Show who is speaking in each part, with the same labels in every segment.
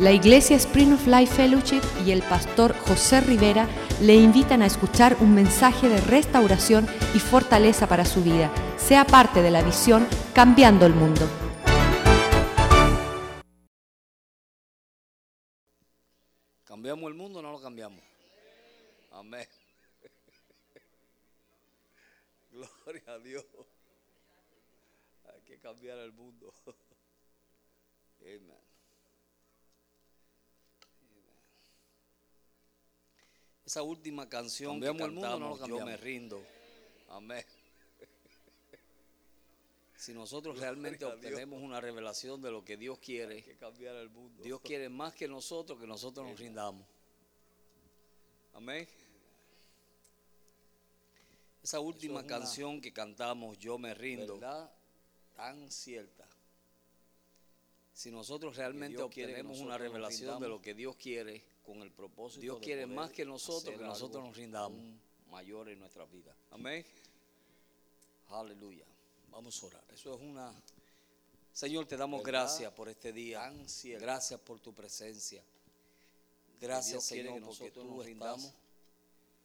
Speaker 1: La Iglesia Spring of Life Fellowship y el pastor José Rivera le invitan a escuchar un mensaje de restauración y fortaleza para su vida. Sea parte de la visión Cambiando el Mundo.
Speaker 2: ¿Cambiamos el mundo o no lo cambiamos? Amén. Gloria a Dios. Hay que cambiar el mundo. Amén. Esa última canción
Speaker 3: Cambiamos
Speaker 2: que
Speaker 3: el mundo,
Speaker 2: cantamos,
Speaker 3: no lo
Speaker 2: yo
Speaker 3: cambiamos.
Speaker 2: me rindo. Amén. Si nosotros realmente
Speaker 3: a Dios.
Speaker 2: obtenemos una revelación de lo que Dios quiere,
Speaker 3: que cambiar el mundo.
Speaker 2: Dios quiere más que nosotros que nosotros nos rindamos. Amén. Esa última
Speaker 3: una
Speaker 2: canción que cantamos, Yo me rindo,
Speaker 3: verdad
Speaker 2: tan cierta. Si nosotros realmente
Speaker 3: Dios quiere que
Speaker 2: obtenemos una
Speaker 3: nosotros nos
Speaker 2: revelación de
Speaker 3: rindamos
Speaker 2: lo que Dios quiere con el propósito, Dios
Speaker 3: de
Speaker 2: quiere
Speaker 3: poder
Speaker 2: más que nosotros
Speaker 3: hacer
Speaker 2: que nosotros
Speaker 3: algo
Speaker 2: nos rindamos mayor en nuestra vida. Amén. Aleluya. Vamos a orar. Eso es una Señor, te damos
Speaker 3: ¿Verdad?
Speaker 2: gracias por este día. Gracias por tu presencia. Gracias,
Speaker 3: Dios quiere
Speaker 2: Señor,
Speaker 3: que
Speaker 2: porque
Speaker 3: nosotros
Speaker 2: tú
Speaker 3: nos
Speaker 2: estás
Speaker 3: rindamos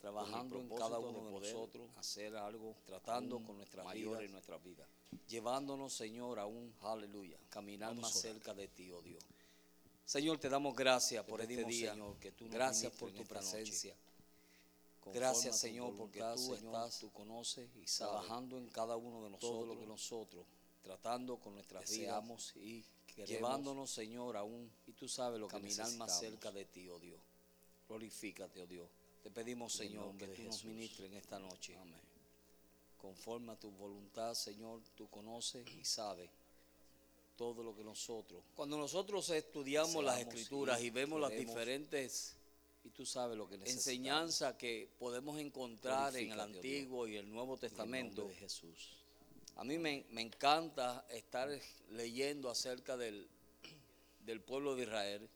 Speaker 2: trabajando en
Speaker 3: propósito
Speaker 2: cada
Speaker 3: de
Speaker 2: uno de
Speaker 3: poder
Speaker 2: nosotros, hacer algo, tratando
Speaker 3: aún
Speaker 2: con nuestras
Speaker 3: mayor
Speaker 2: vidas,
Speaker 3: en
Speaker 2: nuestra vida. llevándonos, Señor, a un aleluya, caminar
Speaker 3: Vamos
Speaker 2: más
Speaker 3: a orar.
Speaker 2: cerca de ti, oh Dios. Señor, te damos gracias por este
Speaker 3: pedimos,
Speaker 2: día,
Speaker 3: Señor, que tú nos
Speaker 2: gracias
Speaker 3: ministres
Speaker 2: por
Speaker 3: en
Speaker 2: tu
Speaker 3: esta noche.
Speaker 2: presencia.
Speaker 3: Conforme a
Speaker 2: Gracias,
Speaker 3: tu
Speaker 2: Señor, porque
Speaker 3: voluntad,
Speaker 2: tú
Speaker 3: Señor,
Speaker 2: estás, tú conoces y
Speaker 3: sabes
Speaker 2: trabajando en cada uno de nosotros,
Speaker 3: todo lo que
Speaker 2: nosotros, tratando con nuestras
Speaker 3: deseamos
Speaker 2: vidas y
Speaker 3: queremos,
Speaker 2: llevándonos, Señor, aún, y tú sabes lo que
Speaker 3: caminar
Speaker 2: caminar
Speaker 3: más
Speaker 2: más
Speaker 3: cerca
Speaker 2: cerca de ti, oh Dios. Glorifícate, oh Dios. Te pedimos,
Speaker 3: En el
Speaker 2: Señor, que
Speaker 3: nombre
Speaker 2: tú
Speaker 3: de
Speaker 2: nos
Speaker 3: Jesús.
Speaker 2: ministres en esta noche. Amén. Conforme a tu voluntad, Señor, tú conoces y sabes todo lo que nosotros. Cuando nosotros estudiamos las
Speaker 3: deseamos
Speaker 2: escrituras
Speaker 3: y
Speaker 2: y vemos las
Speaker 3: queremos,
Speaker 2: diferentes y tú sabes lo que
Speaker 3: necesitamos.
Speaker 2: enseñanzas que podemos encontrar en el
Speaker 3: Glorifícate, oh Dios.
Speaker 2: Antiguo y el Nuevo
Speaker 3: En el nombre
Speaker 2: Testamento,
Speaker 3: de Jesús.
Speaker 2: a mí me, me encanta estar leyendo acerca del, del pueblo de Israel.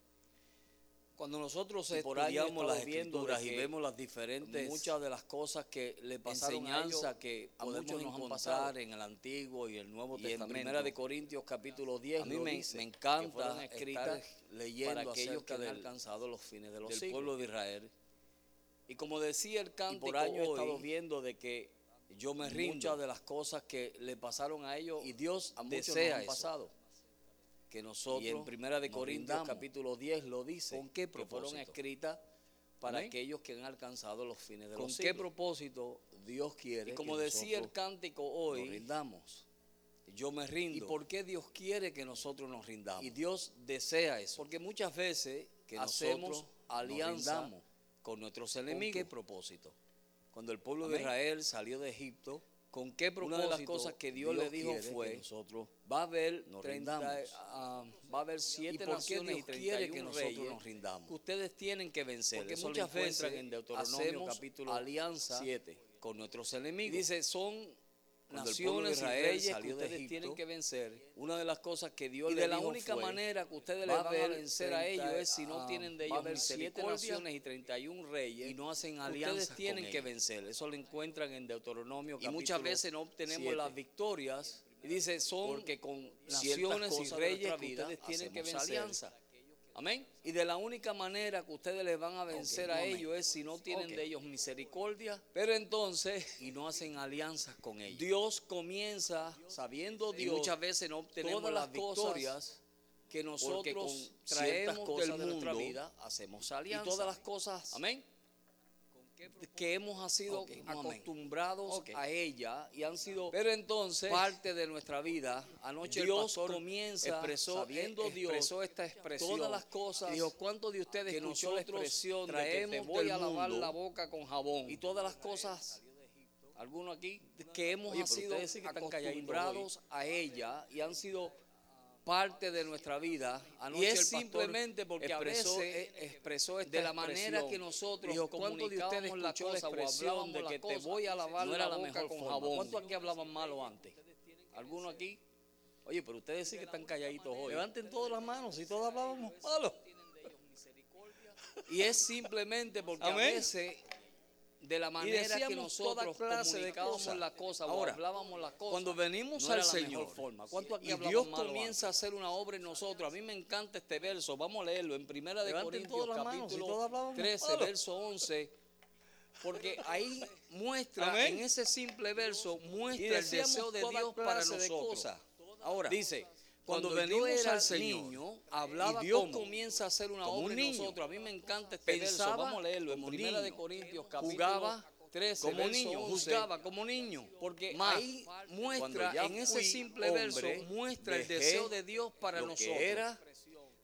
Speaker 2: Cuando nosotros
Speaker 3: Y por años
Speaker 2: estudiamos
Speaker 3: estamos
Speaker 2: las
Speaker 3: viendo
Speaker 2: escrituras
Speaker 3: de
Speaker 2: y
Speaker 3: que
Speaker 2: vemos las diferentes
Speaker 3: muchas
Speaker 2: de las cosas que le
Speaker 3: pasaron a
Speaker 2: enseñanza
Speaker 3: ellos,
Speaker 2: que
Speaker 3: a
Speaker 2: podemos
Speaker 3: muchos nos han
Speaker 2: encontrar
Speaker 3: pasado.
Speaker 2: en el Antiguo y el Nuevo
Speaker 3: Y en
Speaker 2: Testamento.
Speaker 3: Primera de
Speaker 2: Corintios capítulo 10 a mí
Speaker 3: lo
Speaker 2: me,
Speaker 3: dice,
Speaker 2: me
Speaker 3: que
Speaker 2: encanta
Speaker 3: fueron
Speaker 2: estar
Speaker 3: escritas
Speaker 2: leyendo
Speaker 3: para aquellos
Speaker 2: acerca
Speaker 3: que han
Speaker 2: del-
Speaker 3: alcanzado los fines de los
Speaker 2: del
Speaker 3: siglos.
Speaker 2: pueblo de Israel. Y como decía el cántico
Speaker 3: por años he
Speaker 2: hoy,
Speaker 3: estado
Speaker 2: viendo de que yo me
Speaker 3: rindo.
Speaker 2: muchas de las cosas que le pasaron a ellos y Dios
Speaker 3: a muchos
Speaker 2: desea
Speaker 3: nos han
Speaker 2: eso.
Speaker 3: pasado.
Speaker 2: que nosotros
Speaker 3: Y en Primera de
Speaker 2: nos
Speaker 3: Corintios,
Speaker 2: rindamos.
Speaker 3: capítulo 10, lo dice,
Speaker 2: con qué
Speaker 3: que fueron
Speaker 2: propósito
Speaker 3: escritas para
Speaker 2: Amén.
Speaker 3: aquellos que han alcanzado los fines de
Speaker 2: con
Speaker 3: los
Speaker 2: qué
Speaker 3: siglos.
Speaker 2: propósito Dios quiere
Speaker 3: Y como
Speaker 2: que
Speaker 3: decía el
Speaker 2: nosotros
Speaker 3: cántico
Speaker 2: nos
Speaker 3: hoy,
Speaker 2: rindamos yo me rindo
Speaker 3: ¿Y por
Speaker 2: qué Dios quiere que nosotros nos rindamos
Speaker 3: Y
Speaker 2: y Dios desea eso porque muchas veces que hacemos
Speaker 3: nosotros nos
Speaker 2: alianza
Speaker 3: rindamos.
Speaker 2: con nuestros enemigos
Speaker 3: qué
Speaker 2: propósito cuando el pueblo
Speaker 3: Amén.
Speaker 2: de Israel salió de Egipto con qué
Speaker 3: una de las cosas que Dios, le dijo fue, nosotros
Speaker 2: va a haber
Speaker 3: Nos
Speaker 2: 30,
Speaker 3: rindamos.
Speaker 2: ah, va a haber siete
Speaker 3: por qué
Speaker 2: naciones y
Speaker 3: Dios quiere
Speaker 2: 31
Speaker 3: que nosotros
Speaker 2: reyes
Speaker 3: nos rindamos?
Speaker 2: que ustedes tienen que vencer.
Speaker 3: Porque
Speaker 2: Eso lo
Speaker 3: muchas veces
Speaker 2: encuentran en Deuteronomio
Speaker 3: hacemos
Speaker 2: capítulo
Speaker 3: alianza
Speaker 2: 7 con nuestros enemigos.
Speaker 3: Y
Speaker 2: dice, son
Speaker 3: Cuando el pueblo de
Speaker 2: naciones y
Speaker 3: Israel
Speaker 2: reyes que
Speaker 3: salió de
Speaker 2: ustedes
Speaker 3: Egipto,
Speaker 2: tienen que vencer. Una de las cosas que Dios
Speaker 3: y
Speaker 2: le
Speaker 3: de la
Speaker 2: dijo
Speaker 3: única
Speaker 2: fue,
Speaker 3: manera que ustedes
Speaker 2: va
Speaker 3: les van a
Speaker 2: haber
Speaker 3: vencer a
Speaker 2: 30,
Speaker 3: ellos es si no
Speaker 2: ah,
Speaker 3: tienen de
Speaker 2: va a
Speaker 3: ellos
Speaker 2: haber siete
Speaker 3: misericordia
Speaker 2: naciones y 31 reyes
Speaker 3: y no hacen
Speaker 2: Ustedes
Speaker 3: alianzas
Speaker 2: tienen
Speaker 3: con
Speaker 2: que
Speaker 3: ellos.
Speaker 2: vencer. Eso lo encuentran en Deuteronomio
Speaker 3: Y muchas veces no obtenemos las
Speaker 2: victorias. Y dice, son porque con
Speaker 3: ciertas
Speaker 2: naciones y
Speaker 3: cosas de
Speaker 2: reyes
Speaker 3: nuestra
Speaker 2: que
Speaker 3: vida
Speaker 2: ustedes tienen que
Speaker 3: hacemos
Speaker 2: vencer.
Speaker 3: alianza.
Speaker 2: Amén. Y de la única manera que ustedes les van a vencer
Speaker 3: Ok,
Speaker 2: a
Speaker 3: no, amén.
Speaker 2: ellos es si no tienen
Speaker 3: Ok.
Speaker 2: de ellos misericordia, pero entonces y no hacen alianzas con ellos. Dios comienza sabiendo
Speaker 3: Y
Speaker 2: Dios
Speaker 3: muchas veces no obtenemos
Speaker 2: todas
Speaker 3: las
Speaker 2: las victorias
Speaker 3: victorias
Speaker 2: que
Speaker 3: porque con
Speaker 2: nosotros
Speaker 3: ciertas
Speaker 2: traemos
Speaker 3: cosas
Speaker 2: del
Speaker 3: de
Speaker 2: mundo
Speaker 3: nuestra vida hacemos alianza.
Speaker 2: y todas las cosas amén que hemos sido
Speaker 3: Ok, un momento.
Speaker 2: acostumbrados
Speaker 3: Ok.
Speaker 2: a ella y han sido pero entonces parte de nuestra vida anoche
Speaker 3: Dios
Speaker 2: Dios
Speaker 3: eh,
Speaker 2: comienza
Speaker 3: comienza,
Speaker 2: sabiendo
Speaker 3: sabiendo Dios,
Speaker 2: Dios esta expresión
Speaker 3: todas las cosas
Speaker 2: dijo cuántos de ustedes
Speaker 3: que
Speaker 2: escuchó la
Speaker 3: nosotros
Speaker 2: expresión de que
Speaker 3: traemos
Speaker 2: te voy
Speaker 3: del
Speaker 2: a lavar
Speaker 3: mundo
Speaker 2: la boca con jabón
Speaker 3: y
Speaker 2: todas las cosas algunos aquí que hemos
Speaker 3: Oye, pero
Speaker 2: sido
Speaker 3: ustedes sí que están calladitos
Speaker 2: acostumbrados a ella y han sido parte de nuestra vida. Anoche
Speaker 3: Y es
Speaker 2: el pastor
Speaker 3: simplemente porque a
Speaker 2: expresó,
Speaker 3: veces,
Speaker 2: eh, expresó esta
Speaker 3: de la manera
Speaker 2: expresión.
Speaker 3: que nosotros
Speaker 2: dijo, ¿cuántos de ustedes
Speaker 3: comunicábamos la
Speaker 2: escuchó la
Speaker 3: cosa o
Speaker 2: expresión
Speaker 3: hablábamos
Speaker 2: de
Speaker 3: la
Speaker 2: que te
Speaker 3: cosa?
Speaker 2: voy a lavar
Speaker 3: No
Speaker 2: la,
Speaker 3: era la
Speaker 2: boca
Speaker 3: mejor
Speaker 2: con
Speaker 3: forma.
Speaker 2: jabón?
Speaker 3: ¿Cuántos
Speaker 2: aquí hablaban malo antes? ¿Alguno aquí? Oye, pero ustedes sí que están calladitos hoy.
Speaker 3: Levanten todas las manos, y todos hablábamos malo.
Speaker 2: Y es simplemente porque a
Speaker 3: Amén.
Speaker 2: veces
Speaker 3: de la
Speaker 2: y
Speaker 3: manera que
Speaker 2: decíamos toda
Speaker 3: nosotros
Speaker 2: clase de
Speaker 3: comunicábamos
Speaker 2: cosas.
Speaker 3: las cosas
Speaker 2: Ahora,
Speaker 3: o hablábamos las cosas.
Speaker 2: cuando venimos
Speaker 3: no
Speaker 2: al
Speaker 3: era la
Speaker 2: Señor
Speaker 3: mejor forma. ¿Cuánto aquí
Speaker 2: y
Speaker 3: hablamos
Speaker 2: Dios
Speaker 3: malo
Speaker 2: comienza a hacer una obra en nosotros, a mí me encanta este verso, vamos a leerlo en Primera de
Speaker 3: Levanten
Speaker 2: Corintios
Speaker 3: todas las manos, si todos
Speaker 2: capítulo
Speaker 3: hablábamos
Speaker 2: 13,
Speaker 3: malo.
Speaker 2: verso 11, porque ahí muestra,
Speaker 3: Amén.
Speaker 2: en ese simple verso,
Speaker 3: antes?
Speaker 2: muestra el deseo de Dios para nosotros.
Speaker 3: Ahora, dice,
Speaker 2: Cuando, venimos al Señor,
Speaker 3: niño,
Speaker 2: hablaba
Speaker 3: hablaba
Speaker 2: y Dios
Speaker 3: como-
Speaker 2: comienza a hacer una
Speaker 3: como un
Speaker 2: obra en
Speaker 3: niño.
Speaker 2: nosotros. A mí me encanta este
Speaker 3: Pensaba
Speaker 2: verso. Vamos a leerlo en
Speaker 3: como
Speaker 2: Primera de
Speaker 3: niño.
Speaker 2: Corintios, capítulo
Speaker 3: Jugaba
Speaker 2: 13,
Speaker 3: como
Speaker 2: verso
Speaker 3: niño,
Speaker 2: 11,
Speaker 3: jugaba como niño.
Speaker 2: Porque
Speaker 3: Mas,
Speaker 2: ahí
Speaker 3: cuando
Speaker 2: muestra,
Speaker 3: ya
Speaker 2: en ese
Speaker 3: fui
Speaker 2: simple
Speaker 3: hombre,
Speaker 2: verso, muestra el
Speaker 3: dejé
Speaker 2: deseo de Dios para
Speaker 3: lo que
Speaker 2: nosotros.
Speaker 3: era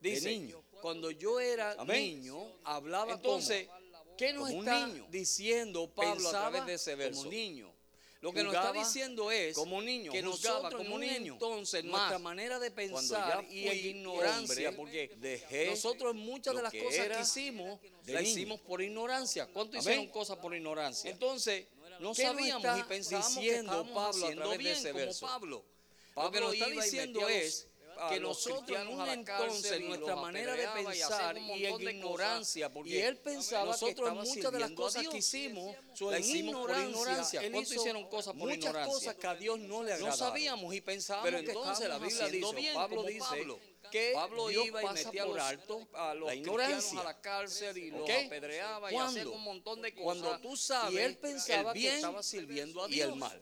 Speaker 3: de
Speaker 2: Dice,
Speaker 3: niño.
Speaker 2: cuando yo era
Speaker 3: Amén.
Speaker 2: niño, hablaba
Speaker 3: Entonces,
Speaker 2: como, ¿qué nos
Speaker 3: como un
Speaker 2: está
Speaker 3: niño.
Speaker 2: diciendo Pablo a
Speaker 3: Pensaba
Speaker 2: través de ese
Speaker 3: como
Speaker 2: verso?
Speaker 3: niño.
Speaker 2: Lo que nos está
Speaker 3: Jugaba
Speaker 2: diciendo es
Speaker 3: como niño,
Speaker 2: que
Speaker 3: juzgaba
Speaker 2: nosotros en
Speaker 3: como
Speaker 2: un
Speaker 3: niño.
Speaker 2: entonces
Speaker 3: Mas,
Speaker 2: nuestra manera de pensar y en
Speaker 3: fui
Speaker 2: ignorancia,
Speaker 3: hombre,
Speaker 2: porque
Speaker 3: dejé
Speaker 2: nosotros muchas de
Speaker 3: lo
Speaker 2: las
Speaker 3: que
Speaker 2: cosas que
Speaker 3: era
Speaker 2: hicimos,
Speaker 3: de
Speaker 2: las
Speaker 3: niño.
Speaker 2: hicimos por ignorancia. ¿Cuánto
Speaker 3: Amén.
Speaker 2: hicieron cosas por ignorancia? Entonces, no
Speaker 3: ¿Qué nos
Speaker 2: sabíamos
Speaker 3: está
Speaker 2: y pensábamos que
Speaker 3: diciendo
Speaker 2: estábamos
Speaker 3: Pablo a
Speaker 2: haciendo
Speaker 3: través de
Speaker 2: bien
Speaker 3: ese
Speaker 2: como
Speaker 3: verso?
Speaker 2: Pablo.
Speaker 3: Pablo
Speaker 2: Lo que nos está
Speaker 3: iba y
Speaker 2: diciendo
Speaker 3: metía a los-
Speaker 2: es
Speaker 3: a
Speaker 2: que
Speaker 3: los
Speaker 2: nosotros en
Speaker 3: cristianos
Speaker 2: un
Speaker 3: a la cárcel
Speaker 2: entonces
Speaker 3: y
Speaker 2: nuestra
Speaker 3: los
Speaker 2: manera de
Speaker 3: apedreaba y hacía
Speaker 2: pensar
Speaker 3: un
Speaker 2: y
Speaker 3: montón
Speaker 2: en
Speaker 3: de cosas.
Speaker 2: ignorancia, porque
Speaker 3: Y él pensaba que
Speaker 2: nosotros
Speaker 3: estaba
Speaker 2: muchas de las
Speaker 3: sirviendo a
Speaker 2: cosas que
Speaker 3: Dios.
Speaker 2: hicimos,
Speaker 3: Lo
Speaker 2: las
Speaker 3: hicimos
Speaker 2: hicimos
Speaker 3: por
Speaker 2: por
Speaker 3: ignorancia.
Speaker 2: ignorancia.
Speaker 3: Él
Speaker 2: ¿Cuánto
Speaker 3: hizo
Speaker 2: hicieron cosas por
Speaker 3: muchas
Speaker 2: ignorancia?
Speaker 3: cosas que a Dios no le agradaban.
Speaker 2: No sabíamos y pensábamos
Speaker 3: Pero
Speaker 2: que
Speaker 3: entonces la
Speaker 2: estábamos
Speaker 3: Biblia
Speaker 2: haciendo
Speaker 3: dice,
Speaker 2: bien,
Speaker 3: o Pablo
Speaker 2: como
Speaker 3: dice
Speaker 2: Pablo,
Speaker 3: que
Speaker 2: Pablo
Speaker 3: Dios
Speaker 2: iba y
Speaker 3: pasa
Speaker 2: metía a
Speaker 3: por
Speaker 2: los,
Speaker 3: alto
Speaker 2: a los
Speaker 3: la
Speaker 2: cristianos
Speaker 3: ignorancia.
Speaker 2: a la cárcel y los
Speaker 3: ¿Ok?
Speaker 2: apedreaba y
Speaker 3: ¿Cuándo?
Speaker 2: hacía un montón de cosas.
Speaker 3: Cuando tú sabes
Speaker 2: y él pensaba
Speaker 3: el bien
Speaker 2: que estaba sirviendo a
Speaker 3: y
Speaker 2: Dios.
Speaker 3: el mal.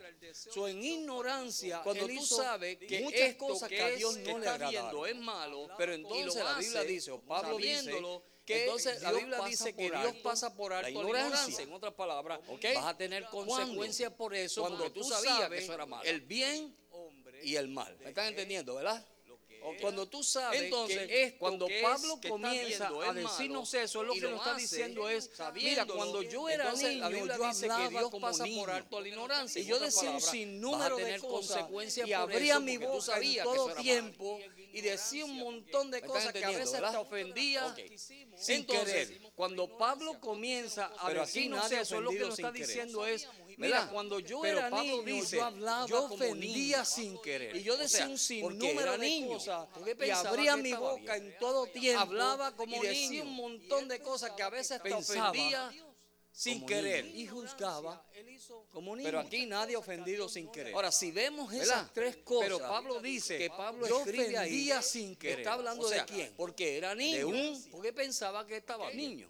Speaker 2: So, en ignorancia,
Speaker 3: Cuando
Speaker 2: él
Speaker 3: tú
Speaker 2: hizo
Speaker 3: sabes que
Speaker 2: muchas
Speaker 3: esto
Speaker 2: cosas que,
Speaker 3: que
Speaker 2: a Dios
Speaker 3: es-
Speaker 2: no le
Speaker 3: está
Speaker 2: agradaron
Speaker 3: viendo
Speaker 2: es
Speaker 3: es
Speaker 2: malo,
Speaker 3: malo,
Speaker 2: pero
Speaker 3: y lo
Speaker 2: entonces la Biblia
Speaker 3: hace
Speaker 2: dice, o Pablo
Speaker 3: sabiéndolo,
Speaker 2: viéndolo,
Speaker 3: que
Speaker 2: que entonces la
Speaker 3: Dios
Speaker 2: Biblia
Speaker 3: pasa
Speaker 2: dice
Speaker 3: por
Speaker 2: que Dios
Speaker 3: alto
Speaker 2: pasa por
Speaker 3: la
Speaker 2: alto la ignorancia.
Speaker 3: ignorancia.
Speaker 2: En otras palabras,
Speaker 3: ¿Ok?
Speaker 2: vas a tener
Speaker 3: ¿Cuándo?
Speaker 2: consecuencias por eso
Speaker 3: Cuando
Speaker 2: porque
Speaker 3: tú sabes
Speaker 2: El
Speaker 3: el
Speaker 2: bien y el mal. ¿Me están entendiendo, verdad? Ok. Cuando tú sabes
Speaker 3: Entonces,
Speaker 2: que esto
Speaker 3: cuando
Speaker 2: que
Speaker 3: Pablo
Speaker 2: es que está
Speaker 3: comienza
Speaker 2: viendo
Speaker 3: a
Speaker 2: es malo,
Speaker 3: decirnos eso, es lo
Speaker 2: y
Speaker 3: que
Speaker 2: lo
Speaker 3: nos está
Speaker 2: hace
Speaker 3: diciendo es, mira,
Speaker 2: sabiéndolo,
Speaker 3: cuando yo era
Speaker 2: entonces la
Speaker 3: niño,
Speaker 2: Biblia
Speaker 3: yo
Speaker 2: dice que
Speaker 3: hablaba
Speaker 2: Dios
Speaker 3: como
Speaker 2: pasa por
Speaker 3: niño.
Speaker 2: alto la ignorancia.
Speaker 3: Y
Speaker 2: En
Speaker 3: yo
Speaker 2: otras
Speaker 3: decía un
Speaker 2: palabras, vas
Speaker 3: sinnúmero
Speaker 2: a
Speaker 3: de
Speaker 2: tener
Speaker 3: cosas,
Speaker 2: consecuencias
Speaker 3: y
Speaker 2: por
Speaker 3: abría
Speaker 2: eso,
Speaker 3: mi
Speaker 2: porque tú
Speaker 3: boca en
Speaker 2: sabías que
Speaker 3: todo
Speaker 2: eso era malo.
Speaker 3: tiempo, y decía un montón de
Speaker 2: ¿Me están
Speaker 3: cosas que a
Speaker 2: entendiendo,
Speaker 3: veces
Speaker 2: verdad?
Speaker 3: te ofendía,
Speaker 2: Ok.
Speaker 3: sin
Speaker 2: Entonces,
Speaker 3: querer. Cuando Pablo comienza a
Speaker 2: Pero aquí
Speaker 3: decirnos
Speaker 2: nadie
Speaker 3: eso, lo que
Speaker 2: ofendido
Speaker 3: nos está
Speaker 2: sin querer.
Speaker 3: diciendo es,
Speaker 2: ¿Verdad?
Speaker 3: mira, cuando yo
Speaker 2: Pero
Speaker 3: era
Speaker 2: Pablo
Speaker 3: niño,
Speaker 2: dice,
Speaker 3: yo hablaba
Speaker 2: yo
Speaker 3: como
Speaker 2: ofendía
Speaker 3: niño.
Speaker 2: sin querer.
Speaker 3: Y yo decía
Speaker 2: O sea,
Speaker 3: un
Speaker 2: porque
Speaker 3: sinnúmero
Speaker 2: era
Speaker 3: de
Speaker 2: niño.
Speaker 3: cosas,
Speaker 2: Porque
Speaker 3: y
Speaker 2: pensaba
Speaker 3: abría
Speaker 2: que
Speaker 3: mi
Speaker 2: estaba
Speaker 3: boca
Speaker 2: bien.
Speaker 3: en todo tiempo,
Speaker 2: Hablaba como
Speaker 3: y decía
Speaker 2: niño.
Speaker 3: un montón de cosas que a veces te
Speaker 2: Pensaba
Speaker 3: ofendía
Speaker 2: como
Speaker 3: sin querer.
Speaker 2: niño.
Speaker 3: Y juzgaba como niño.
Speaker 2: Pero aquí nadie ofendido sin querer.
Speaker 3: Ahora, si vemos esas
Speaker 2: ¿Verdad?
Speaker 3: tres cosas,
Speaker 2: Pero Pablo dice
Speaker 3: que Pablo
Speaker 2: yo
Speaker 3: escribe ahí,
Speaker 2: ofendía sin querer.
Speaker 3: Está hablando
Speaker 2: O sea,
Speaker 3: de quién?
Speaker 2: porque era niño.
Speaker 3: De un-
Speaker 2: porque pensaba que estaba niño.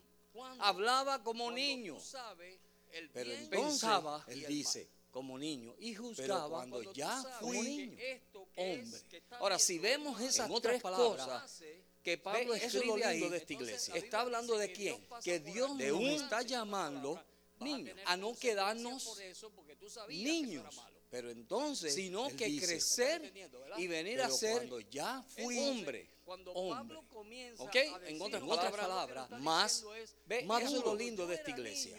Speaker 3: Hablaba como
Speaker 2: Cuando
Speaker 3: niño.
Speaker 2: tú
Speaker 3: Pero
Speaker 2: Pero
Speaker 3: entonces,
Speaker 2: pensaba,
Speaker 3: él
Speaker 2: él
Speaker 3: dice,
Speaker 2: dice, como niño. Y
Speaker 3: pero
Speaker 2: juzgaba
Speaker 3: cuando ya
Speaker 2: fui
Speaker 3: fui
Speaker 2: niño.
Speaker 3: hombre.
Speaker 2: Ahora, si vemos esas
Speaker 3: en otras
Speaker 2: tres
Speaker 3: palabras,
Speaker 2: cosas que Pablo
Speaker 3: ve, eso es lo
Speaker 2: escribe ahí,
Speaker 3: lindo de esta iglesia.
Speaker 2: está hablando de quién? Que Dios
Speaker 3: De
Speaker 2: nos
Speaker 3: un-
Speaker 2: está llamando niños a no quedarnos niños. Pero entonces, sino
Speaker 3: él
Speaker 2: que
Speaker 3: dice,
Speaker 2: crecer y venir a
Speaker 3: Pero
Speaker 2: ser
Speaker 3: cuando
Speaker 2: ya
Speaker 3: fui
Speaker 2: hombre, hombre.
Speaker 3: hombre.
Speaker 2: ¿Ok?
Speaker 3: ¿Ok?
Speaker 2: En otras palabras, más,
Speaker 3: ve,
Speaker 2: más
Speaker 3: eso es
Speaker 2: lo lindo de esta iglesia.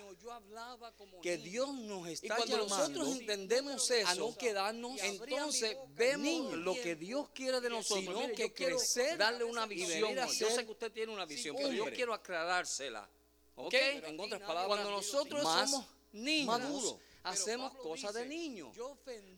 Speaker 2: Que Dios nos está
Speaker 3: Y cuando
Speaker 2: llamando
Speaker 3: nosotros entendemos eso,
Speaker 2: a no quedarnos,
Speaker 3: y abría
Speaker 2: entonces
Speaker 3: mi boca
Speaker 2: vemos
Speaker 3: niño.
Speaker 2: lo que Dios quiere de nosotros,
Speaker 3: Sino
Speaker 2: Mire,
Speaker 3: que
Speaker 2: yo quiero
Speaker 3: crecer
Speaker 2: darle una
Speaker 3: y
Speaker 2: visión.
Speaker 3: venir a
Speaker 2: hoy. Yo
Speaker 3: ser
Speaker 2: sé que usted tiene una visión, pero yo
Speaker 3: hombre.
Speaker 2: quiero aclarársela. ¿Ok?
Speaker 3: Pero aquí
Speaker 2: en otras
Speaker 3: nadie
Speaker 2: palabras, cuando
Speaker 3: ha sido
Speaker 2: nosotros
Speaker 3: más
Speaker 2: somos niños,
Speaker 3: maduro.
Speaker 2: hacemos cosas de niños.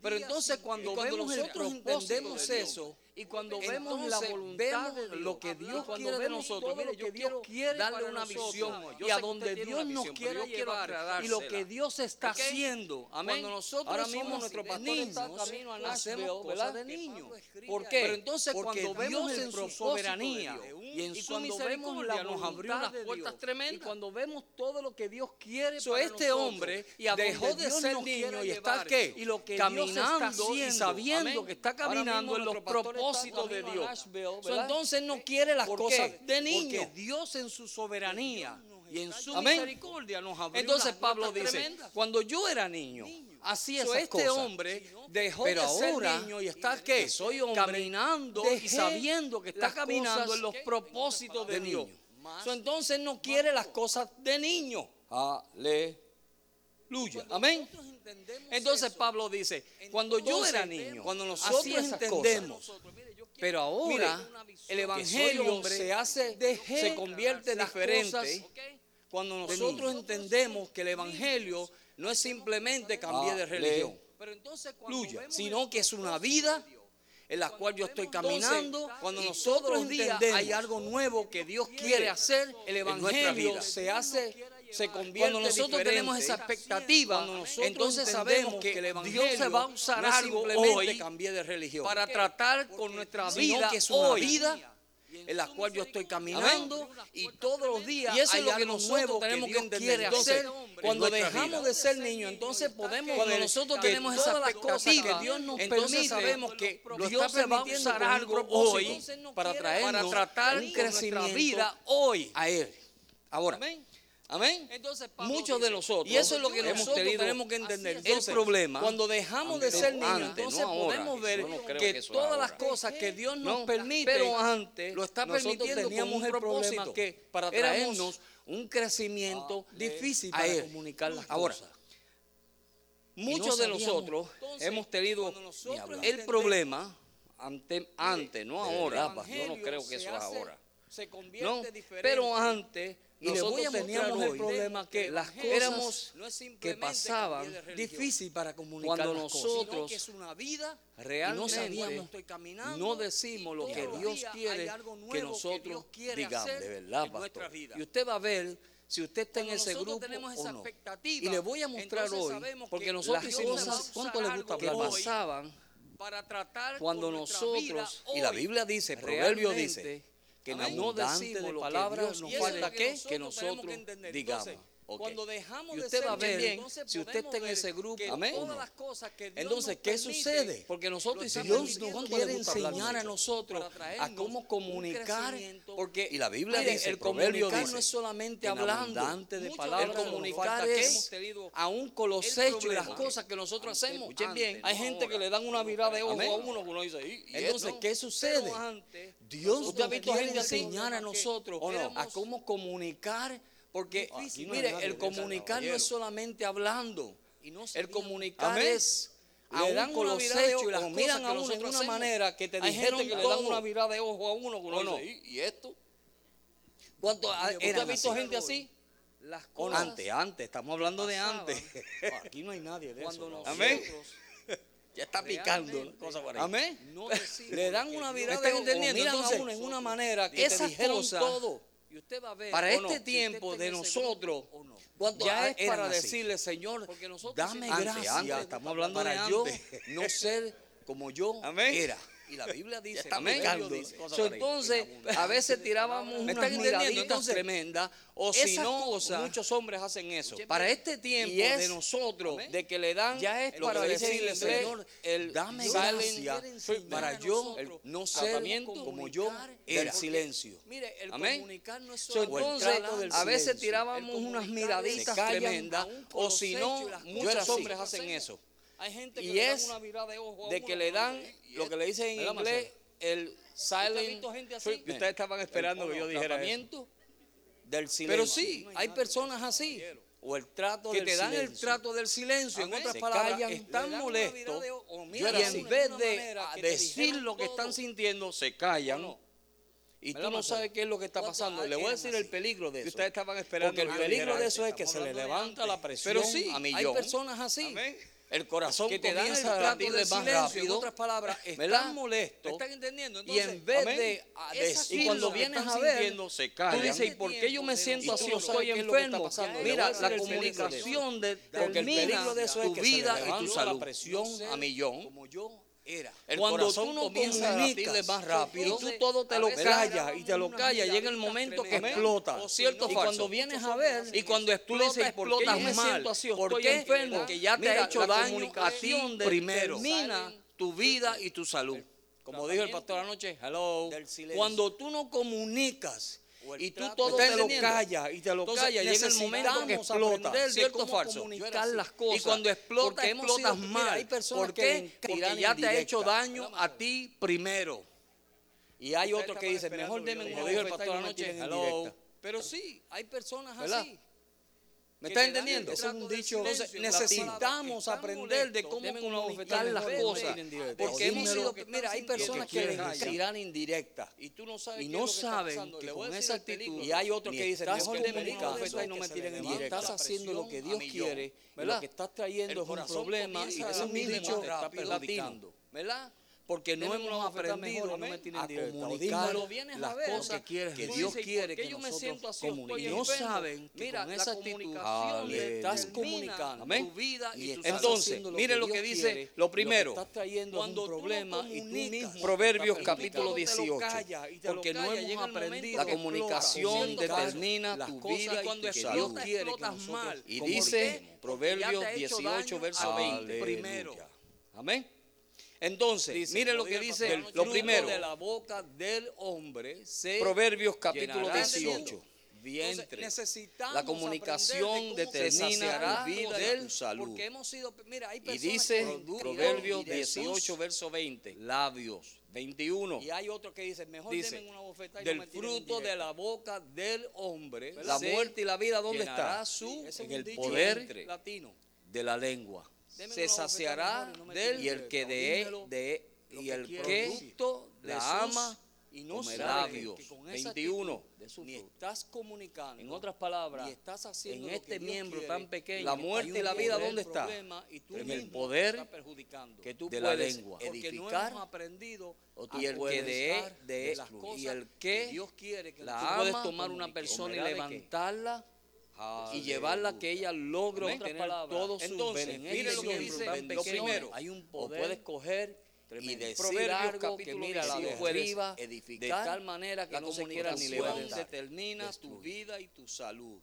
Speaker 3: Pero entonces cuando, vemos el
Speaker 2: eh, nosotros
Speaker 3: propósito de
Speaker 2: entendemos
Speaker 3: Dios,
Speaker 2: eso
Speaker 3: y cuando
Speaker 2: entonces
Speaker 3: vemos la voluntad
Speaker 2: vemos
Speaker 3: de Dios,
Speaker 2: lo que
Speaker 3: y
Speaker 2: Dios
Speaker 3: cuando
Speaker 2: quiere de
Speaker 3: vemos
Speaker 2: nosotros,
Speaker 3: todo
Speaker 2: mire,
Speaker 3: lo
Speaker 2: yo
Speaker 3: que
Speaker 2: quiero
Speaker 3: Dios quiere
Speaker 2: darle
Speaker 3: para
Speaker 2: una
Speaker 3: nosotros.
Speaker 2: visión
Speaker 3: Yo sé
Speaker 2: y
Speaker 3: que
Speaker 2: a
Speaker 3: usted
Speaker 2: donde
Speaker 3: tiene
Speaker 2: Dios
Speaker 3: una
Speaker 2: nos
Speaker 3: visión, pero
Speaker 2: quiera
Speaker 3: yo quiero
Speaker 2: llevar y lo que
Speaker 3: aclarársela.
Speaker 2: Dios está
Speaker 3: ¿Ok?
Speaker 2: haciendo. Amén.
Speaker 3: Cuando nosotros
Speaker 2: Ahora mismo
Speaker 3: somos
Speaker 2: nuestro
Speaker 3: de este
Speaker 2: pastor está
Speaker 3: niños,
Speaker 2: camino a
Speaker 3: hacemos
Speaker 2: Nashville,
Speaker 3: cosas
Speaker 2: ¿verdad?
Speaker 3: de
Speaker 2: Que Pablo
Speaker 3: niños.
Speaker 2: escribe
Speaker 3: ¿Por
Speaker 2: ahí.
Speaker 3: qué?
Speaker 2: Pero entonces
Speaker 3: Porque
Speaker 2: cuando
Speaker 3: Dios
Speaker 2: vemos
Speaker 3: en
Speaker 2: en
Speaker 3: su
Speaker 2: su soberanía
Speaker 3: propósito de Dios,
Speaker 2: y en
Speaker 3: y
Speaker 2: su
Speaker 3: cuando vemos la
Speaker 2: misericordia nos abrió
Speaker 3: voluntad
Speaker 2: unas
Speaker 3: de Dios,
Speaker 2: puertas
Speaker 3: y
Speaker 2: tremendas.
Speaker 3: cuando
Speaker 2: vemos todo lo que Dios quiere
Speaker 3: para
Speaker 2: este
Speaker 3: nosotros,
Speaker 2: hombre
Speaker 3: y a donde
Speaker 2: dejó de
Speaker 3: Dios
Speaker 2: ser
Speaker 3: nos quiera
Speaker 2: niño y está
Speaker 3: llevar,
Speaker 2: qué?
Speaker 3: y lo que Dios
Speaker 2: caminando
Speaker 3: está haciendo.
Speaker 2: y sabiendo
Speaker 3: Amén.
Speaker 2: que está
Speaker 3: Ahora mismo
Speaker 2: caminando en los
Speaker 3: nuestro pastor está
Speaker 2: propósitos de
Speaker 3: camino a
Speaker 2: Dios.
Speaker 3: Nashville,
Speaker 2: So,
Speaker 3: ¿verdad?
Speaker 2: entonces no quiere las
Speaker 3: ¿Por
Speaker 2: cosas
Speaker 3: qué?
Speaker 2: de niño.
Speaker 3: Porque
Speaker 2: Dios en su soberanía y en su
Speaker 3: Amén.
Speaker 2: misericordia nos abrió
Speaker 3: Entonces
Speaker 2: unas
Speaker 3: Pablo
Speaker 2: puertas
Speaker 3: dice,
Speaker 2: tremendas. cuando yo era niño, así
Speaker 3: esas
Speaker 2: este
Speaker 3: cosas.
Speaker 2: hombre dejó
Speaker 3: Pero
Speaker 2: de
Speaker 3: ahora,
Speaker 2: ser niño y está que
Speaker 3: soy hombre,
Speaker 2: caminando y
Speaker 3: dejé
Speaker 2: sabiendo que está
Speaker 3: las
Speaker 2: caminando
Speaker 3: cosas
Speaker 2: en los
Speaker 3: que-
Speaker 2: propósitos de
Speaker 3: de
Speaker 2: Dios.
Speaker 3: niño.
Speaker 2: So, entonces no quiere las cosas de niño. Aleluya. Amén. Entonces Pablo dice, cuando yo era niño, cuando nosotros
Speaker 3: hacía esas
Speaker 2: entendemos, pero ahora
Speaker 3: Mire,
Speaker 2: el
Speaker 3: que
Speaker 2: evangelio
Speaker 3: soy hombre,
Speaker 2: se hace,
Speaker 3: dejé
Speaker 2: se convierte
Speaker 3: las
Speaker 2: diferente.
Speaker 3: cosas,
Speaker 2: Cuando
Speaker 3: de
Speaker 2: nosotros
Speaker 3: niño.
Speaker 2: entendemos que el evangelio no es simplemente cambiar de
Speaker 3: Ale-
Speaker 2: religión,
Speaker 4: Pero entonces cuando
Speaker 2: aleluya,
Speaker 4: vemos
Speaker 2: sino
Speaker 4: el
Speaker 2: que es una
Speaker 4: propósito
Speaker 2: vida
Speaker 4: de Dios,
Speaker 2: en la cual yo estoy
Speaker 4: vemos
Speaker 2: caminando.
Speaker 4: entonces
Speaker 2: cuando
Speaker 4: y
Speaker 2: nosotros
Speaker 4: todos los días
Speaker 2: entendemos hay algo nuevo que Dios quiere hacer, el
Speaker 3: en nuestra
Speaker 2: evangelio
Speaker 3: vida.
Speaker 2: se hace, se convierte
Speaker 5: Cuando nosotros
Speaker 2: diferente,
Speaker 5: tenemos esa expectativa,
Speaker 2: cuando nosotros
Speaker 5: entonces sabemos
Speaker 2: entendemos
Speaker 5: que
Speaker 2: el evangelio
Speaker 5: Dios se va a usar
Speaker 2: no es
Speaker 5: algo
Speaker 2: simplemente
Speaker 5: hoy
Speaker 2: cambiar de religión
Speaker 5: para tratar con nuestra
Speaker 2: sino
Speaker 5: vida
Speaker 2: que es una
Speaker 5: hoy.
Speaker 2: vida en la cual yo estoy caminando
Speaker 5: Amén.
Speaker 2: y todos los días
Speaker 5: Y eso
Speaker 2: hay
Speaker 5: es lo que
Speaker 2: algo
Speaker 5: nosotros
Speaker 2: nuevo
Speaker 5: tenemos
Speaker 2: Dios
Speaker 5: que entender.
Speaker 2: quiere
Speaker 5: Entonces,
Speaker 2: hacer cuando
Speaker 5: en nuestra
Speaker 2: dejamos
Speaker 5: vida.
Speaker 2: de ser niños entonces podemos
Speaker 5: Cuando
Speaker 2: ver
Speaker 5: nosotros
Speaker 2: que
Speaker 5: tenemos esa
Speaker 2: todas las cosas
Speaker 5: expectativa,
Speaker 2: que Dios nos
Speaker 5: entonces
Speaker 2: permite
Speaker 5: sabemos que
Speaker 2: lo
Speaker 5: Dios
Speaker 2: está
Speaker 5: se va a
Speaker 2: permitiendo
Speaker 5: usar
Speaker 2: con un
Speaker 5: algo
Speaker 2: propósito
Speaker 5: hoy
Speaker 2: para
Speaker 5: para
Speaker 2: traernos
Speaker 5: tratar
Speaker 2: un
Speaker 5: con nuestra
Speaker 2: crecimiento
Speaker 5: vida hoy.
Speaker 2: a él ahora
Speaker 5: Amén.
Speaker 2: amén
Speaker 6: Entonces, Pablo
Speaker 2: muchos de
Speaker 6: dice,
Speaker 2: nosotros
Speaker 5: Y eso es lo que
Speaker 2: hemos
Speaker 5: nosotros
Speaker 2: tenido
Speaker 5: tenemos que entender.
Speaker 2: el
Speaker 5: Entonces,
Speaker 2: problema
Speaker 5: cuando dejamos de
Speaker 2: antes,
Speaker 5: ser niños,
Speaker 2: antes,
Speaker 5: entonces
Speaker 2: no ahora,
Speaker 5: podemos
Speaker 2: yo
Speaker 5: ver
Speaker 2: no creo
Speaker 5: que,
Speaker 2: que eso es
Speaker 5: todas
Speaker 2: ahora.
Speaker 5: las cosas que Dios nos
Speaker 2: No,
Speaker 5: permite,
Speaker 2: pero antes
Speaker 5: lo está
Speaker 2: nosotros
Speaker 5: permitiendo con
Speaker 2: teníamos
Speaker 5: un
Speaker 2: el problema
Speaker 5: propósito,
Speaker 2: que para
Speaker 5: éramos
Speaker 2: traernos un crecimiento
Speaker 5: difícil
Speaker 2: a
Speaker 5: para
Speaker 2: él.
Speaker 5: comunicar las
Speaker 2: Ahora,
Speaker 5: cosas.
Speaker 2: Muchos
Speaker 5: no
Speaker 2: de
Speaker 5: sabíamos.
Speaker 2: nosotros
Speaker 6: Entonces,
Speaker 2: hemos tenido
Speaker 6: cuando nosotros
Speaker 2: ni hablar. el
Speaker 6: entendemos-
Speaker 2: problema ante, antes, no
Speaker 5: de
Speaker 2: ahora.
Speaker 5: verdad,
Speaker 2: Yo no creo que eso es ahora.
Speaker 6: Se
Speaker 2: No,
Speaker 6: convierte diferente.
Speaker 2: pero antes
Speaker 5: Y le voy
Speaker 2: nosotros
Speaker 5: a mostrar
Speaker 2: teníamos
Speaker 5: hoy
Speaker 2: el problema que
Speaker 5: el
Speaker 2: las
Speaker 5: evangelio
Speaker 2: cosas
Speaker 6: no es
Speaker 2: que
Speaker 6: simplemente
Speaker 2: pasaban
Speaker 6: cambiar de religión,
Speaker 5: Difícil para comunicar
Speaker 2: cuando
Speaker 5: las cosas.
Speaker 6: sino
Speaker 2: nosotros
Speaker 6: que es una vida
Speaker 2: realmente
Speaker 5: no sabíamos.
Speaker 6: estoy caminando,
Speaker 2: no decimos lo
Speaker 6: y
Speaker 2: que
Speaker 6: todos los
Speaker 2: Dios
Speaker 6: días hay
Speaker 2: quiere
Speaker 6: algo nuevo
Speaker 2: que
Speaker 6: que
Speaker 2: nosotros
Speaker 6: Dios quiere
Speaker 2: digamos,
Speaker 6: hacer
Speaker 2: de verdad,
Speaker 6: en nuestra
Speaker 2: pastor.
Speaker 6: vida.
Speaker 2: Y usted va a ver si usted está en
Speaker 6: Cuando
Speaker 2: ese
Speaker 6: nosotros
Speaker 2: grupo
Speaker 6: tenemos
Speaker 2: o
Speaker 6: esa
Speaker 2: no.
Speaker 6: expectativa,
Speaker 2: Y le voy a mostrar
Speaker 6: entonces
Speaker 2: hoy,
Speaker 6: sabemos
Speaker 2: porque
Speaker 6: que
Speaker 2: nosotros
Speaker 6: Dios
Speaker 2: hicimos
Speaker 6: va a
Speaker 2: esas
Speaker 6: usar
Speaker 2: ¿cuánto le gusta
Speaker 6: algo
Speaker 2: hablar?
Speaker 6: hoy.
Speaker 2: Que pasaban
Speaker 6: para tratar
Speaker 2: cuando
Speaker 6: con nuestra vida
Speaker 2: nosotros
Speaker 6: hoy.
Speaker 2: y la Biblia dice, Proverbios dice
Speaker 5: Realmente,
Speaker 2: que
Speaker 5: amén.
Speaker 2: no
Speaker 5: abundante de
Speaker 2: decimos lo
Speaker 5: palabra,
Speaker 2: que Dios
Speaker 5: nos
Speaker 2: nos
Speaker 6: Y eso es
Speaker 2: falta
Speaker 6: lo
Speaker 2: que,
Speaker 6: que
Speaker 2: que
Speaker 6: nosotros tenemos
Speaker 2: nosotros
Speaker 6: que entender.
Speaker 2: digamos.
Speaker 6: Entonces,
Speaker 2: Ok.
Speaker 6: cuando dejamos
Speaker 2: y
Speaker 6: de
Speaker 2: usted
Speaker 6: ser
Speaker 2: va a ver
Speaker 6: niños, entonces
Speaker 2: si usted
Speaker 6: podemos
Speaker 2: está en
Speaker 6: ver
Speaker 2: ese grupo,
Speaker 6: que
Speaker 2: amén.
Speaker 6: todas
Speaker 2: o no.
Speaker 6: las cosas que Dios
Speaker 2: Entonces,
Speaker 6: nos
Speaker 2: ¿qué
Speaker 6: permite,
Speaker 2: sucede? Porque
Speaker 6: lo
Speaker 2: nosotros
Speaker 6: está
Speaker 2: Dios
Speaker 6: permitiendo
Speaker 2: nos
Speaker 6: con
Speaker 2: quiere
Speaker 6: nosotros
Speaker 2: enseñar a nosotros
Speaker 6: para traernos
Speaker 2: a cómo
Speaker 6: un
Speaker 2: comunicar,
Speaker 6: crecimiento.
Speaker 2: porque
Speaker 3: Y la Biblia
Speaker 2: mire,
Speaker 3: dice,
Speaker 2: el
Speaker 3: Proverbio
Speaker 2: comunicar
Speaker 3: dice,
Speaker 2: no es solamente
Speaker 3: en
Speaker 2: hablando,
Speaker 3: abundante de
Speaker 2: Mucho
Speaker 3: palabras
Speaker 2: el
Speaker 3: nos
Speaker 2: comunicar
Speaker 3: falta que hemos
Speaker 2: es
Speaker 6: tenido
Speaker 2: aún con los
Speaker 6: el
Speaker 2: hechos y las
Speaker 6: problema.
Speaker 2: cosas que nosotros
Speaker 3: Antes,
Speaker 2: hacemos.
Speaker 3: escuchen bien,
Speaker 2: hay
Speaker 3: no
Speaker 2: gente que
Speaker 3: ahora.
Speaker 2: le dan una mirada de ojo
Speaker 3: Amén.
Speaker 2: a uno que uno dice, "Y- y
Speaker 3: Entonces,
Speaker 2: esto".
Speaker 3: ¿qué sucede?
Speaker 2: Pero antes,
Speaker 3: Dios
Speaker 2: usted ha
Speaker 3: nos
Speaker 2: visto a
Speaker 3: quiere
Speaker 2: gente enseñar
Speaker 3: enseñar
Speaker 2: a nosotros
Speaker 3: que
Speaker 2: a
Speaker 3: éramos-
Speaker 2: cómo comunicar, porque
Speaker 3: Aquí no hay
Speaker 2: mire,
Speaker 3: nadie
Speaker 2: el
Speaker 3: de esas,
Speaker 2: comunicar no es
Speaker 3: caballero.
Speaker 2: solamente hablando.
Speaker 6: Y no
Speaker 2: el
Speaker 6: sabíamos.
Speaker 2: comunicar
Speaker 3: Amén.
Speaker 2: es
Speaker 3: Le
Speaker 2: aún
Speaker 3: dan
Speaker 2: con
Speaker 3: una
Speaker 2: los
Speaker 3: mirada de
Speaker 2: hechos y
Speaker 3: ojo,
Speaker 2: las
Speaker 3: o
Speaker 2: cosas
Speaker 3: miran
Speaker 2: que
Speaker 3: a uno
Speaker 2: nosotros
Speaker 3: de una
Speaker 2: hacemos.
Speaker 3: manera que te
Speaker 2: Hay gente
Speaker 3: dijeron
Speaker 2: que le
Speaker 3: todo.
Speaker 2: dan una mirada de ojo a uno que uno
Speaker 3: no?
Speaker 2: dice, ¿y y esto? ¿Cuánto ha-
Speaker 3: Eran
Speaker 2: ¿Usted ha visto
Speaker 3: así.
Speaker 2: gente así?
Speaker 5: Las
Speaker 3: O
Speaker 5: cosas
Speaker 3: antes, antes, estamos hablando de
Speaker 5: pasaban
Speaker 3: antes.
Speaker 2: Aquí no hay nadie de
Speaker 5: cuando nosotros
Speaker 3: Amén. ya está picando.
Speaker 5: realmente
Speaker 3: la cosa por ahí.
Speaker 2: Amén.
Speaker 5: no decimos
Speaker 2: Le dan
Speaker 5: lo que
Speaker 2: una
Speaker 5: Dios-
Speaker 2: mirada
Speaker 3: ¿Me están
Speaker 2: de ojo,
Speaker 3: entendiendo?
Speaker 2: miran
Speaker 3: Entonces,
Speaker 2: a uno en una manera que te
Speaker 3: esas
Speaker 2: dijeron
Speaker 3: cosas-
Speaker 2: todo.
Speaker 5: Y usted va a ver
Speaker 2: Para
Speaker 5: o no,
Speaker 2: este
Speaker 5: si usted
Speaker 2: tiempo
Speaker 5: está
Speaker 2: de
Speaker 5: en ese grupo
Speaker 2: nosotros,
Speaker 5: o no.
Speaker 2: cuando
Speaker 3: Ya
Speaker 2: ya es
Speaker 3: eran
Speaker 2: para
Speaker 3: así.
Speaker 2: decirle, Señor,
Speaker 5: Porque nosotros
Speaker 2: dame
Speaker 5: siempre-
Speaker 3: Antes,
Speaker 2: gracias
Speaker 3: antes, estamos hablando
Speaker 2: para
Speaker 3: de
Speaker 2: yo
Speaker 3: antes.
Speaker 2: no ser como yo
Speaker 3: Amén.
Speaker 2: era. Y la Biblia dice,
Speaker 3: está
Speaker 2: amén.
Speaker 3: picando,
Speaker 2: Dice.
Speaker 3: cosa
Speaker 2: So,
Speaker 3: por ahí.
Speaker 2: entonces, a veces tirábamos
Speaker 3: ¿Me
Speaker 2: unas
Speaker 3: están entendiendo?
Speaker 2: miraditas
Speaker 3: Entonces,
Speaker 2: tremendas, o si
Speaker 3: esas
Speaker 2: no,
Speaker 3: cosas-
Speaker 2: muchos hombres hacen eso.
Speaker 3: Escuchen
Speaker 2: Para
Speaker 3: bien.
Speaker 2: este tiempo
Speaker 3: Y es-
Speaker 2: de nosotros,
Speaker 3: Amén.
Speaker 2: de que le dan
Speaker 3: Ya es
Speaker 2: lo
Speaker 3: para
Speaker 2: que
Speaker 3: decir
Speaker 2: decirle,
Speaker 3: en
Speaker 2: Señor,
Speaker 3: inglés,
Speaker 2: el
Speaker 3: dame
Speaker 2: silent-
Speaker 3: gracia
Speaker 2: para
Speaker 3: para
Speaker 2: yo
Speaker 3: nosotros
Speaker 2: el no ser
Speaker 3: tratamiento
Speaker 2: como yo
Speaker 3: comunicar,
Speaker 2: era.
Speaker 3: del silencio.
Speaker 2: Mire, el
Speaker 3: Amén.
Speaker 2: comunicar no es
Speaker 3: So,
Speaker 2: solamente-
Speaker 3: entonces,
Speaker 2: O el trato del
Speaker 3: a veces
Speaker 2: silencio. El
Speaker 5: tirábamos
Speaker 2: comunicar
Speaker 5: unas
Speaker 2: es-
Speaker 5: miraditas
Speaker 2: se callan
Speaker 5: tremendas,
Speaker 2: aún con
Speaker 5: o
Speaker 2: los
Speaker 5: si
Speaker 2: hechos
Speaker 5: no,
Speaker 2: y las cosas
Speaker 5: muchos
Speaker 2: que nosotros
Speaker 5: hombres hacen
Speaker 2: hacemos.
Speaker 5: eso.
Speaker 2: Hay gente
Speaker 5: Y
Speaker 2: que le dan
Speaker 5: es
Speaker 2: una mirada de ojo a
Speaker 5: de
Speaker 2: uno,
Speaker 5: que le
Speaker 2: uno
Speaker 5: dan
Speaker 2: dice, "Y- y lo que le dicen en
Speaker 5: ¿Verdad,
Speaker 2: inglés
Speaker 5: Marcelo?
Speaker 2: el
Speaker 5: ha
Speaker 2: silent
Speaker 5: visto gente así?
Speaker 2: treatment,
Speaker 3: Ustedes estaban esperando
Speaker 2: el-
Speaker 3: que yo
Speaker 2: el
Speaker 3: dijera eso.
Speaker 2: tratamiento del silencio.
Speaker 5: Pero sí,
Speaker 2: hay personas así o el trato
Speaker 3: Que
Speaker 2: del
Speaker 3: te dan el
Speaker 2: silencio.
Speaker 3: trato
Speaker 5: del silencio,
Speaker 2: en otras
Speaker 5: Se
Speaker 2: palabras,
Speaker 5: callan,
Speaker 2: están
Speaker 5: le dan una
Speaker 2: molestos,
Speaker 5: mirada de ojo, o
Speaker 2: Y
Speaker 5: mira, así,
Speaker 2: en vez
Speaker 5: una
Speaker 2: de
Speaker 5: manera
Speaker 2: a
Speaker 5: que te
Speaker 2: decir
Speaker 5: dijeron
Speaker 2: lo que
Speaker 5: todo.
Speaker 2: están sintiendo, se callan. Y tú
Speaker 5: ¿Verdad,
Speaker 2: no
Speaker 5: Marcelo?
Speaker 2: sabes qué es lo que está
Speaker 5: ¿Cuántos
Speaker 2: pasando. Le voy a
Speaker 5: eran
Speaker 2: decir el
Speaker 5: así?
Speaker 2: peligro de eso.
Speaker 3: Ustedes estaban esperando
Speaker 2: Porque el
Speaker 3: que yo
Speaker 2: peligro
Speaker 3: dijera
Speaker 2: de
Speaker 3: eso.
Speaker 2: eso es que se
Speaker 3: Estamos
Speaker 2: le
Speaker 3: hablando de
Speaker 2: levanta la presión
Speaker 5: Pero sí,
Speaker 2: a
Speaker 5: hay
Speaker 2: millón.
Speaker 5: personas así.
Speaker 3: Amén.
Speaker 2: El corazón
Speaker 5: que te dan el
Speaker 2: comienza a
Speaker 5: trato
Speaker 2: latirle
Speaker 5: del
Speaker 2: más
Speaker 5: silencio, en
Speaker 2: rápido.
Speaker 5: otras palabras,
Speaker 2: ¿verdad?
Speaker 5: están molestos.
Speaker 2: Están
Speaker 5: entendiendo?
Speaker 2: y en vez
Speaker 3: amén.
Speaker 2: de a-
Speaker 5: Esas
Speaker 2: decir
Speaker 5: sí
Speaker 2: y cuando
Speaker 5: lo que
Speaker 2: vienes
Speaker 5: están
Speaker 2: a ver,
Speaker 5: sintiendo,
Speaker 3: se
Speaker 2: tú
Speaker 3: callan.
Speaker 2: dices, ¿y por qué yo me
Speaker 5: Tiempo de
Speaker 2: siento
Speaker 5: no
Speaker 2: así?
Speaker 5: saber
Speaker 2: Yo
Speaker 5: qué
Speaker 2: estoy
Speaker 5: es lo que está
Speaker 2: enfermo.
Speaker 5: pasando.
Speaker 2: Mira,
Speaker 5: Le voy a
Speaker 2: la
Speaker 5: decir el peligro de eso.
Speaker 2: comunicación de,
Speaker 5: Porque el
Speaker 2: termina
Speaker 5: peligro de eso es
Speaker 2: tu
Speaker 5: que se le
Speaker 2: vida y tu
Speaker 5: levantó la
Speaker 2: salud.
Speaker 5: presión
Speaker 2: a millón.
Speaker 5: Como yo era.
Speaker 2: El
Speaker 3: Cuando
Speaker 2: corazón
Speaker 3: tú no
Speaker 2: comienza a
Speaker 3: comunicas,
Speaker 2: latirle más rápido.
Speaker 5: entonces,
Speaker 2: y tú todo te
Speaker 5: a
Speaker 2: lo
Speaker 5: veces
Speaker 2: callas
Speaker 5: grabamos
Speaker 2: y te lo
Speaker 5: unas
Speaker 2: callas. Llega el
Speaker 5: miraditas
Speaker 2: momento que
Speaker 5: tremendas.
Speaker 2: explota.
Speaker 5: O cierto
Speaker 2: y
Speaker 5: falso.
Speaker 2: cuando vienes a ver,
Speaker 5: Y cuando
Speaker 2: tú le
Speaker 5: explota,
Speaker 2: dices, ¿por qué yo me
Speaker 5: explotas mal?
Speaker 2: siento así? ¿O
Speaker 5: ¿Por
Speaker 2: estoy
Speaker 5: qué?
Speaker 2: enfermo?
Speaker 5: Porque ya te
Speaker 2: Mira,
Speaker 5: ha hecho
Speaker 2: la
Speaker 5: daño a
Speaker 2: comunicación
Speaker 5: ti primero.
Speaker 2: Termina tu vida y tu salud. Como dijo el pastor anoche, hello.
Speaker 5: del silencio.
Speaker 2: Cuando tú no comunicas
Speaker 5: O el
Speaker 2: y tú
Speaker 5: trato
Speaker 2: todo
Speaker 5: del
Speaker 2: te lo
Speaker 5: silencio.
Speaker 2: callas y te lo
Speaker 5: Entonces,
Speaker 2: callas, llega el momento que
Speaker 5: necesitamos
Speaker 2: explota.
Speaker 5: aprender de
Speaker 2: ¿Cierto o
Speaker 5: cómo
Speaker 2: falso? Yo
Speaker 5: comunicar
Speaker 2: era así.
Speaker 5: las cosas.
Speaker 2: Y cuando explota,
Speaker 5: Porque hemos
Speaker 2: explotas
Speaker 5: sido- mira,
Speaker 2: mal.
Speaker 5: hay personas
Speaker 2: ¿Por
Speaker 5: que
Speaker 2: qué?
Speaker 5: le
Speaker 2: Porque
Speaker 5: tiran
Speaker 2: ya te ha
Speaker 5: indirecta.
Speaker 2: hecho daño a ti primero. Y hay
Speaker 5: Ustedes
Speaker 2: otros que dicen,
Speaker 5: estaban esperando
Speaker 2: mejor
Speaker 5: que yo
Speaker 2: deme
Speaker 5: dijera
Speaker 2: como dijo el
Speaker 5: que
Speaker 2: pastor
Speaker 5: esta no
Speaker 2: anoche,
Speaker 5: tienen
Speaker 2: hello.
Speaker 5: indirecta. Pero sí, hay personas
Speaker 2: ¿Verdad?
Speaker 5: así.
Speaker 2: ¿Me
Speaker 5: que
Speaker 2: estás
Speaker 5: te dan el
Speaker 2: entendiendo?
Speaker 5: trato
Speaker 2: Ese
Speaker 5: del silencio,
Speaker 2: Entonces,
Speaker 5: la palabra,
Speaker 2: necesitamos
Speaker 5: están
Speaker 2: aprender de
Speaker 5: molestos,
Speaker 2: cómo
Speaker 5: deme una
Speaker 2: comunicar
Speaker 5: bofetada
Speaker 2: las
Speaker 5: en la
Speaker 2: cosas.
Speaker 5: frente, en directo.
Speaker 2: Porque hemos
Speaker 5: Dime
Speaker 2: sido,
Speaker 5: lo que están
Speaker 2: mira, hay
Speaker 5: sintiendo,
Speaker 2: personas
Speaker 5: que
Speaker 2: que
Speaker 5: quieren
Speaker 2: les
Speaker 5: callar.
Speaker 2: tiran indirectas
Speaker 5: Y tú no sabes
Speaker 2: y
Speaker 5: qué
Speaker 2: no
Speaker 5: es lo que está
Speaker 2: saben
Speaker 5: pasando.
Speaker 2: que
Speaker 5: Le voy a
Speaker 2: con
Speaker 5: decir
Speaker 2: esa
Speaker 5: el peligro.
Speaker 2: actitud y hay otros
Speaker 5: Ni
Speaker 2: que dicen
Speaker 5: estás
Speaker 2: mejor
Speaker 5: comunicando,
Speaker 2: comunicar
Speaker 5: eso
Speaker 2: y
Speaker 5: es
Speaker 2: no
Speaker 5: que
Speaker 2: me
Speaker 5: se
Speaker 2: tiren
Speaker 5: le
Speaker 2: en
Speaker 5: levanta
Speaker 2: directa
Speaker 5: la
Speaker 2: estás haciendo lo
Speaker 5: presión
Speaker 2: que
Speaker 5: a
Speaker 2: Dios
Speaker 5: millón,
Speaker 2: quiere y
Speaker 5: ¿verdad?
Speaker 2: lo que estás trayendo
Speaker 5: El
Speaker 2: es un
Speaker 5: corazón
Speaker 2: problema y
Speaker 5: comienza
Speaker 2: es
Speaker 5: a
Speaker 2: un
Speaker 5: latir
Speaker 2: dicho
Speaker 5: más rápido.
Speaker 2: latino ¿verdad? porque no
Speaker 5: Tenemos
Speaker 2: hemos
Speaker 5: unas ofertas
Speaker 2: aprendido
Speaker 5: mejores,
Speaker 2: amén,
Speaker 5: no me tienen
Speaker 2: a
Speaker 5: directa.
Speaker 2: comunicar
Speaker 5: Pero vienes a
Speaker 2: las
Speaker 5: ver,
Speaker 2: cosas
Speaker 5: porque
Speaker 2: que,
Speaker 5: tú
Speaker 2: Dios
Speaker 5: dices,
Speaker 2: quiere
Speaker 5: ¿por qué
Speaker 2: que
Speaker 5: yo me siento
Speaker 2: nosotros
Speaker 5: así? Estoy
Speaker 2: comuniquemos. Y no
Speaker 5: enfermo.
Speaker 2: saben que
Speaker 5: Mira,
Speaker 2: con
Speaker 5: la
Speaker 2: esa actitud
Speaker 5: comunicación
Speaker 2: le
Speaker 5: determina
Speaker 2: estás comunicando
Speaker 5: tu vida y tu
Speaker 2: Entonces,
Speaker 5: salud.
Speaker 2: mire lo
Speaker 5: Dios
Speaker 2: que dice
Speaker 5: quiere,
Speaker 2: lo
Speaker 5: lo que
Speaker 2: primero.
Speaker 5: estás trayendo es
Speaker 2: Cuando
Speaker 5: un
Speaker 2: tú no
Speaker 5: problema y tú
Speaker 2: comunicas,
Speaker 5: mismo
Speaker 2: Proverbios
Speaker 5: estás
Speaker 2: capítulo
Speaker 5: pecando. Tú te lo
Speaker 2: 18.
Speaker 5: callas y te lo
Speaker 2: Porque no
Speaker 5: callas, llega
Speaker 2: hemos
Speaker 5: el momento
Speaker 2: aprendido.
Speaker 5: que
Speaker 2: La comunicación
Speaker 5: explotas.
Speaker 2: determina
Speaker 5: Las
Speaker 2: tu
Speaker 5: cosas
Speaker 2: vida y
Speaker 5: cuando
Speaker 2: tu
Speaker 5: explotas,
Speaker 2: salud.
Speaker 5: quiere que explotas nosotros mal.
Speaker 2: Y
Speaker 5: ¿Por
Speaker 2: dice
Speaker 5: qué? Porque ya te
Speaker 2: Proverbios
Speaker 5: ha hecho
Speaker 2: 18,
Speaker 5: daño
Speaker 2: verso
Speaker 5: a ti
Speaker 2: 20.
Speaker 5: Primero.
Speaker 2: Amén. Entonces,
Speaker 5: Dice,
Speaker 2: mire lo
Speaker 5: como
Speaker 2: que
Speaker 5: dijo el
Speaker 2: dice
Speaker 5: pastor
Speaker 2: el-
Speaker 5: anoche,
Speaker 2: lo
Speaker 5: fruto
Speaker 2: primero.
Speaker 5: de la boca del hombre se
Speaker 2: Proverbios capítulo
Speaker 5: llenará de
Speaker 2: 18.
Speaker 5: mundo. Entonces,
Speaker 2: Vientre.
Speaker 5: necesitamos
Speaker 2: La comunicación
Speaker 5: aprender de cómo
Speaker 2: determina
Speaker 5: saciará
Speaker 2: tu vida y
Speaker 5: del-
Speaker 2: tu salud.
Speaker 5: Porque hemos sido, mira, hay
Speaker 2: Y
Speaker 5: personas que
Speaker 2: dice
Speaker 5: producirán
Speaker 2: Proverbios
Speaker 5: y de sus-
Speaker 2: 18, verso 20. Labios. 21.
Speaker 5: Y hay otro que dice, mejor
Speaker 2: Dice,
Speaker 5: denme una bofetada y no
Speaker 2: del
Speaker 5: me tiren
Speaker 2: fruto
Speaker 5: indirecta.
Speaker 2: de la boca del hombre,
Speaker 5: ¿Verdad?
Speaker 2: la
Speaker 5: Se
Speaker 2: muerte y la vida, ¿dónde
Speaker 5: llenará
Speaker 2: está?
Speaker 5: su- ese es
Speaker 2: en
Speaker 5: un
Speaker 2: el
Speaker 5: dicho ¿eh?
Speaker 2: poder
Speaker 5: latino.
Speaker 2: de la lengua.
Speaker 5: Deme
Speaker 2: Se
Speaker 5: una bofetada,
Speaker 2: saciará
Speaker 5: mejor, y no me
Speaker 2: del
Speaker 5: tiren
Speaker 2: y el que de,
Speaker 5: indirecta.
Speaker 2: de
Speaker 5: Lo
Speaker 2: y
Speaker 5: que
Speaker 2: el
Speaker 5: quiero
Speaker 2: que
Speaker 5: decir.
Speaker 2: la
Speaker 5: De sus-
Speaker 2: ama
Speaker 5: y no
Speaker 2: comerá
Speaker 5: sabe
Speaker 2: labios.
Speaker 5: que con esa
Speaker 2: 21.
Speaker 5: actitud de su ni estás comunicando.
Speaker 2: En otras palabras,
Speaker 5: ni estás haciendo
Speaker 2: en
Speaker 5: lo
Speaker 2: este
Speaker 5: que Dios
Speaker 2: miembro
Speaker 5: quiere,
Speaker 2: tan pequeño,
Speaker 5: hay un
Speaker 2: la muerte y la vida,
Speaker 5: poder
Speaker 2: ¿dónde está?
Speaker 5: problema y tú
Speaker 2: En el
Speaker 5: mismo te
Speaker 2: poder
Speaker 5: estás perjudicando.
Speaker 2: que tú
Speaker 5: Porque
Speaker 2: de la lengua.
Speaker 5: no
Speaker 2: Edificar
Speaker 5: hemos aprendido
Speaker 2: o
Speaker 5: a
Speaker 2: y el que de- e,
Speaker 5: conversar
Speaker 2: de-
Speaker 5: las
Speaker 2: y
Speaker 5: cosas
Speaker 2: el que
Speaker 5: Dios quiere que
Speaker 2: la
Speaker 5: nosotros
Speaker 2: ama,
Speaker 5: podamos
Speaker 2: tomar una
Speaker 5: comunicar.
Speaker 2: persona y
Speaker 5: ¿Comerá de qué?
Speaker 2: levantarla y llevarla a que ella logre
Speaker 5: Amén.
Speaker 2: obtener
Speaker 5: Otras palabras.
Speaker 2: todos sus
Speaker 5: Entonces, mire
Speaker 2: beneficios.
Speaker 5: lo que dice
Speaker 2: lo primero,
Speaker 5: Hay un
Speaker 2: o
Speaker 5: poder
Speaker 2: puedes coger y
Speaker 5: tremendo.
Speaker 2: decir
Speaker 5: Proverbios
Speaker 2: algo que
Speaker 5: capítulo
Speaker 2: mira la
Speaker 5: 18,
Speaker 2: mujer viva de
Speaker 5: edificar
Speaker 2: tal manera que
Speaker 5: la
Speaker 2: no se quiera ni
Speaker 5: comunicación
Speaker 2: levantar.
Speaker 5: determina tu
Speaker 2: vida y tu salud.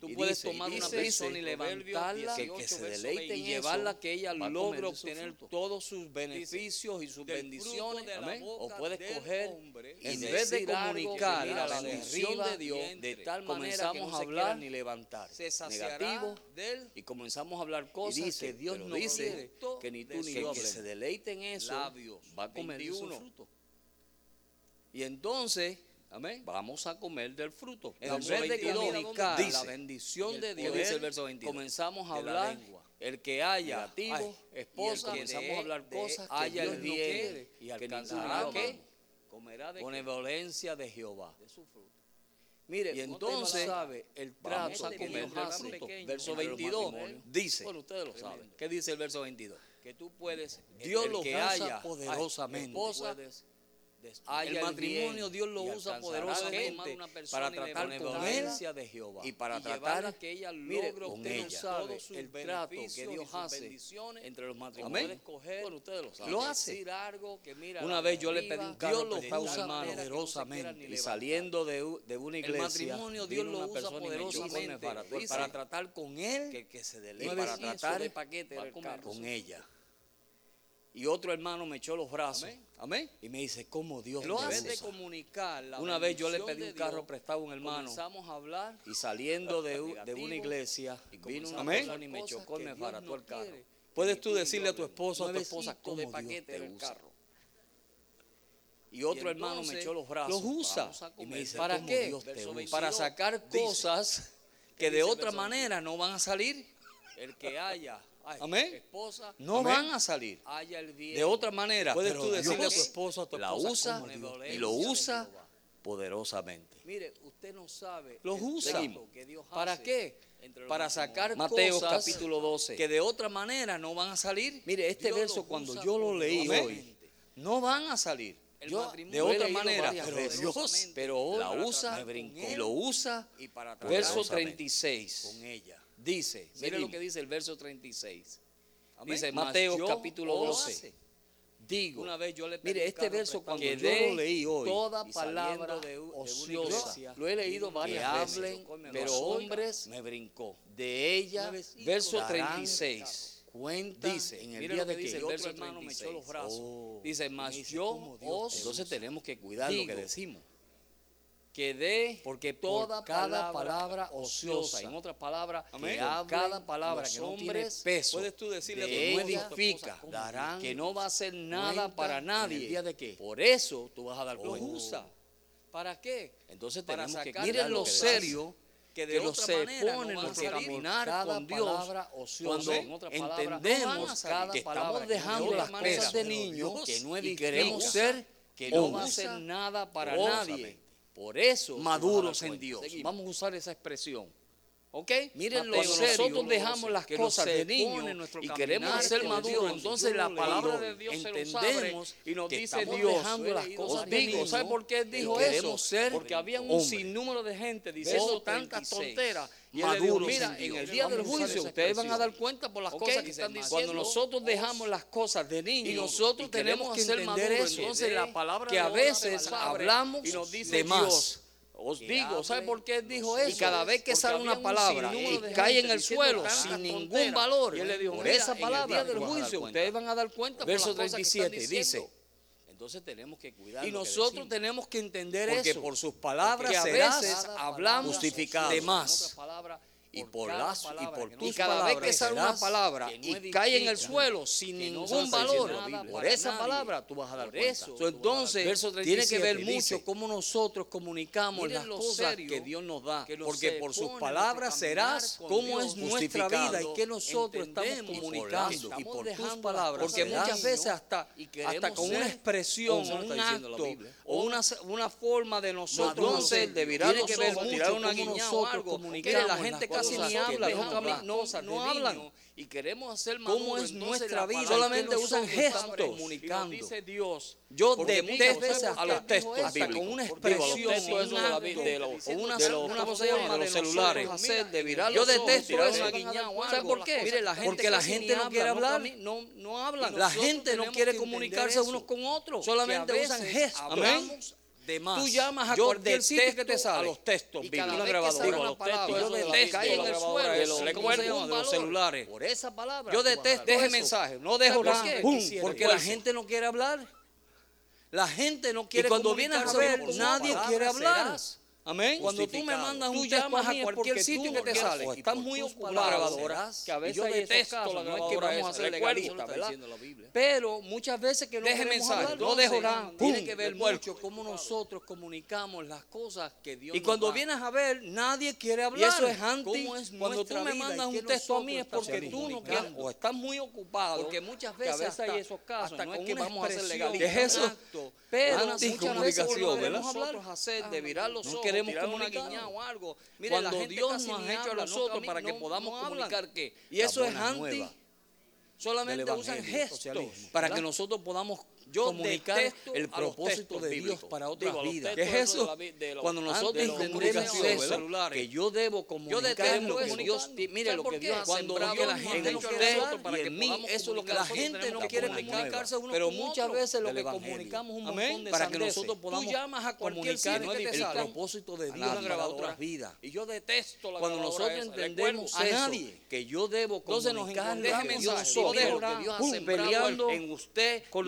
Speaker 2: Tú
Speaker 5: Y
Speaker 2: puedes
Speaker 5: dice, y
Speaker 2: tomar una
Speaker 5: dice,
Speaker 2: persona y
Speaker 5: dice,
Speaker 2: levantarla
Speaker 5: Proverbios 18, verso
Speaker 2: y
Speaker 5: 20,
Speaker 2: llevarla a que ella
Speaker 5: va a
Speaker 2: logre
Speaker 5: comer de su
Speaker 2: obtener
Speaker 5: fruto.
Speaker 2: todos sus beneficios y sus
Speaker 5: del
Speaker 2: bendiciones.
Speaker 5: fruto de la
Speaker 2: Amén. O
Speaker 5: boca
Speaker 2: puedes
Speaker 5: del
Speaker 2: coger,
Speaker 5: hombre,
Speaker 2: y en
Speaker 5: y
Speaker 2: vez de
Speaker 5: decir algo que
Speaker 2: comunicar
Speaker 5: mira
Speaker 2: la
Speaker 5: la
Speaker 2: bendición
Speaker 5: arriba
Speaker 2: de Dios,
Speaker 5: vientre,
Speaker 2: de tal manera que
Speaker 5: comenzamos
Speaker 2: no
Speaker 5: a
Speaker 2: se quiera
Speaker 5: hablar,
Speaker 2: ni levantar.
Speaker 5: se saciará
Speaker 2: Negativo.
Speaker 5: del
Speaker 2: Y comenzamos a hablar cosas
Speaker 5: dice,
Speaker 2: que Dios
Speaker 5: pero
Speaker 2: no
Speaker 5: dice
Speaker 2: dice que ni tú
Speaker 5: de
Speaker 2: ni
Speaker 5: su
Speaker 2: yo
Speaker 5: que
Speaker 2: se
Speaker 5: se
Speaker 2: deleite en eso.
Speaker 5: labios
Speaker 2: va a comer de su
Speaker 5: 21.
Speaker 2: fruto. Y entonces, amén, vamos a comer del fruto. En
Speaker 5: Verso
Speaker 2: vez de
Speaker 5: 22,
Speaker 2: comunicar
Speaker 5: dice,
Speaker 2: la bendición
Speaker 5: el
Speaker 2: de Dios,
Speaker 5: poder dice el verso
Speaker 2: 22, comenzamos a
Speaker 5: de la
Speaker 2: hablar
Speaker 5: lengua.
Speaker 2: el que haya
Speaker 5: Negativo,
Speaker 2: activo,
Speaker 5: y el
Speaker 2: esposa,
Speaker 5: que
Speaker 2: comenzamos
Speaker 5: de-
Speaker 2: a hablar
Speaker 5: de
Speaker 2: cosas que
Speaker 5: haya
Speaker 2: Dios
Speaker 5: el
Speaker 2: no
Speaker 5: bien
Speaker 2: quiere,
Speaker 5: y
Speaker 2: que
Speaker 5: alcanzará
Speaker 2: ninguna
Speaker 5: lo
Speaker 2: que
Speaker 5: amamos. comerá de
Speaker 2: con
Speaker 5: qué?
Speaker 2: benevolencia de Jehová.
Speaker 5: De su fruto.
Speaker 2: Mire, y
Speaker 5: no te
Speaker 2: entonces
Speaker 5: lo
Speaker 2: sabe el
Speaker 5: vamos
Speaker 2: trato
Speaker 5: a
Speaker 2: a
Speaker 5: comer
Speaker 2: comer
Speaker 5: del
Speaker 2: del
Speaker 5: fruto.
Speaker 2: fruto.
Speaker 5: Verso
Speaker 2: Verso 22
Speaker 5: 22
Speaker 2: dice,
Speaker 5: bueno, ustedes lo saben.
Speaker 2: ¿Qué dice el verso 22?
Speaker 5: Que tú puedes,
Speaker 2: Dios
Speaker 5: el
Speaker 2: lo
Speaker 5: que
Speaker 2: usa
Speaker 5: haya,
Speaker 2: poderosamente.
Speaker 5: esposa,
Speaker 2: Puedes el
Speaker 5: haya
Speaker 2: matrimonio
Speaker 5: bien
Speaker 2: Dios lo
Speaker 5: y
Speaker 2: usa
Speaker 5: alcanzará tomar
Speaker 2: poderosamente
Speaker 5: una persona
Speaker 2: para
Speaker 5: y
Speaker 2: tratar con
Speaker 5: levantarla
Speaker 2: él de Jehová
Speaker 5: y
Speaker 2: y para
Speaker 5: llevarla
Speaker 2: tratar
Speaker 5: a que ella
Speaker 2: mire,
Speaker 5: logre
Speaker 2: con
Speaker 5: obtener
Speaker 2: ella
Speaker 5: todos
Speaker 2: Sabe
Speaker 5: sus
Speaker 2: el trato que
Speaker 5: beneficios y
Speaker 2: Dios
Speaker 5: sus
Speaker 2: hace
Speaker 5: bendiciones.
Speaker 2: entre los matrimonios.
Speaker 5: Amén. Bueno, ustedes lo saben.
Speaker 2: Lo hace.
Speaker 5: Decir algo que mira
Speaker 2: Una
Speaker 5: la
Speaker 2: vez yo le
Speaker 5: arriba,
Speaker 2: pedí un carro
Speaker 5: Dios lo
Speaker 2: prestado a
Speaker 5: usa
Speaker 2: mi hermano
Speaker 5: poderosamente
Speaker 2: y saliendo de, u- de una iglesia,
Speaker 5: matrimonio Dios
Speaker 2: vino
Speaker 5: lo
Speaker 2: una
Speaker 5: usa
Speaker 2: persona y me chocó, me
Speaker 5: poderosamente.
Speaker 2: para,
Speaker 5: Dice
Speaker 2: para tratar con él
Speaker 5: que- que se
Speaker 2: y
Speaker 5: deleite
Speaker 2: para
Speaker 5: en eso
Speaker 2: tratar
Speaker 5: de paquete
Speaker 2: pa-
Speaker 5: del
Speaker 2: con,
Speaker 5: carro.
Speaker 2: ella. Y otro hermano me echó los brazos
Speaker 5: Amén.
Speaker 2: y me dice, ¿cómo Dios
Speaker 5: Lo
Speaker 2: te
Speaker 5: hace de
Speaker 2: usa?
Speaker 5: comunicar la
Speaker 2: Una vez yo le
Speaker 5: bendición
Speaker 2: pedí
Speaker 5: de
Speaker 2: un carro
Speaker 5: Dios,
Speaker 2: prestado a un hermano.
Speaker 5: Comenzamos a hablar
Speaker 2: Y saliendo de, u- de una
Speaker 5: Negativo.
Speaker 2: iglesia, vino una
Speaker 5: comenzamos a
Speaker 2: persona y
Speaker 5: hablar
Speaker 2: me
Speaker 5: cosas
Speaker 2: chocó y
Speaker 5: que
Speaker 2: me
Speaker 5: Dios
Speaker 2: barató
Speaker 5: no
Speaker 2: el carro.
Speaker 5: quiere
Speaker 2: Puedes
Speaker 5: que
Speaker 2: tú
Speaker 5: tú y yo
Speaker 2: decirle a tu
Speaker 5: hablemos.
Speaker 2: esposa o a tu esposa
Speaker 5: Nuevecito
Speaker 2: cómo
Speaker 5: de
Speaker 2: Dios
Speaker 5: paquete
Speaker 2: te
Speaker 5: del
Speaker 2: usa.
Speaker 5: carro.
Speaker 2: Y otro hermano me
Speaker 5: entonces,
Speaker 2: echó los brazos.
Speaker 5: los usa.
Speaker 2: Vamos a
Speaker 5: Y me
Speaker 2: comer.
Speaker 5: dice,
Speaker 2: ¿Para
Speaker 5: ¿cómo
Speaker 2: qué?
Speaker 5: Dios te
Speaker 2: Verso
Speaker 5: usa?
Speaker 2: 22, Para sacar
Speaker 5: dice.
Speaker 2: cosas que de
Speaker 5: dice el
Speaker 2: otra
Speaker 5: verso
Speaker 2: manera no van a salir.
Speaker 5: el que haya ay,
Speaker 2: Amén.
Speaker 5: esposa
Speaker 2: No
Speaker 5: amén,
Speaker 2: van a salir.
Speaker 5: haya el bien
Speaker 2: De otra manera.
Speaker 5: Puedes
Speaker 2: Pero
Speaker 5: tú decirle a
Speaker 2: Dios
Speaker 5: tu esposo, a tu
Speaker 2: la
Speaker 5: esposa,
Speaker 2: usa
Speaker 5: cómo Dios
Speaker 2: y lo
Speaker 5: te
Speaker 2: usa
Speaker 5: usa.
Speaker 2: poderosamente.
Speaker 5: mire usted no sabe
Speaker 2: Los
Speaker 5: el
Speaker 2: usa.
Speaker 5: trato que Dios
Speaker 2: ¿Para
Speaker 5: hace
Speaker 2: qué?
Speaker 5: entre los
Speaker 2: Para
Speaker 5: matrimonios.
Speaker 2: sacar
Speaker 5: Mateo
Speaker 2: cosas
Speaker 5: capítulo 12
Speaker 2: que de otra manera no van a salir. Mire, este
Speaker 5: Dios los
Speaker 2: verso cuando
Speaker 5: usa
Speaker 2: yo lo leí hoy,
Speaker 5: poderosamente.
Speaker 2: no van a salir.
Speaker 5: El
Speaker 2: Yo,
Speaker 5: matrimonio
Speaker 2: de
Speaker 5: lo he
Speaker 2: otra
Speaker 5: leído
Speaker 2: manera,
Speaker 5: varias
Speaker 2: pero
Speaker 5: veces.
Speaker 2: Dios, pero hoy
Speaker 5: Para
Speaker 2: la usa
Speaker 5: tratar con
Speaker 2: y
Speaker 5: él
Speaker 2: lo usa.
Speaker 5: y para tratar
Speaker 2: Verso
Speaker 5: con
Speaker 2: 36.
Speaker 5: ella
Speaker 2: Dice, mire lo
Speaker 5: Seguimos.
Speaker 2: que dice el verso 36.
Speaker 5: Amén.
Speaker 2: Dice
Speaker 5: Mas
Speaker 2: Mateo
Speaker 5: yo
Speaker 2: capítulo
Speaker 5: lo
Speaker 2: 12.
Speaker 5: hace.
Speaker 2: Digo,
Speaker 5: Una vez yo le pedí
Speaker 2: mire,
Speaker 5: un
Speaker 2: este
Speaker 5: carro
Speaker 2: verso
Speaker 5: prestado
Speaker 2: cuando
Speaker 5: a
Speaker 2: yo
Speaker 5: mi
Speaker 2: lo
Speaker 5: hermano,
Speaker 2: leí hoy,
Speaker 5: toda
Speaker 2: y saliendo
Speaker 5: palabra
Speaker 2: de u- de una
Speaker 5: ociosa,
Speaker 2: iglesia, lo he leído
Speaker 5: que
Speaker 2: varias veces,
Speaker 5: hablen,
Speaker 2: pero
Speaker 5: pero
Speaker 2: hombres
Speaker 5: hombres
Speaker 2: me brincó. De ella,
Speaker 5: Nueve cinco
Speaker 2: verso
Speaker 5: darán
Speaker 2: 36. Cuenta
Speaker 5: Dice,
Speaker 2: en el
Speaker 5: mire
Speaker 2: día
Speaker 5: lo que
Speaker 2: de que
Speaker 5: dice el
Speaker 2: otro
Speaker 5: verso
Speaker 2: hermano me echó los
Speaker 5: 36.
Speaker 2: brazos.
Speaker 5: Oh,
Speaker 2: dice,
Speaker 5: me
Speaker 2: mas
Speaker 5: dice
Speaker 2: yo
Speaker 5: cómo Dios te
Speaker 2: os
Speaker 5: usa.
Speaker 2: entonces tenemos que cuidar lo que
Speaker 5: Digo,
Speaker 2: decimos. Que dé
Speaker 5: porque por
Speaker 2: toda palabra,
Speaker 5: cada
Speaker 2: palabra ociosa,
Speaker 5: ociosa,
Speaker 2: en otras palabras,
Speaker 5: amén,
Speaker 2: que
Speaker 5: por
Speaker 2: hablen
Speaker 5: cada palabra
Speaker 2: los
Speaker 5: que no tiene
Speaker 2: hombres
Speaker 5: peso,
Speaker 2: puedes tú decirle a
Speaker 5: de
Speaker 2: tu
Speaker 5: ella
Speaker 2: esposa, edifica,
Speaker 5: edifica,
Speaker 2: darán que
Speaker 5: que
Speaker 2: no va a hacer nada para nadie. Por
Speaker 5: Por
Speaker 2: eso tú vas a dar
Speaker 5: lo usa para qué
Speaker 2: Entonces
Speaker 5: Para
Speaker 2: tenemos que
Speaker 5: sacar
Speaker 2: miren
Speaker 5: lo
Speaker 2: lo
Speaker 5: Oh. que
Speaker 2: serio
Speaker 5: que de
Speaker 2: que los
Speaker 5: otra
Speaker 2: se
Speaker 5: manera no
Speaker 2: ponen
Speaker 5: van a
Speaker 2: los que
Speaker 5: salir.
Speaker 2: caminar
Speaker 5: Cada
Speaker 2: con Dios
Speaker 5: palabra ociosa,
Speaker 2: cuando
Speaker 5: en otras palabras, no van a
Speaker 2: entendemos
Speaker 5: salir.
Speaker 2: que
Speaker 5: Palabra
Speaker 2: estamos
Speaker 5: que
Speaker 2: dejando
Speaker 5: Dios
Speaker 2: las
Speaker 5: maneja,
Speaker 2: cosas de
Speaker 5: pero
Speaker 2: niños
Speaker 5: Dios
Speaker 2: que no
Speaker 5: y
Speaker 2: edifican,
Speaker 5: queremos ser
Speaker 2: que no va a
Speaker 5: hombres.
Speaker 2: hacer nada para
Speaker 5: Poderosamente.
Speaker 2: nadie por eso tú vas a dar
Speaker 5: Maduros en
Speaker 2: cuenta.
Speaker 5: Dios.
Speaker 2: Seguimos. vamos a usar esa expresión ¿Ok?
Speaker 7: Miren lo
Speaker 2: Pero
Speaker 7: serio
Speaker 2: nosotros dejamos las
Speaker 7: que nos
Speaker 2: cosas de
Speaker 7: sepone
Speaker 2: niño
Speaker 7: nuestro
Speaker 2: y
Speaker 7: caminar
Speaker 2: queremos ser
Speaker 7: con
Speaker 2: maduros.
Speaker 7: Dios.
Speaker 2: Entonces
Speaker 7: Yo
Speaker 2: la
Speaker 7: lo
Speaker 2: palabra
Speaker 7: leí.
Speaker 2: de Dios se nos abre
Speaker 7: Entendemos
Speaker 2: y nos
Speaker 7: que
Speaker 2: dice
Speaker 7: estamos
Speaker 2: Dios.
Speaker 7: dejando las cosas de
Speaker 2: digo,
Speaker 7: niño
Speaker 2: ¿sabe por qué
Speaker 7: y
Speaker 2: dijo eso?
Speaker 7: queremos ser
Speaker 2: Porque había un
Speaker 7: hombres.
Speaker 2: sinnúmero de gente diciendo
Speaker 7: Voto
Speaker 2: tantas
Speaker 7: 36.
Speaker 2: tonteras. Y él le dijo,
Speaker 7: Maduros
Speaker 2: mira,
Speaker 7: en
Speaker 2: en
Speaker 7: Dios.
Speaker 2: el día del
Speaker 7: Vamos a usar
Speaker 2: juicio
Speaker 7: esa
Speaker 2: ustedes van a
Speaker 7: expresión.
Speaker 2: dar cuenta por las
Speaker 7: Ok,
Speaker 2: cosas que
Speaker 7: dice
Speaker 2: están
Speaker 7: más.
Speaker 2: diciendo.
Speaker 7: Cuando
Speaker 2: Cuando
Speaker 7: nosotros
Speaker 2: nosotros dejamos las cosas de niños, y nosotros
Speaker 7: y
Speaker 2: tenemos que ser
Speaker 7: entender
Speaker 2: maduros.
Speaker 7: eso,
Speaker 2: Entonces
Speaker 7: de-
Speaker 2: la palabra
Speaker 7: que a
Speaker 2: de Dios
Speaker 7: veces
Speaker 2: nos abre
Speaker 7: hablamos
Speaker 2: y nos dice
Speaker 7: de más.
Speaker 2: Dios. Os digo, ¿sabe por qué él dijo eso?
Speaker 7: Y cada vez que
Speaker 2: Porque
Speaker 7: sale
Speaker 2: había
Speaker 7: una
Speaker 2: un
Speaker 7: palabra y
Speaker 2: sinnúmero de
Speaker 7: cae
Speaker 2: gente
Speaker 7: en el
Speaker 2: diciendo
Speaker 7: suelo
Speaker 2: tantas
Speaker 7: sin ningún
Speaker 2: tonteras.
Speaker 7: valor,
Speaker 2: Y él le dijo,
Speaker 7: por
Speaker 2: mira,
Speaker 7: esa palabra,
Speaker 2: en el día del
Speaker 7: tú vas a dar
Speaker 2: juicio
Speaker 7: cuenta.
Speaker 2: ustedes van a dar cuenta por
Speaker 7: Verso
Speaker 2: las cosas que están
Speaker 7: 37 dice,
Speaker 2: diciendo.
Speaker 7: entonces tenemos que cuidar
Speaker 2: Y
Speaker 7: lo que
Speaker 2: nosotros
Speaker 7: decimos.
Speaker 2: tenemos que entender
Speaker 3: Porque
Speaker 2: eso.
Speaker 3: por sus palabras
Speaker 2: que a
Speaker 3: serás
Speaker 2: veces hablamos
Speaker 3: justificado.
Speaker 2: de más.
Speaker 3: Y por
Speaker 2: cada
Speaker 3: las- y
Speaker 2: palabra
Speaker 3: por
Speaker 2: que
Speaker 3: tus
Speaker 2: y cada vez que
Speaker 3: palabras
Speaker 2: sale una
Speaker 3: serás
Speaker 2: palabra
Speaker 3: que no
Speaker 2: y cae en el
Speaker 3: edifica,
Speaker 2: suelo sin
Speaker 3: que no
Speaker 2: ningún
Speaker 3: vas a decir
Speaker 2: valor,
Speaker 3: la Biblia.
Speaker 2: por
Speaker 3: Para
Speaker 2: esa
Speaker 3: nadie.
Speaker 2: palabra tú vas a dar
Speaker 3: Por
Speaker 2: cuenta.
Speaker 3: eso
Speaker 2: So,
Speaker 3: tú vas a dar
Speaker 2: entonces
Speaker 3: cuenta. Verso
Speaker 2: tiene que ver
Speaker 3: 37 dice,
Speaker 2: mucho cómo nosotros comunicamos
Speaker 3: Miren
Speaker 2: las
Speaker 3: lo
Speaker 2: cosas
Speaker 3: serio
Speaker 2: que Dios nos da,
Speaker 3: que nos
Speaker 2: porque
Speaker 3: se
Speaker 2: por sus
Speaker 3: pone en
Speaker 2: palabras
Speaker 3: nuestro
Speaker 2: serás
Speaker 3: caminar con
Speaker 2: cómo
Speaker 3: Dios.
Speaker 2: es nuestra
Speaker 3: Justificado,
Speaker 2: vida y que nosotros estamos
Speaker 3: entendemos y
Speaker 2: comunicando
Speaker 3: por- y por tus
Speaker 2: dejando
Speaker 3: palabras
Speaker 2: porque
Speaker 3: serás.
Speaker 2: muchas veces hasta
Speaker 3: Y queremos
Speaker 2: hasta con
Speaker 3: ser-
Speaker 2: una expresión,
Speaker 3: Eso está
Speaker 2: un
Speaker 3: diciendo la
Speaker 2: acto
Speaker 3: Biblia.
Speaker 2: o una una forma de nosotros
Speaker 3: Maduro,
Speaker 2: hacer, de
Speaker 3: tiene
Speaker 2: virar
Speaker 3: que
Speaker 2: los
Speaker 3: ver
Speaker 2: ojos,
Speaker 3: mucho
Speaker 2: tirar una
Speaker 3: cómo
Speaker 2: guiñada o
Speaker 3: nosotros
Speaker 2: algo. Mire,
Speaker 3: comunicamos
Speaker 2: la
Speaker 3: las
Speaker 2: gente
Speaker 3: cosas
Speaker 2: casi ni
Speaker 3: que
Speaker 2: habla,
Speaker 3: Dios nos
Speaker 2: no, no,
Speaker 3: da.
Speaker 2: no hablan.
Speaker 5: Y queremos hacer más.
Speaker 2: ¿Cómo es nuestra vida? Solamente usan gestos.
Speaker 5: Comunicando. Dice Dios.
Speaker 2: Yo
Speaker 3: Porque
Speaker 2: detesto
Speaker 3: muchas veces
Speaker 2: a los textos, hasta
Speaker 3: bíblicos.
Speaker 2: con una
Speaker 3: Porque digo, a los
Speaker 2: expresión,
Speaker 3: textos
Speaker 2: un
Speaker 3: esos de la
Speaker 2: acto,
Speaker 3: bi- de los-
Speaker 2: o una,
Speaker 3: de los-
Speaker 2: una
Speaker 3: ¿cómo
Speaker 2: cosa
Speaker 3: se llama?
Speaker 2: forma
Speaker 3: De
Speaker 2: de
Speaker 3: los celulares.
Speaker 2: nosotros hacer, de virar
Speaker 3: Yo
Speaker 2: los ojos,
Speaker 3: detesto
Speaker 2: tirar
Speaker 3: eso.
Speaker 2: una guiñada o
Speaker 5: ¿Sabe
Speaker 2: algo.
Speaker 5: por qué?
Speaker 2: Mire, la gente
Speaker 3: Porque la
Speaker 2: casi
Speaker 3: gente
Speaker 2: ni
Speaker 3: no
Speaker 2: habla,
Speaker 3: quiere hablar.
Speaker 2: cami- No, no hablan.
Speaker 3: La gente no quiere comunicarse unos
Speaker 2: con otros.
Speaker 3: Solamente usan gestos.
Speaker 2: Amén.
Speaker 3: De más.
Speaker 2: Tú llamas a
Speaker 3: Yo
Speaker 2: cualquier sitio
Speaker 3: detesto
Speaker 2: que te sale.
Speaker 3: a los textos
Speaker 2: y
Speaker 3: bíblicos.
Speaker 2: cada
Speaker 3: Una
Speaker 2: vez que
Speaker 3: grabadora.
Speaker 2: sale
Speaker 3: Digo,
Speaker 2: una
Speaker 3: los textos
Speaker 2: palabra,
Speaker 3: esos de
Speaker 2: yo
Speaker 3: la
Speaker 2: detesto
Speaker 3: Biblia,
Speaker 2: en el
Speaker 3: la
Speaker 2: suelo,
Speaker 3: grabadora,
Speaker 2: de
Speaker 3: los-
Speaker 2: los-
Speaker 3: ¿cómo se
Speaker 2: ningún
Speaker 3: llama? De los
Speaker 2: valor.
Speaker 3: celulares.
Speaker 2: Por esa palabra.
Speaker 3: Yo
Speaker 2: tú vas a
Speaker 3: detesto
Speaker 2: dar
Speaker 3: ese
Speaker 2: eso.
Speaker 3: mensaje, no dejo
Speaker 2: ¿Por
Speaker 3: nada,
Speaker 2: qué?
Speaker 3: pum,
Speaker 2: Quisiera
Speaker 3: porque la
Speaker 2: esfuerzo.
Speaker 3: gente no quiere hablar. La gente no quiere
Speaker 2: cuando vienes a
Speaker 3: comunicarse
Speaker 2: ver,
Speaker 3: porque
Speaker 2: nadie
Speaker 3: palabras
Speaker 2: quiere hablar.
Speaker 3: serás. Amén.
Speaker 2: Cuando tú me mandas
Speaker 3: Tú
Speaker 2: un
Speaker 3: llamas
Speaker 2: llamas a cualquier sitio que Pues te sale,
Speaker 3: y
Speaker 2: estás
Speaker 3: por
Speaker 2: muy
Speaker 3: tus
Speaker 2: ocupado
Speaker 3: palabras
Speaker 2: grabadora,
Speaker 3: serás.
Speaker 2: que a
Speaker 3: Y
Speaker 2: veces
Speaker 3: yo
Speaker 2: hay esos
Speaker 3: detesto
Speaker 2: casos,
Speaker 3: la
Speaker 2: no es que
Speaker 3: grabadora
Speaker 2: vamos a
Speaker 3: esa,
Speaker 2: ser
Speaker 3: recuerdo,
Speaker 2: legalistas,
Speaker 3: está
Speaker 2: ¿verdad?
Speaker 3: diciendo la Biblia.
Speaker 2: Pero muchas veces que no
Speaker 3: Deje
Speaker 2: queremos
Speaker 3: mensaje,
Speaker 2: hablar,
Speaker 3: no dejo nada,
Speaker 2: Tiene
Speaker 3: pum,
Speaker 2: que ver
Speaker 3: de cuerpo.
Speaker 2: mucho cómo nosotros comunicamos las cosas que Dios
Speaker 3: Y
Speaker 2: nos
Speaker 3: cuando
Speaker 2: da.
Speaker 3: vienes a ver, nadie quiere hablar.
Speaker 2: Y eso es anti.
Speaker 3: ¿Cómo es
Speaker 2: Cuando tú
Speaker 3: nuestra
Speaker 2: me
Speaker 3: vida
Speaker 2: mandas
Speaker 3: y qué
Speaker 2: un texto a mí es
Speaker 3: nosotros
Speaker 2: porque
Speaker 3: estamos
Speaker 2: tú no quieres
Speaker 3: comunicando?
Speaker 2: o estás muy ocupado.
Speaker 3: Porque muchas
Speaker 2: que
Speaker 3: veces
Speaker 2: a veces hay
Speaker 3: hasta-
Speaker 2: esos casos.
Speaker 3: hasta
Speaker 2: no
Speaker 3: con
Speaker 2: es que
Speaker 3: una
Speaker 2: vamos a ser
Speaker 3: expresión,
Speaker 2: legalistas.
Speaker 3: es eso.
Speaker 2: exacto, Pero muchas veces
Speaker 3: Anticomunicación,
Speaker 2: volvemos
Speaker 3: ¿verdad?
Speaker 2: a hablar, hacer, de virar los
Speaker 3: Ah, No
Speaker 2: ojos,
Speaker 3: queremos
Speaker 2: tirar una
Speaker 3: comunicar.
Speaker 2: guiñada o algo. Mire, la
Speaker 3: Cuando
Speaker 2: gente
Speaker 3: Dios
Speaker 2: casi
Speaker 3: nos
Speaker 2: ni
Speaker 3: ha hecho a
Speaker 2: habla,
Speaker 3: nosotros
Speaker 2: cami-
Speaker 3: para que
Speaker 2: no- no
Speaker 3: podamos
Speaker 2: hablan.
Speaker 3: comunicar qué.
Speaker 2: Y eso
Speaker 3: La
Speaker 2: es
Speaker 3: buena
Speaker 2: anti.
Speaker 3: nueva.
Speaker 2: Solamente
Speaker 3: del
Speaker 2: usan
Speaker 3: evangelio,
Speaker 2: gestos
Speaker 3: socialismo,
Speaker 2: para
Speaker 3: ¿verdad?
Speaker 2: que nosotros podamos
Speaker 3: Yo
Speaker 2: comunicar
Speaker 3: detesto a
Speaker 2: el
Speaker 3: los
Speaker 2: propósito
Speaker 3: textos
Speaker 2: de Dios
Speaker 3: bíblicos.
Speaker 2: para otras
Speaker 3: Digo, a los
Speaker 2: vidas.
Speaker 3: textos
Speaker 2: ¿Qué es
Speaker 3: esos de
Speaker 2: eso?
Speaker 3: la bi- de los-
Speaker 2: Cuando nosotros
Speaker 3: antes de los
Speaker 2: entendemos
Speaker 3: comunicaciones,
Speaker 2: eso,
Speaker 3: ¿verdad?
Speaker 2: celulares,
Speaker 3: Que
Speaker 2: yo debo comunicar
Speaker 3: detesto
Speaker 2: lo que
Speaker 3: eso.
Speaker 2: Dios mire
Speaker 3: ¿Sabe
Speaker 2: lo
Speaker 3: por
Speaker 2: que
Speaker 3: qué?
Speaker 2: Dios cuando
Speaker 3: Cuando
Speaker 2: Dios
Speaker 3: la gente
Speaker 2: en
Speaker 3: no quiere
Speaker 2: usted
Speaker 3: hablar para
Speaker 2: y
Speaker 3: que
Speaker 2: en mí
Speaker 3: podamos
Speaker 2: eso es lo que
Speaker 3: comunicar.
Speaker 2: la gente no
Speaker 3: Nosotros
Speaker 2: quiere
Speaker 3: tenemos que
Speaker 2: comunicarse uno
Speaker 3: Pero
Speaker 2: con
Speaker 3: muchas
Speaker 2: otro.
Speaker 3: veces lo
Speaker 2: Del
Speaker 3: que
Speaker 2: Evangelio.
Speaker 3: comunicamos es un
Speaker 2: Amén.
Speaker 3: montón de
Speaker 2: para que
Speaker 3: sandeces.
Speaker 2: nosotros
Speaker 3: Tú
Speaker 2: podamos
Speaker 3: llamas a cualquier
Speaker 2: comunicar
Speaker 3: sitio que te
Speaker 2: el
Speaker 3: salga.
Speaker 2: propósito de
Speaker 3: A
Speaker 2: Dios
Speaker 3: nadie.
Speaker 2: para
Speaker 3: Para
Speaker 2: otras
Speaker 3: otras
Speaker 2: vidas.
Speaker 3: vidas.
Speaker 2: Y yo detesto la
Speaker 3: Cuando
Speaker 2: grabadora
Speaker 3: nosotros
Speaker 2: esa, le
Speaker 3: entendemos
Speaker 2: cuelgo
Speaker 3: a
Speaker 2: eso,
Speaker 3: nadie.
Speaker 2: que yo debo
Speaker 3: Entonces nos
Speaker 2: comunicar
Speaker 3: encontramos-
Speaker 2: lo que
Speaker 3: Deje
Speaker 2: Dios
Speaker 3: mensaje,
Speaker 2: soy,
Speaker 3: yo dejo
Speaker 2: lo que
Speaker 3: nada.
Speaker 2: Dios ha
Speaker 3: Pum,
Speaker 2: sembrado
Speaker 3: peleando
Speaker 2: en usted
Speaker 3: con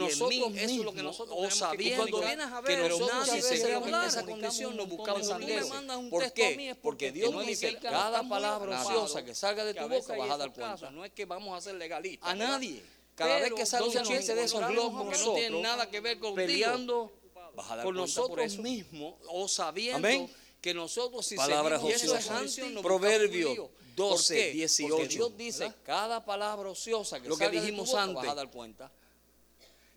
Speaker 2: y en mí, eso es lo
Speaker 3: nosotros mismos,
Speaker 2: que nosotros
Speaker 3: o
Speaker 2: tenemos que
Speaker 3: sabiendo
Speaker 2: cuando vienes a ver
Speaker 3: que
Speaker 2: pero
Speaker 3: nosotros
Speaker 2: nadie
Speaker 3: muchas veces
Speaker 2: se
Speaker 3: hablar,
Speaker 2: en esa
Speaker 3: comunicamos
Speaker 2: condición
Speaker 3: un
Speaker 2: nos
Speaker 3: montón
Speaker 2: buscamos
Speaker 3: de
Speaker 2: un
Speaker 3: sandeces. ¿Por
Speaker 2: ¿Por
Speaker 3: qué?
Speaker 2: qué?
Speaker 3: Porque
Speaker 2: Porque
Speaker 3: Dios
Speaker 2: Dios no
Speaker 3: nos
Speaker 2: dice
Speaker 3: dice,
Speaker 2: cada palabra ociosa que salga de
Speaker 3: que a
Speaker 2: tu
Speaker 3: veces
Speaker 2: boca
Speaker 3: hay
Speaker 2: vas a dar
Speaker 3: esos casos,
Speaker 2: cuenta. No es que vamos a ser legalistas.
Speaker 3: A
Speaker 2: ¿verdad?
Speaker 3: nadie. Cada
Speaker 2: Pero
Speaker 3: vez que sale un
Speaker 2: entonces nos
Speaker 3: chiste de esos
Speaker 2: encontramos
Speaker 3: globos
Speaker 2: que no
Speaker 3: nosotros,
Speaker 2: tienen nada que ver contigo.
Speaker 3: peleando
Speaker 2: Vas a dar
Speaker 3: con
Speaker 2: cuenta por
Speaker 3: nosotros
Speaker 2: eso.
Speaker 3: mismos,
Speaker 2: o sabiendo
Speaker 3: Amén.
Speaker 2: que nosotros si
Speaker 3: Palabras
Speaker 2: seguimos esa
Speaker 3: ociosas.
Speaker 2: condición, nos
Speaker 3: Proverbio
Speaker 2: buscamos un lío. ¿Por
Speaker 3: 12,
Speaker 2: qué? Porque
Speaker 3: 18,
Speaker 2: Dios dice
Speaker 3: ¿verdad?
Speaker 2: cada palabra ociosa que
Speaker 3: Lo que
Speaker 2: salga de tu
Speaker 3: dijimos
Speaker 2: boca,
Speaker 3: antes.
Speaker 2: vas a dar cuenta.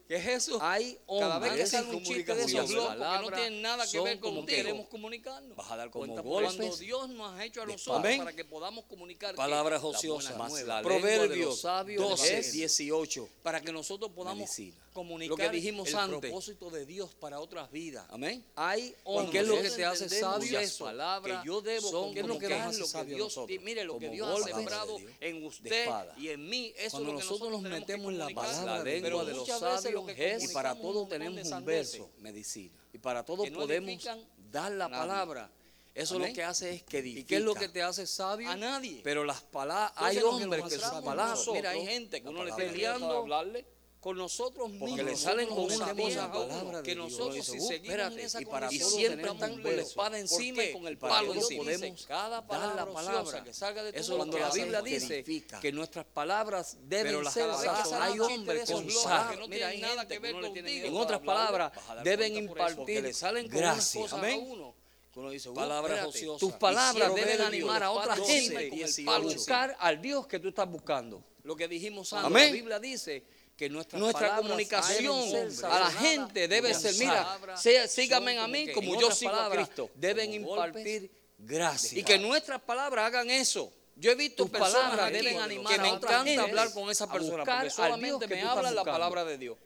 Speaker 3: ¿Qué es eso?
Speaker 2: Hay
Speaker 3: Cada vez
Speaker 2: hombres
Speaker 3: que
Speaker 2: que
Speaker 3: sale
Speaker 2: salen un chiste de esos globos que no tienen nada que ver con lo que queremos
Speaker 3: queremos
Speaker 2: comunicarnos.
Speaker 3: Vas a dar
Speaker 2: Como
Speaker 3: cuenta
Speaker 2: golpes
Speaker 3: cuando
Speaker 2: cuando
Speaker 3: Dios
Speaker 2: Dios nos ha hecho a
Speaker 3: de
Speaker 2: nosotros
Speaker 3: paz.
Speaker 2: para que podamos comunicar
Speaker 3: Palabras
Speaker 2: que la
Speaker 3: ociosas,
Speaker 2: buena
Speaker 3: más
Speaker 2: nueva,
Speaker 3: la lengua de los
Speaker 2: Proverbios
Speaker 3: sabios
Speaker 2: 12,
Speaker 3: es 18.
Speaker 2: para que nosotros podamos
Speaker 3: Medicina.
Speaker 2: comunicar
Speaker 3: Lo que dijimos
Speaker 2: el
Speaker 3: antes.
Speaker 2: propósito de Dios para otras vidas.
Speaker 3: Amén.
Speaker 2: Hay
Speaker 3: Cuando
Speaker 2: hombres ¿Qué es lo que
Speaker 3: nosotros
Speaker 2: te hace
Speaker 3: entendemos
Speaker 2: sabio
Speaker 3: esas
Speaker 2: eso?
Speaker 3: palabras,
Speaker 2: que yo debo
Speaker 3: son
Speaker 2: ¿qué es lo que,
Speaker 3: como
Speaker 2: nos
Speaker 3: que
Speaker 2: hace
Speaker 3: lo que
Speaker 2: sabio a
Speaker 3: Dios-
Speaker 2: nosotros,
Speaker 3: mire, lo que
Speaker 2: como
Speaker 3: Dios ha
Speaker 2: golpes
Speaker 3: sembrado
Speaker 2: de Dios,
Speaker 3: en
Speaker 2: de
Speaker 3: usted
Speaker 2: espada.
Speaker 3: y en mí, eso
Speaker 2: Cuando
Speaker 3: es lo que
Speaker 2: nosotros nos
Speaker 3: tenemos que
Speaker 2: metemos en la
Speaker 3: comunicar.
Speaker 2: palabra,
Speaker 3: La
Speaker 2: la lengua de los sabios es
Speaker 3: y para todos tenemos un verso,
Speaker 2: medicina.
Speaker 3: y para todos
Speaker 2: Que no
Speaker 3: podemos
Speaker 2: edifican
Speaker 3: dar la
Speaker 2: a nadie.
Speaker 3: palabra. Eso
Speaker 2: Amén.
Speaker 3: lo que hace es que edifica.
Speaker 2: ¿Y qué es lo que te hace sabio?
Speaker 3: A nadie.
Speaker 2: Pero las palabras,
Speaker 3: Entonces,
Speaker 2: hay
Speaker 3: lo que
Speaker 2: hombres
Speaker 3: nos
Speaker 2: que sus
Speaker 3: atrapa a
Speaker 2: palabras,
Speaker 3: nosotros,
Speaker 2: mira, hay gente que
Speaker 3: la
Speaker 2: uno le
Speaker 3: palabra de
Speaker 2: peleando
Speaker 3: Dios.
Speaker 2: hablarle con nosotros mismos.
Speaker 3: Porque le salen con
Speaker 2: Nosotros
Speaker 3: una
Speaker 2: nos metemos
Speaker 3: cosa,
Speaker 2: a uno,
Speaker 3: palabra de
Speaker 2: que
Speaker 3: Dios.
Speaker 2: nosotros
Speaker 3: Dice,
Speaker 2: si
Speaker 3: "Uh,
Speaker 2: seguimos
Speaker 3: espérate,
Speaker 2: en esa
Speaker 3: y para
Speaker 2: condición,
Speaker 3: todos
Speaker 2: siempre
Speaker 3: tenemos
Speaker 2: están
Speaker 3: un
Speaker 2: con la
Speaker 3: verso.
Speaker 2: espada
Speaker 3: ¿Por
Speaker 2: encima
Speaker 3: qué?
Speaker 2: y con el
Speaker 3: Para que
Speaker 2: palo.
Speaker 3: Dios
Speaker 2: Dios dice,
Speaker 3: podemos
Speaker 2: cada
Speaker 3: dar
Speaker 2: palabra
Speaker 3: la
Speaker 2: ociosa
Speaker 3: palabra.
Speaker 2: que salga de tu
Speaker 3: Eso es lo
Speaker 2: boca,
Speaker 3: que la
Speaker 2: la Biblia
Speaker 3: Biblia
Speaker 2: dice
Speaker 3: edifica.
Speaker 2: que nuestras palabras
Speaker 3: Pero
Speaker 2: deben
Speaker 3: las
Speaker 2: ser
Speaker 3: palabras
Speaker 2: sabias.
Speaker 3: hay
Speaker 2: Hay hombres
Speaker 3: hombres
Speaker 2: con
Speaker 3: con
Speaker 2: sabios.
Speaker 3: sabias.
Speaker 2: Mira, hay nada que
Speaker 3: gente
Speaker 2: ver
Speaker 3: que uno le tiene
Speaker 2: contigo.
Speaker 3: miedo
Speaker 2: En
Speaker 3: a
Speaker 2: otras
Speaker 3: hablarle,
Speaker 2: palabras,
Speaker 3: vas a dar
Speaker 2: deben
Speaker 3: cuenta por eso,
Speaker 2: impartir.
Speaker 3: porque le salen con
Speaker 2: gracia.
Speaker 3: unas cosas a
Speaker 2: Amén.
Speaker 3: uno.
Speaker 2: Que uno dice,
Speaker 3: Palabras
Speaker 2: espérate,
Speaker 3: ociosas.
Speaker 2: Tus palabras
Speaker 3: Hicieron
Speaker 2: deben
Speaker 3: ver
Speaker 2: animar a
Speaker 3: Dios.
Speaker 2: otra
Speaker 3: 14,
Speaker 2: gente
Speaker 3: 18.
Speaker 2: a buscar al Dios que tú estás buscando.
Speaker 3: Lo que dijimos antes,
Speaker 2: Amén.
Speaker 3: la Biblia dice que nuestras
Speaker 2: Nuestra
Speaker 3: palabras
Speaker 2: comunicación
Speaker 3: deben ser
Speaker 2: a la
Speaker 3: sazonadas
Speaker 2: gente debe
Speaker 3: con
Speaker 2: ser,
Speaker 3: sal.
Speaker 2: mira, sea- síganme a mí
Speaker 3: que, en
Speaker 2: como yo
Speaker 3: otras
Speaker 2: sigo a
Speaker 3: palabras,
Speaker 2: Cristo.
Speaker 3: deben
Speaker 2: Como
Speaker 3: impartir
Speaker 2: golpes
Speaker 3: Gracias.
Speaker 2: Y que nuestras palabras hagan eso. Yo he visto
Speaker 5: Tus
Speaker 2: personas
Speaker 5: palabras
Speaker 2: aquí
Speaker 5: deben animar
Speaker 2: que
Speaker 5: a
Speaker 2: me
Speaker 5: otras
Speaker 2: encanta
Speaker 5: gentes
Speaker 2: hablar con esa
Speaker 5: a
Speaker 2: persona
Speaker 5: buscar
Speaker 2: porque
Speaker 5: al Dios
Speaker 2: solamente
Speaker 5: que
Speaker 2: me
Speaker 5: tú estás
Speaker 2: hablan la
Speaker 5: buscando.
Speaker 2: palabra de Dios.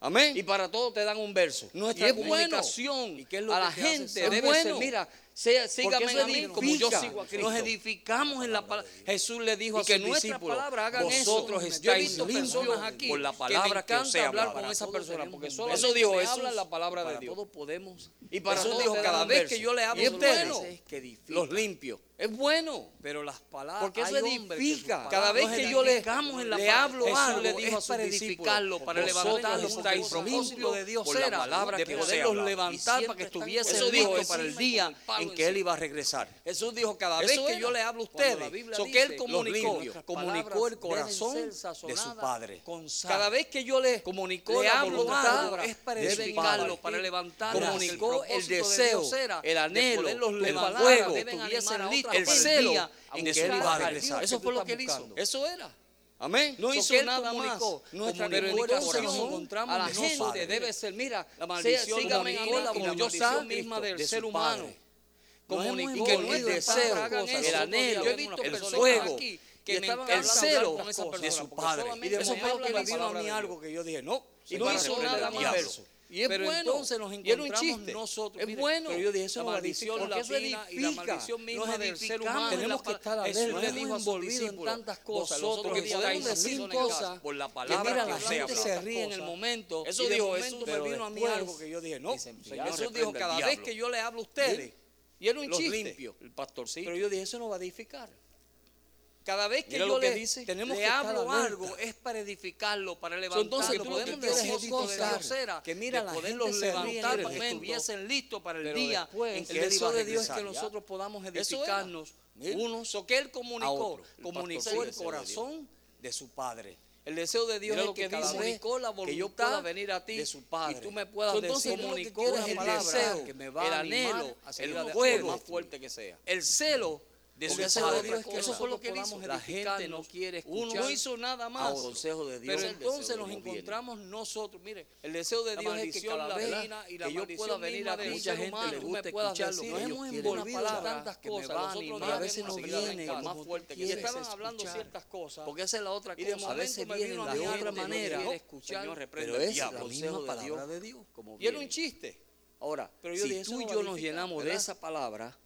Speaker 3: Amén.
Speaker 2: Y para todo te dan un verso.
Speaker 3: Nuestra
Speaker 2: y es
Speaker 3: comunicación.
Speaker 2: bueno.
Speaker 3: ¿Y qué es lo
Speaker 2: a
Speaker 3: que
Speaker 2: la
Speaker 3: te hace
Speaker 2: gente
Speaker 3: sabio?
Speaker 2: debe
Speaker 3: Es
Speaker 2: ser,
Speaker 3: bueno.
Speaker 2: mira, sea, sígame
Speaker 3: eso
Speaker 2: a mí como yo
Speaker 3: edifica.
Speaker 2: sigo a Cristo.
Speaker 3: Nos
Speaker 2: edificamos en la palabra. Jesús le dijo
Speaker 3: a
Speaker 2: y que
Speaker 3: sus
Speaker 2: nuestras
Speaker 3: discípulos,
Speaker 2: palabras hagan
Speaker 3: "Vosotros
Speaker 2: eso. Yo he
Speaker 3: estáis
Speaker 2: visto
Speaker 3: limpios
Speaker 2: personas aquí
Speaker 3: por la palabra
Speaker 2: que
Speaker 3: que
Speaker 2: me
Speaker 3: os he
Speaker 2: encanta hablar
Speaker 3: hablado".
Speaker 2: con esa
Speaker 3: Todos
Speaker 2: persona
Speaker 3: tenemos
Speaker 2: porque
Speaker 3: un
Speaker 2: solo
Speaker 3: verso. Eso dijo
Speaker 2: habla
Speaker 3: Jesús,
Speaker 2: la palabra de
Speaker 3: para
Speaker 2: Dios.
Speaker 3: todos podemos.
Speaker 2: Y para
Speaker 3: Jesús
Speaker 2: todos
Speaker 3: dijo,
Speaker 2: te
Speaker 3: cada
Speaker 2: dan
Speaker 3: vez
Speaker 2: verso.
Speaker 3: que yo le hablo,
Speaker 2: Y es
Speaker 3: solo
Speaker 2: bueno.
Speaker 3: dice que edifica.
Speaker 2: Los limpio. Es bueno.
Speaker 3: Pero las palabras.
Speaker 2: Porque eso
Speaker 3: hay hombres que sus
Speaker 2: edifica. Cada
Speaker 3: palabras
Speaker 2: vez
Speaker 3: no
Speaker 2: que
Speaker 3: edifican.
Speaker 2: yo le,
Speaker 3: en la
Speaker 2: le
Speaker 3: palabra.
Speaker 2: hablo
Speaker 3: Jesús
Speaker 2: algo,
Speaker 3: le dijo a
Speaker 2: es
Speaker 3: sus
Speaker 2: para
Speaker 3: discípulos,
Speaker 2: edificarlo, para
Speaker 3: "Vosotros
Speaker 2: levantarlos,
Speaker 3: estáis
Speaker 2: porque el propósito
Speaker 3: limpios
Speaker 2: de Dios
Speaker 3: por la
Speaker 2: era
Speaker 3: palabra
Speaker 2: de
Speaker 3: que os he
Speaker 2: poderlos
Speaker 3: hablado.
Speaker 2: levantar
Speaker 3: Y
Speaker 2: para que
Speaker 3: siempre
Speaker 2: estuviesen
Speaker 3: están
Speaker 2: listos
Speaker 3: puestos
Speaker 2: para el
Speaker 3: encima
Speaker 2: día
Speaker 3: y con el palo
Speaker 2: en que Él
Speaker 3: encima.
Speaker 2: iba a regresar.
Speaker 3: Jesús dijo cada
Speaker 2: Eso
Speaker 3: vez que
Speaker 2: era.
Speaker 3: yo le hablo a
Speaker 2: Cuando
Speaker 3: ustedes,
Speaker 2: la Biblia
Speaker 3: so que él
Speaker 2: dice, los
Speaker 3: comunicó,
Speaker 2: libros,
Speaker 3: comunicó
Speaker 2: palabras
Speaker 3: el corazón
Speaker 2: deben
Speaker 3: de
Speaker 2: ser
Speaker 3: su
Speaker 2: sazonadas
Speaker 3: padre.
Speaker 2: con sal.
Speaker 3: Cada vez que yo le
Speaker 2: comunicó
Speaker 3: le
Speaker 2: la
Speaker 3: hablo
Speaker 2: voluntad
Speaker 3: algo, es para
Speaker 2: de
Speaker 3: edificarlo,
Speaker 2: edificarlo,
Speaker 3: para
Speaker 2: para
Speaker 3: levantarlo.
Speaker 2: levantarlo.
Speaker 3: Comunicó el deseo, el
Speaker 2: el
Speaker 3: anhelo,
Speaker 2: anhelo,
Speaker 3: el
Speaker 2: el
Speaker 3: fuego,
Speaker 2: fuego,
Speaker 3: tuviesen
Speaker 2: el
Speaker 3: listos para el
Speaker 2: celo
Speaker 3: día en
Speaker 2: en
Speaker 3: que
Speaker 2: que
Speaker 3: él
Speaker 2: él
Speaker 3: iba a
Speaker 2: iba
Speaker 3: regresar.
Speaker 2: Eso fue lo que él hizo. Eso era.
Speaker 3: Amén.
Speaker 2: No hizo nada más.
Speaker 3: Nuestra
Speaker 2: Nuestra comunicación
Speaker 3: encontramos
Speaker 2: a la
Speaker 3: en
Speaker 2: gente
Speaker 3: nuestro Padre.
Speaker 2: debe ser, mira,
Speaker 3: La maldición
Speaker 2: sea- sígame
Speaker 3: comunicó
Speaker 2: a mí
Speaker 3: la
Speaker 2: como yo
Speaker 3: maldición
Speaker 2: sea
Speaker 3: de
Speaker 2: misma
Speaker 3: Cristo,
Speaker 2: del
Speaker 3: de
Speaker 2: ser
Speaker 3: su
Speaker 2: humano.
Speaker 3: Padre.
Speaker 2: Comunicó
Speaker 3: Nos hemos
Speaker 2: el
Speaker 3: envuelto en
Speaker 2: deseo,
Speaker 3: palabras, hagan
Speaker 2: el
Speaker 3: eso.
Speaker 2: anhelo,
Speaker 3: Yo he visto
Speaker 2: el
Speaker 3: personas
Speaker 2: fuego,
Speaker 3: aquí que
Speaker 2: y
Speaker 3: me
Speaker 2: estaban
Speaker 3: el
Speaker 2: hablando
Speaker 3: celo
Speaker 2: con esa
Speaker 3: de
Speaker 2: persona,
Speaker 3: su
Speaker 2: porque
Speaker 3: padre.
Speaker 2: solamente
Speaker 3: Y de
Speaker 2: me
Speaker 3: eso fue lo
Speaker 2: habla
Speaker 3: que
Speaker 2: la
Speaker 3: le vino a
Speaker 2: palabra
Speaker 3: mí
Speaker 2: de
Speaker 3: algo que yo dije, no.
Speaker 2: Y
Speaker 3: se
Speaker 2: no
Speaker 3: para
Speaker 2: hizo
Speaker 3: reprender
Speaker 2: nada
Speaker 3: al
Speaker 2: más
Speaker 3: diablo.
Speaker 2: eso. Y es
Speaker 3: pero
Speaker 2: bueno.
Speaker 3: entonces nos
Speaker 2: Y era un
Speaker 3: encontramos
Speaker 2: chiste.
Speaker 3: nosotros.
Speaker 2: Es
Speaker 3: mire,
Speaker 2: bueno.
Speaker 3: Pero yo dije, eso
Speaker 2: La
Speaker 3: es una
Speaker 2: maldición
Speaker 3: maldición
Speaker 2: latina
Speaker 3: latina
Speaker 2: y la maldición misma
Speaker 3: Nos
Speaker 2: del ser
Speaker 3: edificamos,
Speaker 2: humano en la
Speaker 3: Tenemos que
Speaker 2: palabra.
Speaker 3: estar
Speaker 2: Jesús
Speaker 3: alerta.
Speaker 2: le dijo a sus discípulos, vosotros
Speaker 3: Porque podemos decir cosas
Speaker 2: por la
Speaker 3: que
Speaker 2: palabra
Speaker 3: mira,
Speaker 2: que
Speaker 3: la
Speaker 2: os he
Speaker 3: gente
Speaker 2: hablado.
Speaker 3: se ríe en el momento.
Speaker 2: Eso
Speaker 3: y de
Speaker 2: dijo
Speaker 3: momento
Speaker 2: Jesús,
Speaker 3: me
Speaker 2: pero
Speaker 3: vino a mí
Speaker 2: después
Speaker 3: algo que yo dije, no.
Speaker 2: dicen,
Speaker 3: Señor,
Speaker 2: Jesús
Speaker 3: reprende
Speaker 2: dijo,
Speaker 3: al
Speaker 2: cada vez
Speaker 3: diablo".
Speaker 2: que yo le hablo a ustedes, y era un
Speaker 3: Los
Speaker 2: chiste,
Speaker 3: limpio.
Speaker 2: el pastorcito.
Speaker 3: Pero yo dije, eso no va a edificar.
Speaker 2: Cada vez que
Speaker 3: Mira
Speaker 2: yo
Speaker 3: lo que
Speaker 2: le,
Speaker 3: dice.
Speaker 2: tenemos
Speaker 3: Le
Speaker 2: que
Speaker 3: hablo
Speaker 2: estar alerta.
Speaker 3: algo,
Speaker 2: es para edificarlo, para
Speaker 3: entonces,
Speaker 2: Entonces,
Speaker 3: tú lo que
Speaker 2: podemos
Speaker 3: quieres
Speaker 2: decir
Speaker 3: es
Speaker 2: cosas
Speaker 3: edificar,
Speaker 2: groseras,
Speaker 3: que mira,
Speaker 2: de
Speaker 3: la
Speaker 2: poderlos
Speaker 3: gente se ríe
Speaker 2: levantar
Speaker 3: en el
Speaker 2: para que
Speaker 3: culto,
Speaker 2: estuviesen listos para el
Speaker 3: pero
Speaker 2: día.
Speaker 3: después
Speaker 2: en
Speaker 3: en
Speaker 2: que
Speaker 3: que
Speaker 2: el
Speaker 3: él iba
Speaker 2: deseo
Speaker 3: a
Speaker 2: de Dios es
Speaker 3: regresar,
Speaker 2: que
Speaker 3: ya.
Speaker 2: nosotros podamos
Speaker 3: era.
Speaker 2: edificarnos
Speaker 3: Mira.
Speaker 2: unos, o que Él
Speaker 3: A
Speaker 2: comunicó,
Speaker 3: otro. El
Speaker 2: comunicó
Speaker 3: pastorcito
Speaker 2: el
Speaker 3: deseo de Dios.
Speaker 2: corazón
Speaker 3: de su padre.
Speaker 2: el deseo de Dios
Speaker 3: Mira
Speaker 2: es
Speaker 3: lo
Speaker 2: que,
Speaker 3: que cada
Speaker 2: dice
Speaker 3: vez
Speaker 2: Nicola,
Speaker 3: que yo
Speaker 2: voluntad
Speaker 3: pueda
Speaker 2: venir a ti
Speaker 3: de su padre.
Speaker 2: y tú me puedas
Speaker 3: Entonces,
Speaker 2: decir
Speaker 3: yo lo que
Speaker 2: comunicó
Speaker 3: quiero
Speaker 2: es
Speaker 3: es
Speaker 2: el
Speaker 3: la palabra
Speaker 2: deseo,
Speaker 3: que me va a
Speaker 2: el
Speaker 3: animar
Speaker 2: anhelo,
Speaker 3: a seguir
Speaker 2: el
Speaker 3: adelante.
Speaker 2: fuego,
Speaker 3: Más
Speaker 2: fuerte que sea.
Speaker 3: El celo
Speaker 2: de su
Speaker 3: Porque
Speaker 2: deseo
Speaker 3: sabe
Speaker 2: de Dios
Speaker 3: otra
Speaker 2: es que
Speaker 3: cosa.
Speaker 2: eso fue lo que él hizo.
Speaker 3: La gente no quiere
Speaker 2: Uno
Speaker 3: escuchar
Speaker 2: no hizo nada
Speaker 3: a
Speaker 2: más.
Speaker 3: otro. consejo de Dios.
Speaker 2: Pero
Speaker 3: El deseo
Speaker 2: entonces
Speaker 3: de
Speaker 2: nos
Speaker 3: Dios viene.
Speaker 2: encontramos nosotros. Mire, el deseo de
Speaker 3: La
Speaker 2: Dios es que
Speaker 3: maldición,
Speaker 2: cada
Speaker 3: la
Speaker 2: vez
Speaker 3: verdad,
Speaker 2: y la
Speaker 3: que yo pueda
Speaker 2: maldición
Speaker 3: venir
Speaker 2: misma
Speaker 3: a
Speaker 2: del
Speaker 3: mucha
Speaker 2: ser
Speaker 3: gente
Speaker 2: humano,
Speaker 3: le
Speaker 2: tú
Speaker 3: gusta
Speaker 2: me puedas
Speaker 3: escucharlo,
Speaker 2: decir.
Speaker 3: que ellos
Speaker 2: Nos hemos
Speaker 3: quieren
Speaker 2: envolvido en
Speaker 3: escuchar,
Speaker 2: tantas
Speaker 3: que me
Speaker 2: cosas.
Speaker 3: va a
Speaker 2: Los otros
Speaker 3: animar.
Speaker 2: días
Speaker 3: A veces
Speaker 2: nos
Speaker 3: no
Speaker 2: seguirán en
Speaker 3: viene
Speaker 2: casa,
Speaker 3: como
Speaker 2: más
Speaker 3: tú
Speaker 2: fuerte que
Speaker 3: quieres
Speaker 2: estaban hablando
Speaker 3: escuchar.
Speaker 2: ciertas cosas.
Speaker 3: Porque esa es la otra
Speaker 2: Y de
Speaker 3: cosa. A veces
Speaker 2: momento me
Speaker 3: vienen
Speaker 2: vino a
Speaker 3: de
Speaker 2: mí
Speaker 3: otra
Speaker 2: otra manera.
Speaker 3: manera.
Speaker 2: Señor, reprende
Speaker 3: Pero
Speaker 2: al
Speaker 3: es la
Speaker 2: diablo.
Speaker 3: misma
Speaker 2: Consejo de
Speaker 3: palabra
Speaker 2: Dios.
Speaker 3: de Dios. como
Speaker 2: Y era un
Speaker 3: viene.
Speaker 2: chiste.
Speaker 3: Ahora,
Speaker 2: Pero yo
Speaker 3: si
Speaker 2: dije, eso
Speaker 3: tú y
Speaker 2: no
Speaker 3: yo nos
Speaker 2: valifica,
Speaker 3: llenamos de
Speaker 2: ¿verdad?
Speaker 3: esa palabra,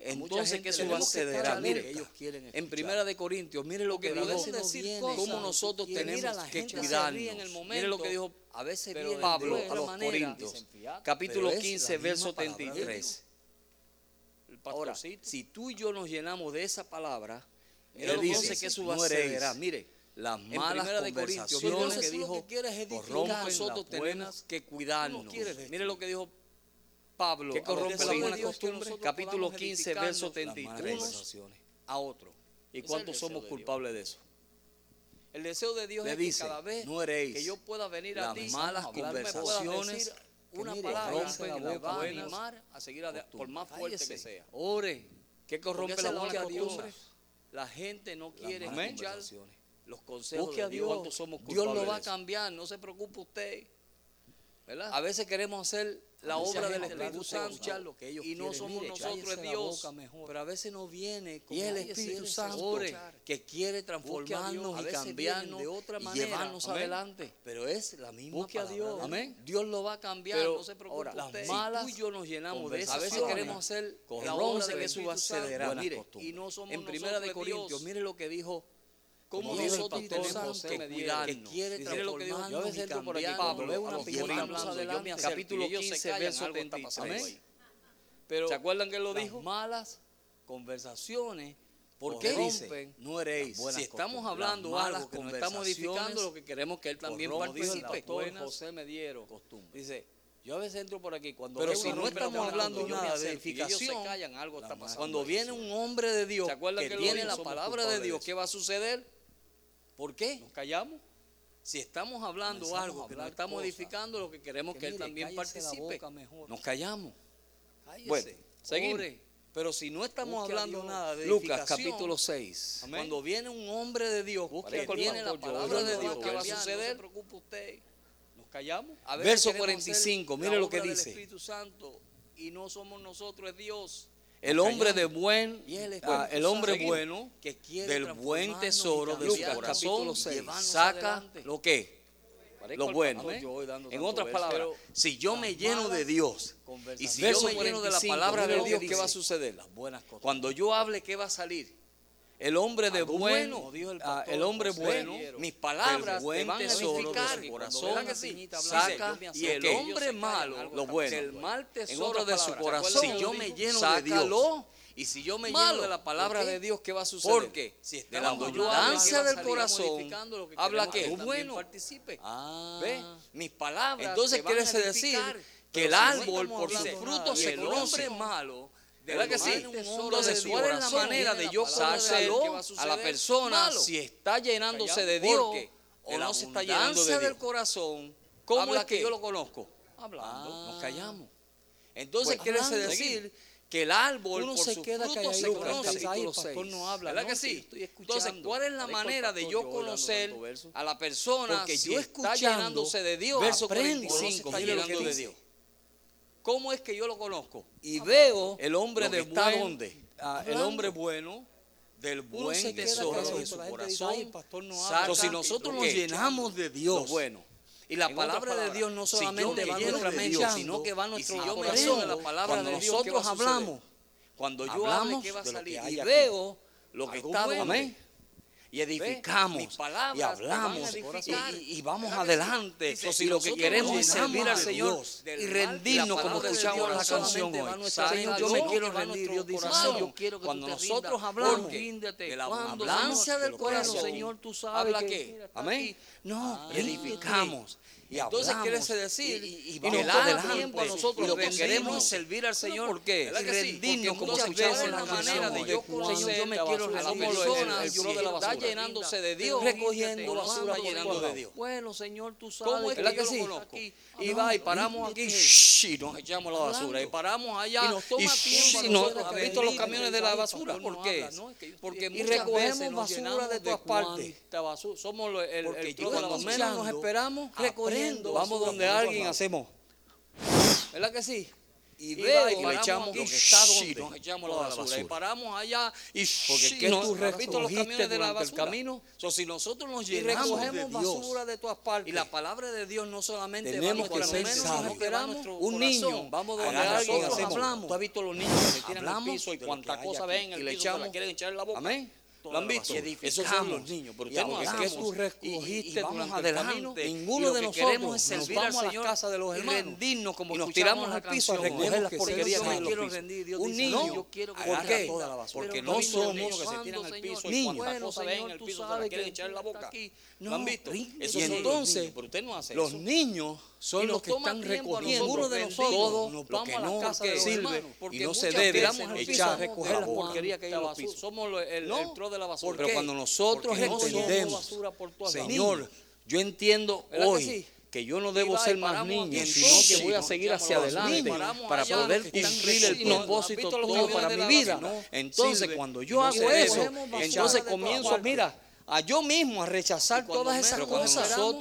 Speaker 3: entonces
Speaker 2: Entonces,
Speaker 3: que
Speaker 2: ¿qué
Speaker 3: eso va a
Speaker 2: tenemos que estar
Speaker 3: ceder. Mire,
Speaker 2: alerta.
Speaker 3: ellos quieren
Speaker 2: En
Speaker 3: escuchar.
Speaker 2: Primera de Corintios, mire lo
Speaker 3: Porque
Speaker 2: que
Speaker 3: la
Speaker 2: podemos
Speaker 3: gente no
Speaker 2: decir
Speaker 3: viene
Speaker 2: cosas,
Speaker 3: como
Speaker 2: cómo nosotros
Speaker 3: quiere.
Speaker 2: tenemos
Speaker 3: Mira, la
Speaker 2: que
Speaker 3: gente se
Speaker 2: cuidarnos.
Speaker 3: ríe en el
Speaker 2: mire
Speaker 3: momento,
Speaker 2: lo que dijo
Speaker 3: a veces
Speaker 2: pero
Speaker 3: viene
Speaker 2: Pablo
Speaker 3: de
Speaker 2: a los
Speaker 3: otra manera.
Speaker 2: Corintios,
Speaker 3: Dicen, fíjate,
Speaker 2: capítulo
Speaker 3: pero es
Speaker 2: 15,
Speaker 3: la
Speaker 2: verso
Speaker 3: misma palabra de
Speaker 2: 33.
Speaker 3: Dios.
Speaker 2: Ahora,
Speaker 3: pastorcito.
Speaker 2: si tú y yo nos llenamos de esa palabra,
Speaker 3: Mira
Speaker 2: mira
Speaker 3: lo
Speaker 2: lo
Speaker 3: que
Speaker 2: dice
Speaker 3: dice,
Speaker 2: que eso va
Speaker 3: no
Speaker 2: a
Speaker 3: heredarás.
Speaker 2: ser. Mire,
Speaker 3: Las
Speaker 2: en
Speaker 3: malas
Speaker 2: primera de Corintios, mire lo
Speaker 3: conversaciones
Speaker 2: que dijo, corrompen, nosotros tenemos que cuidarnos. Mire lo que dijo Pablo,
Speaker 3: ¿Qué
Speaker 2: a los
Speaker 3: corrompe la
Speaker 2: Corintios,
Speaker 3: buena
Speaker 2: que nosotros
Speaker 3: costumbre?
Speaker 2: podamos capítulo 15, verso
Speaker 3: Las malas
Speaker 2: 31
Speaker 3: conversaciones.
Speaker 2: a otro. ¿Y cuántos
Speaker 3: deseo
Speaker 2: somos
Speaker 3: de
Speaker 2: culpables de eso? El deseo de Dios
Speaker 3: Le
Speaker 2: es
Speaker 3: dice,
Speaker 2: que cada vez
Speaker 3: "No heréis
Speaker 2: que yo pueda venir a
Speaker 3: las
Speaker 2: ti,
Speaker 3: malas
Speaker 2: tú me puedas
Speaker 3: conversaciones
Speaker 2: decir
Speaker 3: que
Speaker 2: una
Speaker 3: mire,
Speaker 2: palabra
Speaker 3: corrompen
Speaker 2: que
Speaker 3: la
Speaker 2: me
Speaker 3: boca
Speaker 2: va a
Speaker 3: buenas
Speaker 2: animar a seguir adelante, por más fuerte que
Speaker 3: Cállese.
Speaker 2: sea.
Speaker 3: Ore.
Speaker 2: ¿Qué corrompe
Speaker 3: Porque
Speaker 2: la
Speaker 3: esa es
Speaker 2: boca
Speaker 3: la
Speaker 2: de
Speaker 3: otra
Speaker 2: Dios?
Speaker 3: cosa.
Speaker 2: La gente no quiere
Speaker 3: malas
Speaker 2: escuchar
Speaker 3: conversaciones.
Speaker 2: los consejos
Speaker 3: Busque a
Speaker 2: de Dios.
Speaker 3: Dios.
Speaker 2: ¿Cuántos somos
Speaker 3: Dios lo
Speaker 2: culpables
Speaker 3: va
Speaker 2: de
Speaker 3: a
Speaker 2: eso? cambiar, no se preocupe usted. A veces queremos hacer la
Speaker 3: A veces
Speaker 2: obra
Speaker 3: hay
Speaker 2: del
Speaker 3: gente que
Speaker 2: Espíritu
Speaker 3: gusta escuchar
Speaker 2: Santo
Speaker 3: lo que ellos
Speaker 2: y no
Speaker 3: quieren.
Speaker 2: somos
Speaker 3: Mire,
Speaker 2: nosotros,
Speaker 3: cállese
Speaker 2: es
Speaker 3: la
Speaker 2: Dios.
Speaker 3: boca mejor.
Speaker 2: Pero a veces no viene
Speaker 3: Y
Speaker 2: como
Speaker 3: es el
Speaker 2: nadie se
Speaker 3: Espíritu
Speaker 2: quiere
Speaker 3: Santo
Speaker 2: ore, que quiere transformarnos
Speaker 3: a
Speaker 2: y
Speaker 3: veces
Speaker 2: cambiarnos
Speaker 3: vienen de otra
Speaker 2: y
Speaker 3: manera.
Speaker 2: llevarnos
Speaker 3: Amén.
Speaker 2: adelante.
Speaker 3: Pero es la misma
Speaker 2: Busque a
Speaker 3: palabra
Speaker 2: Dios.
Speaker 3: de
Speaker 2: Amén.
Speaker 3: Dios.
Speaker 2: Dios lo va a cambiar,
Speaker 3: Pero
Speaker 2: no se preocupe
Speaker 3: ahora,
Speaker 2: usted.
Speaker 3: las malas
Speaker 2: Si tú y yo nos llenamos de eso. A veces
Speaker 3: conversaciones
Speaker 2: queremos hacer la
Speaker 3: corrompen
Speaker 2: obra
Speaker 3: que
Speaker 2: del
Speaker 3: su
Speaker 2: Espíritu Santo.
Speaker 3: accederá. Buenas
Speaker 2: Mire,
Speaker 3: costumbres.
Speaker 2: y no somos
Speaker 3: En
Speaker 2: Primera de Corintios, mire lo que dijo como
Speaker 3: Como dijo el
Speaker 2: nosotros
Speaker 3: pastor
Speaker 2: tenemos
Speaker 3: José
Speaker 2: que
Speaker 3: Medina,
Speaker 2: cuidarnos,
Speaker 3: que quiere
Speaker 2: Mire lo que dijo
Speaker 3: transformarnos y cambiarnos,
Speaker 2: Pablo,
Speaker 3: veo una
Speaker 2: a los que
Speaker 3: persona
Speaker 2: están hablando,
Speaker 3: hablando,
Speaker 2: yo me acerco,
Speaker 3: capítulo
Speaker 2: y ellos se
Speaker 3: 15,
Speaker 2: callan,
Speaker 3: verso
Speaker 2: algo está
Speaker 3: 33.
Speaker 2: pasando ahí. Pero
Speaker 3: ¿Se acuerdan
Speaker 2: que él lo
Speaker 3: las
Speaker 2: dijo? malas conversaciones
Speaker 3: ¿Por
Speaker 2: porque
Speaker 3: qué
Speaker 2: rompen
Speaker 3: dice? No
Speaker 2: las
Speaker 3: heréis.
Speaker 2: buenas costumbres. Las malas conversaciones
Speaker 3: queremos que él
Speaker 2: corrompen, dijo el pastor
Speaker 3: José
Speaker 2: José
Speaker 3: me dieron. Costumbre.
Speaker 2: Dice, yo a veces entro por aquí cuando
Speaker 3: Pero
Speaker 2: veo
Speaker 3: si
Speaker 2: una
Speaker 3: no
Speaker 2: rompe la
Speaker 3: estamos
Speaker 2: palabra,
Speaker 3: hablando
Speaker 2: yo me
Speaker 3: nada
Speaker 2: acerco
Speaker 3: de
Speaker 2: y ellos se
Speaker 3: edificación,
Speaker 2: callan, algo
Speaker 3: la
Speaker 2: está
Speaker 3: mala
Speaker 2: pasando.
Speaker 3: Cuando viene
Speaker 2: un
Speaker 3: un hombre de Dios
Speaker 2: ¿Se acuerdan
Speaker 3: que
Speaker 2: que,
Speaker 3: tiene
Speaker 2: viene la palabra de Dios? ¿Qué va a suceder? ¿Por qué? ¿Nos callamos? Si estamos hablando
Speaker 3: Comenzamos a
Speaker 2: algo que no
Speaker 3: hablar
Speaker 2: estamos
Speaker 3: cosas
Speaker 2: edificando, lo que queremos
Speaker 3: que
Speaker 2: que, él
Speaker 3: mire,
Speaker 2: también
Speaker 3: cállese la
Speaker 2: participe,
Speaker 3: boca mejor.
Speaker 2: nos callamos.
Speaker 3: Bueno,
Speaker 2: seguimos.
Speaker 3: ore.
Speaker 2: Pero si no estamos
Speaker 3: Busque a
Speaker 2: hablando
Speaker 3: Dios.
Speaker 2: nada de
Speaker 3: Lucas,
Speaker 2: edificación,
Speaker 3: capítulo 6.
Speaker 2: Amén. Cuando viene un hombre de Dios,
Speaker 3: Busque
Speaker 2: cuando
Speaker 3: a
Speaker 2: viene
Speaker 3: Dios.
Speaker 2: la
Speaker 3: Yo-
Speaker 2: palabra
Speaker 3: yo
Speaker 2: de Dios,
Speaker 3: no digo
Speaker 2: ¿qué va a
Speaker 3: cambiar, no se
Speaker 2: suceder? usted. ¿Nos callamos?
Speaker 3: Verso 45, mire lo que dice.
Speaker 2: Espíritu Santo y no somos nosotros, es Dios. El hombre de
Speaker 3: callamos.
Speaker 2: buen,
Speaker 3: Y él es
Speaker 2: ah,
Speaker 3: bueno.
Speaker 2: el hombre
Speaker 3: Seguimos.
Speaker 2: bueno
Speaker 3: Que quiere
Speaker 2: del buen
Speaker 3: transformarnos
Speaker 2: tesoro de
Speaker 3: y
Speaker 2: su
Speaker 3: cambiarnos. Lucas,
Speaker 2: corazón
Speaker 3: capítulo seis. Llevarnos
Speaker 2: saca
Speaker 3: adelante.
Speaker 2: lo que
Speaker 3: Parezco
Speaker 2: lo
Speaker 3: al
Speaker 2: bueno. ¿eh?
Speaker 3: pastor, yo voy dando
Speaker 2: En
Speaker 3: tanto
Speaker 2: otras
Speaker 3: verso.
Speaker 2: palabras,
Speaker 3: Pero
Speaker 2: si yo me lleno de Dios y si yo
Speaker 3: Verso
Speaker 2: me lleno de la
Speaker 3: 45,
Speaker 2: palabra
Speaker 3: mira
Speaker 2: de
Speaker 3: lo que
Speaker 2: Dios, ¿qué
Speaker 3: dice.
Speaker 2: va a suceder?
Speaker 3: las buenas cosas.
Speaker 2: Cuando yo hable, ¿qué va a salir? El hombre de
Speaker 3: Algo
Speaker 2: buen,
Speaker 3: bueno, dijo el
Speaker 2: ah,
Speaker 3: pastor
Speaker 2: el, hombre
Speaker 3: José
Speaker 2: bueno,
Speaker 3: Piero.
Speaker 2: mis palabras
Speaker 3: El buen
Speaker 2: te van a
Speaker 3: tesoro de su
Speaker 2: edificar, mi
Speaker 3: corazón.
Speaker 2: corazón
Speaker 3: ¿Verdad que sí?
Speaker 2: saca
Speaker 3: Dice, yo me
Speaker 2: y el
Speaker 3: acerco.
Speaker 2: hombre
Speaker 3: Ellos se callan,
Speaker 2: malo,
Speaker 3: algo
Speaker 2: lo bueno,
Speaker 3: está
Speaker 2: pues.
Speaker 3: pasando.
Speaker 2: el mal
Speaker 3: En
Speaker 2: tesoro
Speaker 3: otras
Speaker 2: de su
Speaker 3: palabras,
Speaker 2: corazón,
Speaker 3: ¿se
Speaker 2: si
Speaker 3: acuerdan
Speaker 2: yo
Speaker 3: lo
Speaker 2: me
Speaker 3: dijo?
Speaker 2: lleno de Dios
Speaker 3: Sácalo.
Speaker 2: y si yo me
Speaker 3: Malo.
Speaker 2: lleno de la palabra
Speaker 3: ¿Por qué?
Speaker 2: de Dios, ¿qué va a suceder?
Speaker 3: Porque
Speaker 2: si
Speaker 3: de
Speaker 2: la
Speaker 3: la
Speaker 2: abundancia
Speaker 3: abundancia
Speaker 2: del
Speaker 3: va a salir
Speaker 2: corazón
Speaker 3: modificando lo que
Speaker 2: habla
Speaker 3: queremos
Speaker 2: que
Speaker 3: que
Speaker 2: es
Speaker 3: también
Speaker 2: bueno.
Speaker 3: participe.
Speaker 2: Ah.
Speaker 3: ¿Ve?
Speaker 2: Mis palabras.
Speaker 3: Entonces,
Speaker 2: te van
Speaker 3: ¿qué
Speaker 2: a
Speaker 3: quiere decir
Speaker 2: edificar,
Speaker 3: que
Speaker 2: pero si
Speaker 3: el
Speaker 2: no
Speaker 3: árbol
Speaker 2: estamos
Speaker 3: por sus
Speaker 2: hablando
Speaker 3: frutos
Speaker 2: nada.
Speaker 3: se
Speaker 2: Y el
Speaker 3: conoce?
Speaker 2: hombre malo. de
Speaker 3: ¿Verdad
Speaker 2: lo
Speaker 3: que sí?
Speaker 2: malo es un hombre
Speaker 3: Entonces,
Speaker 2: de
Speaker 3: ¿cuál es la
Speaker 2: corazón.
Speaker 3: manera de
Speaker 2: Viene
Speaker 3: yo
Speaker 2: la palabra de
Speaker 3: sacarlo
Speaker 2: Dios, ¿qué va
Speaker 3: a la
Speaker 2: suceder?
Speaker 3: persona
Speaker 2: Malo.
Speaker 3: si está llenándose de
Speaker 2: Callamos.
Speaker 3: Dios
Speaker 2: Porque
Speaker 3: o
Speaker 2: de
Speaker 3: no
Speaker 2: la
Speaker 3: se está llenando de
Speaker 2: abundancia
Speaker 3: Dios?
Speaker 2: del corazón, ¿cómo
Speaker 3: Habla
Speaker 2: es que
Speaker 3: qué?
Speaker 2: yo lo conozco?
Speaker 3: Hablando.
Speaker 2: Ah. Nos callamos. Entonces
Speaker 3: Bueno,
Speaker 2: quiere
Speaker 3: hablando.
Speaker 2: decir que el árbol
Speaker 3: Uno
Speaker 2: por
Speaker 3: se
Speaker 2: sus
Speaker 3: queda
Speaker 2: frutos se
Speaker 3: calladito,
Speaker 2: conoce.
Speaker 3: capítulo Ahí el pastor seis. no habla,
Speaker 2: ¿Verdad
Speaker 3: no,
Speaker 2: que
Speaker 3: si yo
Speaker 2: sí?
Speaker 3: estoy escuchando.
Speaker 2: Entonces, ¿cuál es la
Speaker 3: Parezco al
Speaker 2: manera de
Speaker 3: pastor,
Speaker 2: yo
Speaker 3: yo voy dando
Speaker 2: conocer
Speaker 3: tanto verso.
Speaker 2: a la persona
Speaker 3: Porque
Speaker 2: si
Speaker 3: yo
Speaker 2: está
Speaker 3: escuchando,
Speaker 2: llenándose de Dios?
Speaker 3: verso
Speaker 2: aprendí
Speaker 3: 45,
Speaker 2: está
Speaker 3: mire lo que
Speaker 2: llenando de
Speaker 3: dice.
Speaker 2: Dios. ¿Cómo es que yo lo conozco?
Speaker 3: y veo
Speaker 2: El hombre
Speaker 3: lo que
Speaker 2: de
Speaker 3: está
Speaker 2: buen,
Speaker 3: donde
Speaker 2: ah, el
Speaker 3: Hablando.
Speaker 2: hombre bueno del
Speaker 3: se
Speaker 2: buen
Speaker 3: queda
Speaker 2: tesoro
Speaker 3: callado,
Speaker 2: de su
Speaker 3: la gente dice, "Ay, el
Speaker 2: corazón.
Speaker 3: pastor no
Speaker 2: saca
Speaker 3: habla".
Speaker 2: si nosotros
Speaker 3: ¿Lo
Speaker 2: nos
Speaker 3: qué?
Speaker 2: llenamos de Dios,
Speaker 3: Lo bueno.
Speaker 2: Y la
Speaker 3: En otras
Speaker 2: palabra de
Speaker 3: palabras,
Speaker 2: Dios no
Speaker 3: si
Speaker 2: solamente
Speaker 3: yo me
Speaker 2: va a
Speaker 3: lleno
Speaker 2: nuestra
Speaker 3: de
Speaker 2: mente,
Speaker 3: Dios,
Speaker 2: sino que va a
Speaker 3: y
Speaker 2: nuestro
Speaker 3: si yo me
Speaker 2: corazón.
Speaker 3: lleno de la palabra
Speaker 2: Cuando
Speaker 3: de Dios, ¿qué
Speaker 2: nosotros
Speaker 3: va a suceder?
Speaker 2: hablamos, cuando yo
Speaker 3: Hablamos
Speaker 2: hablo, ¿qué va a
Speaker 3: de lo
Speaker 2: salir?
Speaker 3: que hay
Speaker 2: Y
Speaker 3: aquí.
Speaker 2: veo lo que
Speaker 3: Algo
Speaker 2: está
Speaker 3: bueno.
Speaker 2: donde y edificamos
Speaker 3: Mis palabras
Speaker 2: y hablamos
Speaker 3: te van a
Speaker 2: y,
Speaker 3: edificar.
Speaker 2: y- y vamos
Speaker 3: ¿Verdad que sí?
Speaker 2: adelante
Speaker 3: Dice,
Speaker 2: y lo que
Speaker 3: nosotros
Speaker 2: queremos
Speaker 3: nos
Speaker 2: es servir al
Speaker 3: llenamos de
Speaker 2: Señor
Speaker 3: Dios,
Speaker 2: y
Speaker 3: del mal, y la
Speaker 2: rendirnos como
Speaker 3: palabra de
Speaker 2: escuchamos
Speaker 3: Dios
Speaker 2: la canción
Speaker 3: solamente va a
Speaker 2: hoy
Speaker 3: nuestra
Speaker 2: Señor
Speaker 3: vida,
Speaker 2: yo me
Speaker 3: no
Speaker 2: quiero
Speaker 3: que va a
Speaker 2: rendir Dios
Speaker 3: nuestro
Speaker 2: dice
Speaker 3: corazón.
Speaker 2: Señor
Speaker 3: Yo quiero que
Speaker 2: cuando
Speaker 3: tú te
Speaker 2: nosotros
Speaker 3: rindas,
Speaker 2: hablamos
Speaker 3: porque ríndete.
Speaker 2: de la
Speaker 3: Cuando
Speaker 2: abundancia del
Speaker 3: Señor, de lo que hay,
Speaker 2: corazón
Speaker 3: Señor, tú sabes
Speaker 2: habla
Speaker 3: que-
Speaker 2: que
Speaker 3: mira, está
Speaker 2: amén
Speaker 3: aquí.
Speaker 2: no
Speaker 3: Ah,
Speaker 2: edificamos y entonces
Speaker 3: Entonces, ¿qué
Speaker 2: quiere
Speaker 3: quiere
Speaker 2: decir
Speaker 3: decir?
Speaker 2: y,
Speaker 3: Y
Speaker 2: vamos
Speaker 3: nos da
Speaker 2: adelante
Speaker 3: tiempo a nosotros
Speaker 2: y lo que
Speaker 3: rendirnos.
Speaker 2: queremos es servir al
Speaker 3: Pero
Speaker 2: Señor
Speaker 3: ¿por qué?
Speaker 2: ¿verdad que
Speaker 3: Y
Speaker 2: sí?
Speaker 3: rendirnos
Speaker 2: Porque
Speaker 3: como
Speaker 2: muchas
Speaker 3: escuchamos
Speaker 2: veces
Speaker 3: la
Speaker 2: la
Speaker 3: canción
Speaker 2: manera
Speaker 3: hoy.
Speaker 2: de yo
Speaker 3: Cuando
Speaker 2: conocer
Speaker 3: yo
Speaker 2: a
Speaker 3: me quiero
Speaker 2: la
Speaker 3: rendir,
Speaker 2: persona
Speaker 3: el- el
Speaker 2: si
Speaker 3: pro de la
Speaker 2: está
Speaker 3: basura.
Speaker 2: llenándose de
Speaker 3: Rinda,
Speaker 2: Dios
Speaker 3: recogiendo basura
Speaker 2: está
Speaker 3: por
Speaker 2: llenando
Speaker 3: todos
Speaker 2: de
Speaker 3: lados.
Speaker 2: Dios
Speaker 3: Bueno, Señor, tú sabes
Speaker 2: ¿Cómo es
Speaker 3: que
Speaker 2: que
Speaker 3: yo
Speaker 2: yo
Speaker 3: lo
Speaker 2: lo
Speaker 3: conozco.
Speaker 2: conozco?
Speaker 3: Ah,
Speaker 2: Y va y
Speaker 3: no,
Speaker 2: paramos aquí
Speaker 3: ríndete.
Speaker 2: shh, y nos echamos la basura y
Speaker 3: Hablando.
Speaker 2: paramos allá
Speaker 3: Y nos toma
Speaker 2: shh,
Speaker 3: tiempo a
Speaker 2: y nos-
Speaker 3: nosotros
Speaker 2: ¿has visto los
Speaker 3: rendirnos,
Speaker 2: camiones de
Speaker 3: ay,
Speaker 2: la
Speaker 3: pastor,
Speaker 2: basura?
Speaker 3: no
Speaker 2: ¿Por qué?
Speaker 3: habla, no, es que yo
Speaker 2: Porque
Speaker 3: estoy-
Speaker 2: muchas
Speaker 3: Y recogemos
Speaker 2: veces nos
Speaker 3: basura
Speaker 2: llenamos
Speaker 3: de todas partes.
Speaker 2: cuánta basura. Somos lo- el,
Speaker 3: Porque
Speaker 2: el
Speaker 3: yo
Speaker 2: cuando
Speaker 3: cuando
Speaker 2: menos nos
Speaker 3: escuchando,
Speaker 2: esperamos
Speaker 3: aprendo
Speaker 2: recogiendo.
Speaker 3: basura
Speaker 2: Vamos
Speaker 3: por
Speaker 2: donde
Speaker 3: todos
Speaker 2: alguien
Speaker 3: lados.
Speaker 2: hacemos. ¿Verdad que sí?
Speaker 3: Y
Speaker 2: va y
Speaker 3: veo,
Speaker 2: le
Speaker 3: paramos
Speaker 2: echamos
Speaker 3: aquí,
Speaker 2: lo que está
Speaker 3: shh,
Speaker 2: donde.
Speaker 3: nos echamos la
Speaker 2: Toda
Speaker 3: basura.
Speaker 2: Y paramos allá y
Speaker 3: Porque
Speaker 2: shh,
Speaker 3: ¿qué
Speaker 2: nos-
Speaker 3: tú
Speaker 2: ¿has visto los
Speaker 3: recogiste
Speaker 2: camiones de la
Speaker 3: durante el
Speaker 2: basura?
Speaker 3: camino?
Speaker 2: So, si nosotros nos
Speaker 3: Y
Speaker 2: llenamos
Speaker 3: recogemos
Speaker 2: de Dios,
Speaker 3: basura de todas partes.
Speaker 2: y la palabra de Dios no solamente
Speaker 3: Tenemos
Speaker 2: va a
Speaker 3: que ser
Speaker 2: nuestra mente,
Speaker 3: sabios.
Speaker 2: sino que va a nuestro
Speaker 3: Un
Speaker 2: corazón.
Speaker 3: niño,
Speaker 2: Vamos donde
Speaker 3: agarra
Speaker 2: alguien
Speaker 3: soda, hacemos.
Speaker 2: hablamos. Tú has visto los niños que se tiran
Speaker 3: Hablamos
Speaker 2: al piso y
Speaker 3: de lo
Speaker 2: cuánta
Speaker 3: que hay
Speaker 2: cosa
Speaker 3: aquí.
Speaker 2: ven en
Speaker 3: Y
Speaker 2: el
Speaker 3: le
Speaker 2: piso, se la
Speaker 3: echamos.
Speaker 2: quieren echar en la boca.
Speaker 3: Amén.
Speaker 2: ¿Lo han visto? Esos son los niños. Pero
Speaker 3: Y
Speaker 2: ustedes
Speaker 3: hablamos.
Speaker 2: no
Speaker 3: ¿Qué tú
Speaker 2: hablamos. Y- y-
Speaker 3: recogiste
Speaker 2: y vamos
Speaker 3: durante el
Speaker 2: adelante.
Speaker 3: camino?
Speaker 2: Ninguno
Speaker 3: Y lo
Speaker 2: de
Speaker 3: que
Speaker 2: nosotros
Speaker 3: queremos es
Speaker 2: nos
Speaker 3: servir
Speaker 2: vamos
Speaker 3: al
Speaker 2: a las
Speaker 3: Señor
Speaker 2: casas de los
Speaker 3: y
Speaker 2: hermanos.
Speaker 3: rendirnos como
Speaker 2: Y nos
Speaker 3: escuchamos
Speaker 2: tiramos
Speaker 3: la
Speaker 2: al piso a
Speaker 3: canción.
Speaker 2: recoger
Speaker 3: Tenemos
Speaker 2: las
Speaker 3: que ser
Speaker 2: porquerías que
Speaker 3: yo me
Speaker 2: hay en los
Speaker 3: quiero
Speaker 2: pisos.
Speaker 3: rendir, Dios
Speaker 2: Un
Speaker 3: dice,
Speaker 2: niño.
Speaker 3: no, yo quiero que
Speaker 2: ¿Por
Speaker 3: tú
Speaker 2: qué?
Speaker 3: hagas toda la basura.
Speaker 2: Porque
Speaker 3: Pero
Speaker 2: no
Speaker 3: niños,
Speaker 2: somos
Speaker 3: niños,
Speaker 2: niños que se tiran al
Speaker 3: ¿cuándo,
Speaker 2: piso y
Speaker 3: Señor?
Speaker 2: cuánta
Speaker 3: Bueno,
Speaker 2: cosa ven en
Speaker 3: Señor,
Speaker 2: el
Speaker 3: tú
Speaker 2: piso se
Speaker 3: sabes
Speaker 2: la
Speaker 3: que
Speaker 2: quieren
Speaker 3: el
Speaker 2: echar en la
Speaker 3: niño
Speaker 2: boca.
Speaker 3: está aquí.
Speaker 2: ¿Lo han
Speaker 3: No,
Speaker 2: visto?
Speaker 3: ríndete.
Speaker 2: Esos son los
Speaker 3: Entonces,
Speaker 2: niños. Pero usted no hace
Speaker 3: los
Speaker 2: eso.
Speaker 3: niños
Speaker 2: Y
Speaker 3: son
Speaker 2: nos
Speaker 3: los que
Speaker 2: toma
Speaker 3: están
Speaker 2: tiempo a
Speaker 3: recogiendo
Speaker 2: nosotros,
Speaker 3: uno de
Speaker 2: bendito,
Speaker 3: nosotros
Speaker 2: nos
Speaker 3: lo
Speaker 2: vamos
Speaker 3: que
Speaker 2: a las
Speaker 3: no
Speaker 2: casas de los
Speaker 3: sirve
Speaker 2: hermanos,
Speaker 3: y
Speaker 2: porque
Speaker 3: no se
Speaker 2: muchas
Speaker 3: debe
Speaker 2: veces nos
Speaker 3: echar a
Speaker 2: pisamos
Speaker 3: recoger
Speaker 2: la
Speaker 3: las
Speaker 2: boca.
Speaker 3: porquerías que hay en los
Speaker 2: Basura.
Speaker 3: pisos.
Speaker 2: Somos lo- el,
Speaker 3: No,
Speaker 2: el tro de la basura.
Speaker 3: ¿por
Speaker 2: Pero
Speaker 3: qué?
Speaker 2: cuando nosotros
Speaker 3: Porque no somos
Speaker 2: entendemos,
Speaker 3: basura por todas las
Speaker 2: Señor,
Speaker 3: manos.
Speaker 2: yo entiendo
Speaker 3: ¿Verdad que
Speaker 2: hoy
Speaker 3: sí?
Speaker 2: que yo no debo
Speaker 3: va,
Speaker 2: ser
Speaker 3: y
Speaker 2: más
Speaker 3: paramos
Speaker 2: niño,
Speaker 3: aquí,
Speaker 2: sino que
Speaker 3: entonces,
Speaker 2: voy a
Speaker 3: nos
Speaker 2: seguir
Speaker 3: echamos
Speaker 2: hacia
Speaker 3: los
Speaker 2: adelante
Speaker 3: niños, paramos
Speaker 2: para
Speaker 3: allá,
Speaker 2: poder
Speaker 3: los que están
Speaker 2: cumplir el
Speaker 3: recogiendo,
Speaker 2: propósito
Speaker 3: ¿has visto los
Speaker 2: todo
Speaker 3: camiones
Speaker 2: para
Speaker 3: de
Speaker 2: mi
Speaker 3: la
Speaker 2: vida.
Speaker 3: basura? No,
Speaker 2: Entonces,
Speaker 3: sirve.
Speaker 2: cuando yo
Speaker 3: No
Speaker 2: hago
Speaker 3: sirve.
Speaker 2: eso,
Speaker 3: Cogemos basura de
Speaker 2: entonces
Speaker 3: todas
Speaker 2: comienzo,
Speaker 3: partes.
Speaker 2: mira, a yo mismo a rechazar
Speaker 3: cuando
Speaker 2: todas esas
Speaker 3: menos lo
Speaker 2: cosas.
Speaker 3: esperamos,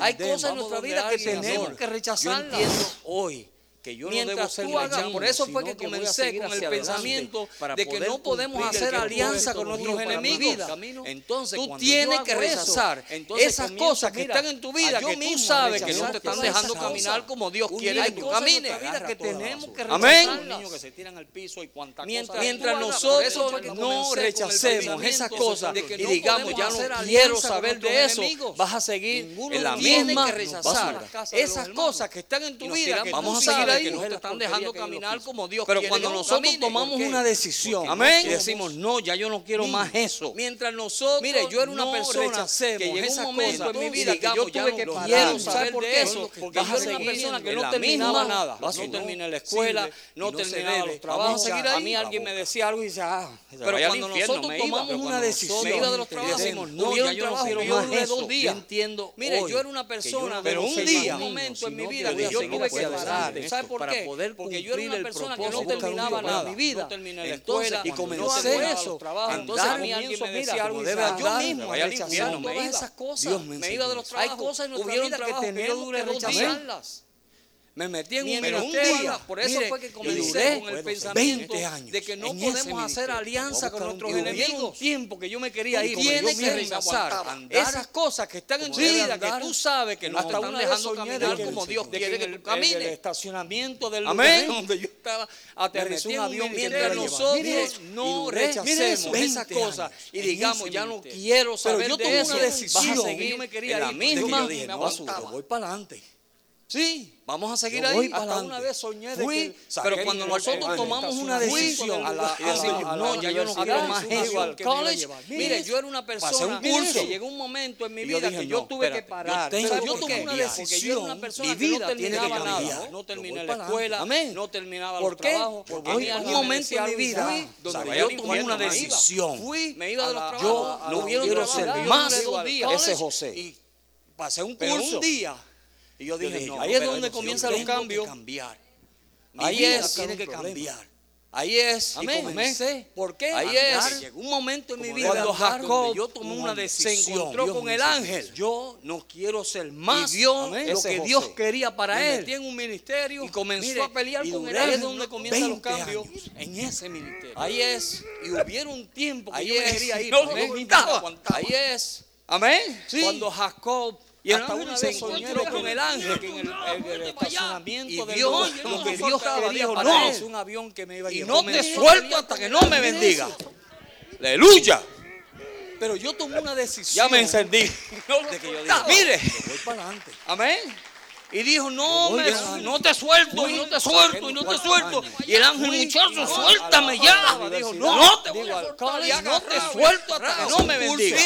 Speaker 2: hay cosas en
Speaker 3: vamos
Speaker 2: nuestra
Speaker 3: donde
Speaker 2: vida que
Speaker 3: alguien,
Speaker 2: tenemos
Speaker 3: Señor.
Speaker 2: que
Speaker 3: Yo
Speaker 2: rechazarlas.
Speaker 3: entiendo
Speaker 2: hoy que yo
Speaker 3: Mientras
Speaker 2: no debo ser
Speaker 3: tú hagas-
Speaker 2: machín,
Speaker 3: por eso fue
Speaker 2: sino
Speaker 3: que
Speaker 2: voy a
Speaker 3: comencé
Speaker 2: seguir
Speaker 3: con
Speaker 2: hacia
Speaker 3: el
Speaker 2: adelante
Speaker 3: pensamiento
Speaker 2: para
Speaker 3: de que
Speaker 2: poder
Speaker 3: no podemos
Speaker 2: cumplir el
Speaker 3: hacer
Speaker 2: propósito
Speaker 3: alianza con
Speaker 2: mío
Speaker 3: nuestros
Speaker 2: para mi
Speaker 3: enemigos.
Speaker 2: vida.
Speaker 3: Camino.
Speaker 2: Entonces,
Speaker 3: Tú
Speaker 2: cuando
Speaker 3: tienes
Speaker 2: yo hago
Speaker 3: que rechazar
Speaker 2: eso, entonces
Speaker 3: esas
Speaker 2: comienzo,
Speaker 3: cosas que
Speaker 2: mira,
Speaker 3: están en tu vida,
Speaker 2: a yo
Speaker 3: que tú
Speaker 2: mismo a
Speaker 3: sabes que no
Speaker 2: rechazar
Speaker 3: te están
Speaker 2: todas
Speaker 3: dejando
Speaker 2: esas
Speaker 3: caminar
Speaker 2: cosas.
Speaker 3: como Dios
Speaker 2: Un
Speaker 3: quiere
Speaker 2: niño
Speaker 3: que tú
Speaker 2: que agarra
Speaker 3: camines.
Speaker 2: toda la basura.
Speaker 3: Amén.
Speaker 2: Los niños que se tiran al piso y cuanta cosa
Speaker 3: Mientras,
Speaker 2: ven.
Speaker 3: mientras
Speaker 2: Por eso fue que
Speaker 3: nosotros
Speaker 2: comencé
Speaker 3: no
Speaker 2: con el
Speaker 3: rechacemos
Speaker 2: pensamiento
Speaker 3: esas cosas
Speaker 2: de que
Speaker 3: y
Speaker 2: no
Speaker 3: digamos,
Speaker 2: podemos
Speaker 3: ya
Speaker 2: hacer
Speaker 3: no
Speaker 2: alianza
Speaker 3: quiero
Speaker 2: con
Speaker 3: saber
Speaker 2: nuestros
Speaker 3: de eso,
Speaker 2: enemigos.
Speaker 3: vas a seguir
Speaker 2: Ninguno
Speaker 3: en la
Speaker 2: tiene que
Speaker 3: misma
Speaker 2: rechazar
Speaker 3: basura.
Speaker 2: las casas de los
Speaker 3: Esas
Speaker 2: hermanos.
Speaker 3: cosas que están en
Speaker 2: Y
Speaker 3: tu
Speaker 2: nos
Speaker 3: vida,
Speaker 2: tiramos
Speaker 3: que
Speaker 2: vamos
Speaker 3: tú
Speaker 2: a seguir
Speaker 3: sabes
Speaker 2: ahí,
Speaker 3: que no
Speaker 2: nos
Speaker 3: te están dejando caminar como Dios
Speaker 2: Pero
Speaker 3: quiere
Speaker 2: cuando
Speaker 3: que tú
Speaker 2: nosotros
Speaker 3: camines.
Speaker 2: tomamos
Speaker 3: ¿Por qué?
Speaker 2: una decisión,
Speaker 3: Porque
Speaker 2: amén,
Speaker 3: no
Speaker 2: y decimos, no, ya yo no quiero más eso.
Speaker 3: Mientras nosotros
Speaker 2: Mire, yo era una
Speaker 3: no
Speaker 2: persona
Speaker 3: rechacemos
Speaker 2: que llegó
Speaker 3: esas
Speaker 2: un momento
Speaker 3: cosas,
Speaker 2: en mi vida que yo
Speaker 3: digamos, ya
Speaker 2: tuve
Speaker 3: no
Speaker 2: que
Speaker 3: lo
Speaker 2: parar.
Speaker 3: quiero
Speaker 2: ¿Sabes
Speaker 3: saber
Speaker 2: por
Speaker 3: de
Speaker 2: qué
Speaker 3: eso?
Speaker 2: eso? Porque
Speaker 3: Vas
Speaker 2: yo
Speaker 3: a
Speaker 2: era una
Speaker 3: seguir
Speaker 2: persona que
Speaker 3: en
Speaker 2: no
Speaker 3: la
Speaker 2: terminaba
Speaker 3: misma
Speaker 2: nada.
Speaker 3: basura.
Speaker 2: No terminé la escuela,
Speaker 3: Sirve y
Speaker 2: no
Speaker 3: no se
Speaker 2: terminaba
Speaker 3: debe.
Speaker 2: los trabajos.
Speaker 3: Vamos a seguir
Speaker 2: A
Speaker 3: ahí.
Speaker 2: mí alguien me decía algo y decía, ah, se
Speaker 3: Pero
Speaker 2: vaya al
Speaker 3: cuando
Speaker 2: infierno,
Speaker 3: nosotros
Speaker 2: me iba.
Speaker 3: tomamos
Speaker 2: Pero
Speaker 3: una
Speaker 2: cuando nosotros
Speaker 3: decisión,
Speaker 2: me iba de los
Speaker 3: te
Speaker 2: trabajos,
Speaker 3: decimos,
Speaker 2: no,
Speaker 3: no,
Speaker 2: hubieron
Speaker 3: ya yo no
Speaker 2: trabajos,
Speaker 3: quiero
Speaker 2: yo
Speaker 3: más
Speaker 2: duré
Speaker 3: eso.
Speaker 2: dos días.
Speaker 3: Yo entiendo
Speaker 2: Mire,
Speaker 3: hoy
Speaker 2: yo era una
Speaker 3: que yo
Speaker 2: persona,
Speaker 3: no
Speaker 2: pero
Speaker 3: debo
Speaker 2: un
Speaker 3: ser
Speaker 2: día,
Speaker 3: más
Speaker 2: un
Speaker 3: niño,
Speaker 2: momento en mi
Speaker 3: sino que
Speaker 2: vida
Speaker 3: voy
Speaker 2: que
Speaker 3: a
Speaker 2: yo
Speaker 3: seguir
Speaker 2: tuve que
Speaker 3: hacia
Speaker 2: parar.
Speaker 3: adelante
Speaker 2: ¿Sabes por
Speaker 3: para
Speaker 2: qué?
Speaker 3: poder
Speaker 2: Porque yo era
Speaker 3: cumplir
Speaker 2: una
Speaker 3: el
Speaker 2: persona que no
Speaker 3: propósito que
Speaker 2: terminaba
Speaker 3: Dios
Speaker 2: nada,
Speaker 3: da.
Speaker 2: mi vida.
Speaker 3: No terminé la
Speaker 2: Entonces,
Speaker 3: escuela,
Speaker 2: y
Speaker 3: cuando yo
Speaker 2: comencé
Speaker 3: terminaba
Speaker 2: eso,
Speaker 3: los trabajos,
Speaker 2: entonces a mí
Speaker 3: andar,
Speaker 2: alguien me
Speaker 3: comienzo,
Speaker 2: decía
Speaker 3: mira,
Speaker 2: algo y
Speaker 3: como
Speaker 2: decía,
Speaker 3: debe
Speaker 2: ah,
Speaker 3: andar,
Speaker 2: yo mismo
Speaker 3: me vaya al
Speaker 2: rechazaba
Speaker 3: infierno,
Speaker 2: todas
Speaker 3: me iba.
Speaker 2: esas cosas,
Speaker 3: Dios me
Speaker 2: me,
Speaker 3: enseñó
Speaker 2: iba de los
Speaker 3: eso.
Speaker 2: trabajos,
Speaker 3: Hay cosas en nuestra
Speaker 2: hubieron
Speaker 3: vida que
Speaker 2: trabajos que yo
Speaker 3: tenemos
Speaker 2: duré
Speaker 3: que
Speaker 2: dos días.
Speaker 3: rechazarlas.
Speaker 2: Me metí en un
Speaker 3: Pero
Speaker 2: pero
Speaker 3: un
Speaker 2: usted
Speaker 3: día,
Speaker 2: habla, Por eso
Speaker 3: mire,
Speaker 2: fue que
Speaker 3: yo
Speaker 2: comencé
Speaker 3: duré
Speaker 2: con el
Speaker 5: 20
Speaker 2: pensamiento
Speaker 5: años
Speaker 2: de que no
Speaker 5: en ese
Speaker 2: podemos hacer
Speaker 5: ministerio.
Speaker 2: alianza
Speaker 5: Voy
Speaker 2: con
Speaker 5: a buscar
Speaker 2: nuestros
Speaker 5: un tiempo.
Speaker 2: enemigos.
Speaker 5: un tiempo que yo me quería ir.
Speaker 2: Como yo
Speaker 5: Tienes que
Speaker 2: mismo
Speaker 5: rechazar
Speaker 2: aguantaba. Andar-
Speaker 5: esas cosas que están en tu
Speaker 2: como debe
Speaker 5: vida, que
Speaker 2: andar.
Speaker 5: tú sabes que no te
Speaker 2: Hasta
Speaker 5: están
Speaker 2: una vez
Speaker 5: dejando
Speaker 2: soñé de
Speaker 5: caminar
Speaker 2: que el-
Speaker 5: como
Speaker 2: de
Speaker 5: Dios quiere
Speaker 2: que
Speaker 5: que
Speaker 2: en el-
Speaker 5: tú
Speaker 2: en el
Speaker 5: camines.
Speaker 2: estacionamiento del
Speaker 5: Amén.
Speaker 2: lugar donde yo estaba aterrizó
Speaker 5: Aterrizó
Speaker 2: un avión
Speaker 5: mientras nosotros no rechacemos esas cosas y digamos ya no quiero saber
Speaker 2: pero yo
Speaker 5: de
Speaker 2: tomé
Speaker 5: eso,
Speaker 2: una
Speaker 5: vas a
Speaker 2: decisión
Speaker 5: seguir, yo me quería
Speaker 2: en la
Speaker 5: ir,
Speaker 2: misma
Speaker 5: de que yo dije,
Speaker 2: me
Speaker 5: no,
Speaker 2: aguantaba.
Speaker 5: Azul, yo voy
Speaker 2: para adelante
Speaker 5: Sí, vamos a seguir
Speaker 2: Yo
Speaker 5: ahí.
Speaker 2: voy
Speaker 5: Hasta
Speaker 2: pa'lante.
Speaker 5: una vez soñé de
Speaker 2: Fui,
Speaker 5: que,
Speaker 2: saqué
Speaker 5: pero cuando
Speaker 2: mi
Speaker 5: nosotros
Speaker 2: hermano,
Speaker 5: tomamos una
Speaker 2: estacioné
Speaker 5: decisión
Speaker 2: a la-
Speaker 5: y
Speaker 2: a la-
Speaker 5: decimos,
Speaker 2: a la
Speaker 5: no, ya yo no
Speaker 2: universidad,
Speaker 5: quiero más
Speaker 2: Jesús,
Speaker 5: eso al
Speaker 2: que me iba a
Speaker 5: college.
Speaker 2: llevar.
Speaker 5: Mire, yo era una
Speaker 2: Pasé
Speaker 5: persona
Speaker 2: un curso.
Speaker 5: que llegó un momento en mi
Speaker 2: Y yo
Speaker 5: vida
Speaker 2: dije,
Speaker 5: que yo
Speaker 2: no,
Speaker 5: tuve que
Speaker 2: espérate,
Speaker 5: parar.
Speaker 2: yo tengo
Speaker 5: ¿Sabe por
Speaker 2: que
Speaker 5: qué?
Speaker 2: cambiar.
Speaker 5: Porque yo era una
Speaker 2: Mi
Speaker 5: persona que
Speaker 2: vida
Speaker 5: no
Speaker 2: tiene que
Speaker 5: terminaba
Speaker 2: cambiar.
Speaker 5: nada.
Speaker 2: Yo
Speaker 5: No
Speaker 2: voy
Speaker 5: terminé la
Speaker 2: para
Speaker 5: escuela,
Speaker 2: adelante.
Speaker 5: no terminaba
Speaker 2: ¿Por
Speaker 5: los
Speaker 2: qué?
Speaker 5: trabajos.
Speaker 2: Porque
Speaker 5: A mí
Speaker 2: yo
Speaker 5: alguien
Speaker 2: un
Speaker 5: me
Speaker 2: momento
Speaker 5: decía
Speaker 2: en mi
Speaker 5: algo,
Speaker 2: vida
Speaker 5: fui,
Speaker 2: donde yo
Speaker 5: vaya al
Speaker 2: tomé
Speaker 5: infierno,
Speaker 2: una
Speaker 5: me iba.
Speaker 2: decisión.
Speaker 5: Fui, me iba de los trabajos.
Speaker 2: yo
Speaker 5: a- a-
Speaker 2: no
Speaker 5: a-
Speaker 2: quiero
Speaker 5: duré
Speaker 2: ser
Speaker 5: dos días,
Speaker 2: más
Speaker 5: duré dos días.
Speaker 2: ese José.
Speaker 5: Y pasé un
Speaker 2: Pero un
Speaker 5: curso.
Speaker 2: día,
Speaker 5: Y yo
Speaker 2: yo
Speaker 5: dije,
Speaker 2: dije,
Speaker 5: no,
Speaker 2: ahí es
Speaker 5: espérate,
Speaker 2: donde
Speaker 5: yo
Speaker 2: comienzan
Speaker 5: tengo
Speaker 2: los
Speaker 5: que
Speaker 2: cambios.
Speaker 5: cambiar.
Speaker 2: Mi
Speaker 5: ahí
Speaker 2: vida
Speaker 5: es,
Speaker 2: tiene que
Speaker 5: problema.
Speaker 2: cambiar.
Speaker 5: Ahí es,
Speaker 2: Amén.
Speaker 5: y comencé.
Speaker 2: ¿Por qué?
Speaker 5: Ahí
Speaker 2: Andar.
Speaker 5: es. Llegó un momento en mi
Speaker 2: Como
Speaker 5: vida
Speaker 2: cuando
Speaker 5: cuando
Speaker 2: Jacob
Speaker 5: yo tomé una decisión.
Speaker 2: se encontró
Speaker 5: Dios
Speaker 2: con
Speaker 5: me
Speaker 2: el
Speaker 5: hizo
Speaker 2: ángel.
Speaker 5: decisión. Yo no quiero ser más.
Speaker 2: más vio
Speaker 5: Amén.
Speaker 2: lo
Speaker 5: Ese
Speaker 2: que
Speaker 5: José.
Speaker 2: Dios quería para
Speaker 5: Me
Speaker 2: él.
Speaker 5: metí en un ministerio
Speaker 2: Y comenzó
Speaker 5: mire,
Speaker 2: a pelear
Speaker 5: y
Speaker 2: con él.
Speaker 5: duré
Speaker 2: Ahí es donde comienzan los
Speaker 5: 20
Speaker 2: cambios.
Speaker 5: años en ese ministerio.
Speaker 2: Ahí es.
Speaker 5: Y hubiera un tiempo que
Speaker 2: Ahí
Speaker 5: yo me
Speaker 2: es.
Speaker 5: quería ir.
Speaker 2: No
Speaker 5: pero
Speaker 2: lo
Speaker 5: no
Speaker 2: aguantaba.
Speaker 5: aguantaba. Ahí es.
Speaker 2: Amén.
Speaker 5: Cuando Jacob
Speaker 2: Y el
Speaker 5: hasta
Speaker 2: ángel
Speaker 5: una
Speaker 2: se
Speaker 5: vez
Speaker 2: encontró
Speaker 5: soñó
Speaker 2: con
Speaker 5: con
Speaker 2: el
Speaker 5: el ángel que en el,
Speaker 2: en el
Speaker 5: estacionamiento
Speaker 2: estacionamiento
Speaker 5: y
Speaker 2: del
Speaker 5: Dios
Speaker 2: lugar,
Speaker 5: lo que Dios quería
Speaker 2: para
Speaker 5: para
Speaker 2: él.
Speaker 5: él un avión que me iba a
Speaker 2: Y
Speaker 5: llevar.
Speaker 2: no
Speaker 5: Me
Speaker 2: te
Speaker 5: decía,
Speaker 2: suelto
Speaker 5: "Mira,
Speaker 2: hasta que no
Speaker 5: mira,
Speaker 2: me
Speaker 5: mira
Speaker 2: bendiga.
Speaker 5: eso".
Speaker 2: Aleluya.
Speaker 5: Pero yo tomé una decisión.
Speaker 2: Ya me encendí.
Speaker 5: de que yo
Speaker 2: Estaba.
Speaker 5: dije, mire,
Speaker 2: Voy para adelante.
Speaker 5: amén. Y dijo, no,
Speaker 2: Voy
Speaker 5: me-
Speaker 2: ganando.
Speaker 5: no te suelto, y no te suelto, y no te suelto. Y el ángel, muchacho, suéltame ya. Dijo, no, no te voy a soltar, ya no te suelto hasta que no me bendiga.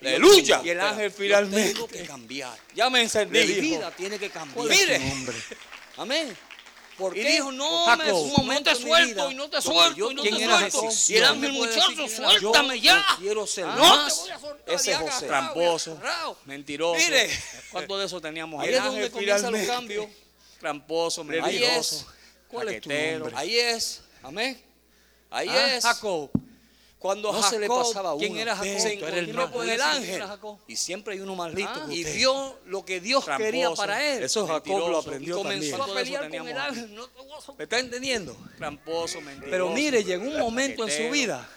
Speaker 2: Aleluya.
Speaker 5: Y el ángel
Speaker 2: Tengo que
Speaker 5: finalmente,
Speaker 2: cambiar.
Speaker 5: ya me encendí.
Speaker 2: Mi
Speaker 5: dijo.
Speaker 2: vida tiene que cambiar.
Speaker 5: Mire.
Speaker 2: Amén.
Speaker 5: Y
Speaker 2: Porque
Speaker 5: dijo, no, me,
Speaker 2: Jacob,
Speaker 5: un momento
Speaker 2: en
Speaker 5: te
Speaker 2: mi
Speaker 5: suelto
Speaker 2: vida
Speaker 5: y no te
Speaker 2: donde
Speaker 5: suelto
Speaker 2: yo
Speaker 5: y no
Speaker 2: tenía
Speaker 5: te
Speaker 2: la
Speaker 5: suelto.
Speaker 2: decisión.
Speaker 5: Y el ángel,
Speaker 2: Yo
Speaker 5: muchacho,
Speaker 2: Yo
Speaker 5: suéltame ya.
Speaker 2: No quiero ser
Speaker 5: No te
Speaker 2: más
Speaker 5: voy a soltar,
Speaker 2: ese
Speaker 5: ya
Speaker 2: José.
Speaker 5: agarrado,
Speaker 2: Tramposo.
Speaker 5: agarrado.
Speaker 2: Mentiroso.
Speaker 5: Mire, ¿cuánto de eso teníamos
Speaker 2: Ahí
Speaker 5: ahí?
Speaker 2: es donde comienzan los
Speaker 5: cambios. Tramposo, Ahí
Speaker 2: mentiroso,
Speaker 5: es. ¿Cuál es tu
Speaker 2: raquetero.
Speaker 5: nombre? Ahí es. Amén. Ahí
Speaker 2: Ah,
Speaker 5: es.
Speaker 2: Jacob.
Speaker 5: Cuando
Speaker 2: No
Speaker 5: Jacob,
Speaker 2: se le pasaba
Speaker 5: ¿quién
Speaker 2: uno.
Speaker 5: era Jacob?
Speaker 2: Usted,
Speaker 5: Se
Speaker 2: tú eres el
Speaker 5: encontró
Speaker 2: más.
Speaker 5: con el
Speaker 2: Dicen,
Speaker 5: ángel.
Speaker 2: ¿quién era Jacob?
Speaker 5: Y siempre hay uno más listo
Speaker 2: Ah,
Speaker 5: que
Speaker 2: y
Speaker 5: usted.
Speaker 2: vio lo que Dios quería
Speaker 5: Tramposo.
Speaker 2: para él.
Speaker 5: Eso Jacob lo
Speaker 2: Mentiroso.
Speaker 5: aprendió
Speaker 2: y comenzó
Speaker 5: también.
Speaker 2: a pelear
Speaker 5: Todo
Speaker 2: con
Speaker 5: eso
Speaker 2: el
Speaker 5: teníamos.
Speaker 2: ángel. No te voy a soltar. ¿Me está entendiendo?
Speaker 5: Tramposo, mentiroso.
Speaker 2: Pero mire, llegó un momento en su
Speaker 5: raquetero.
Speaker 2: vida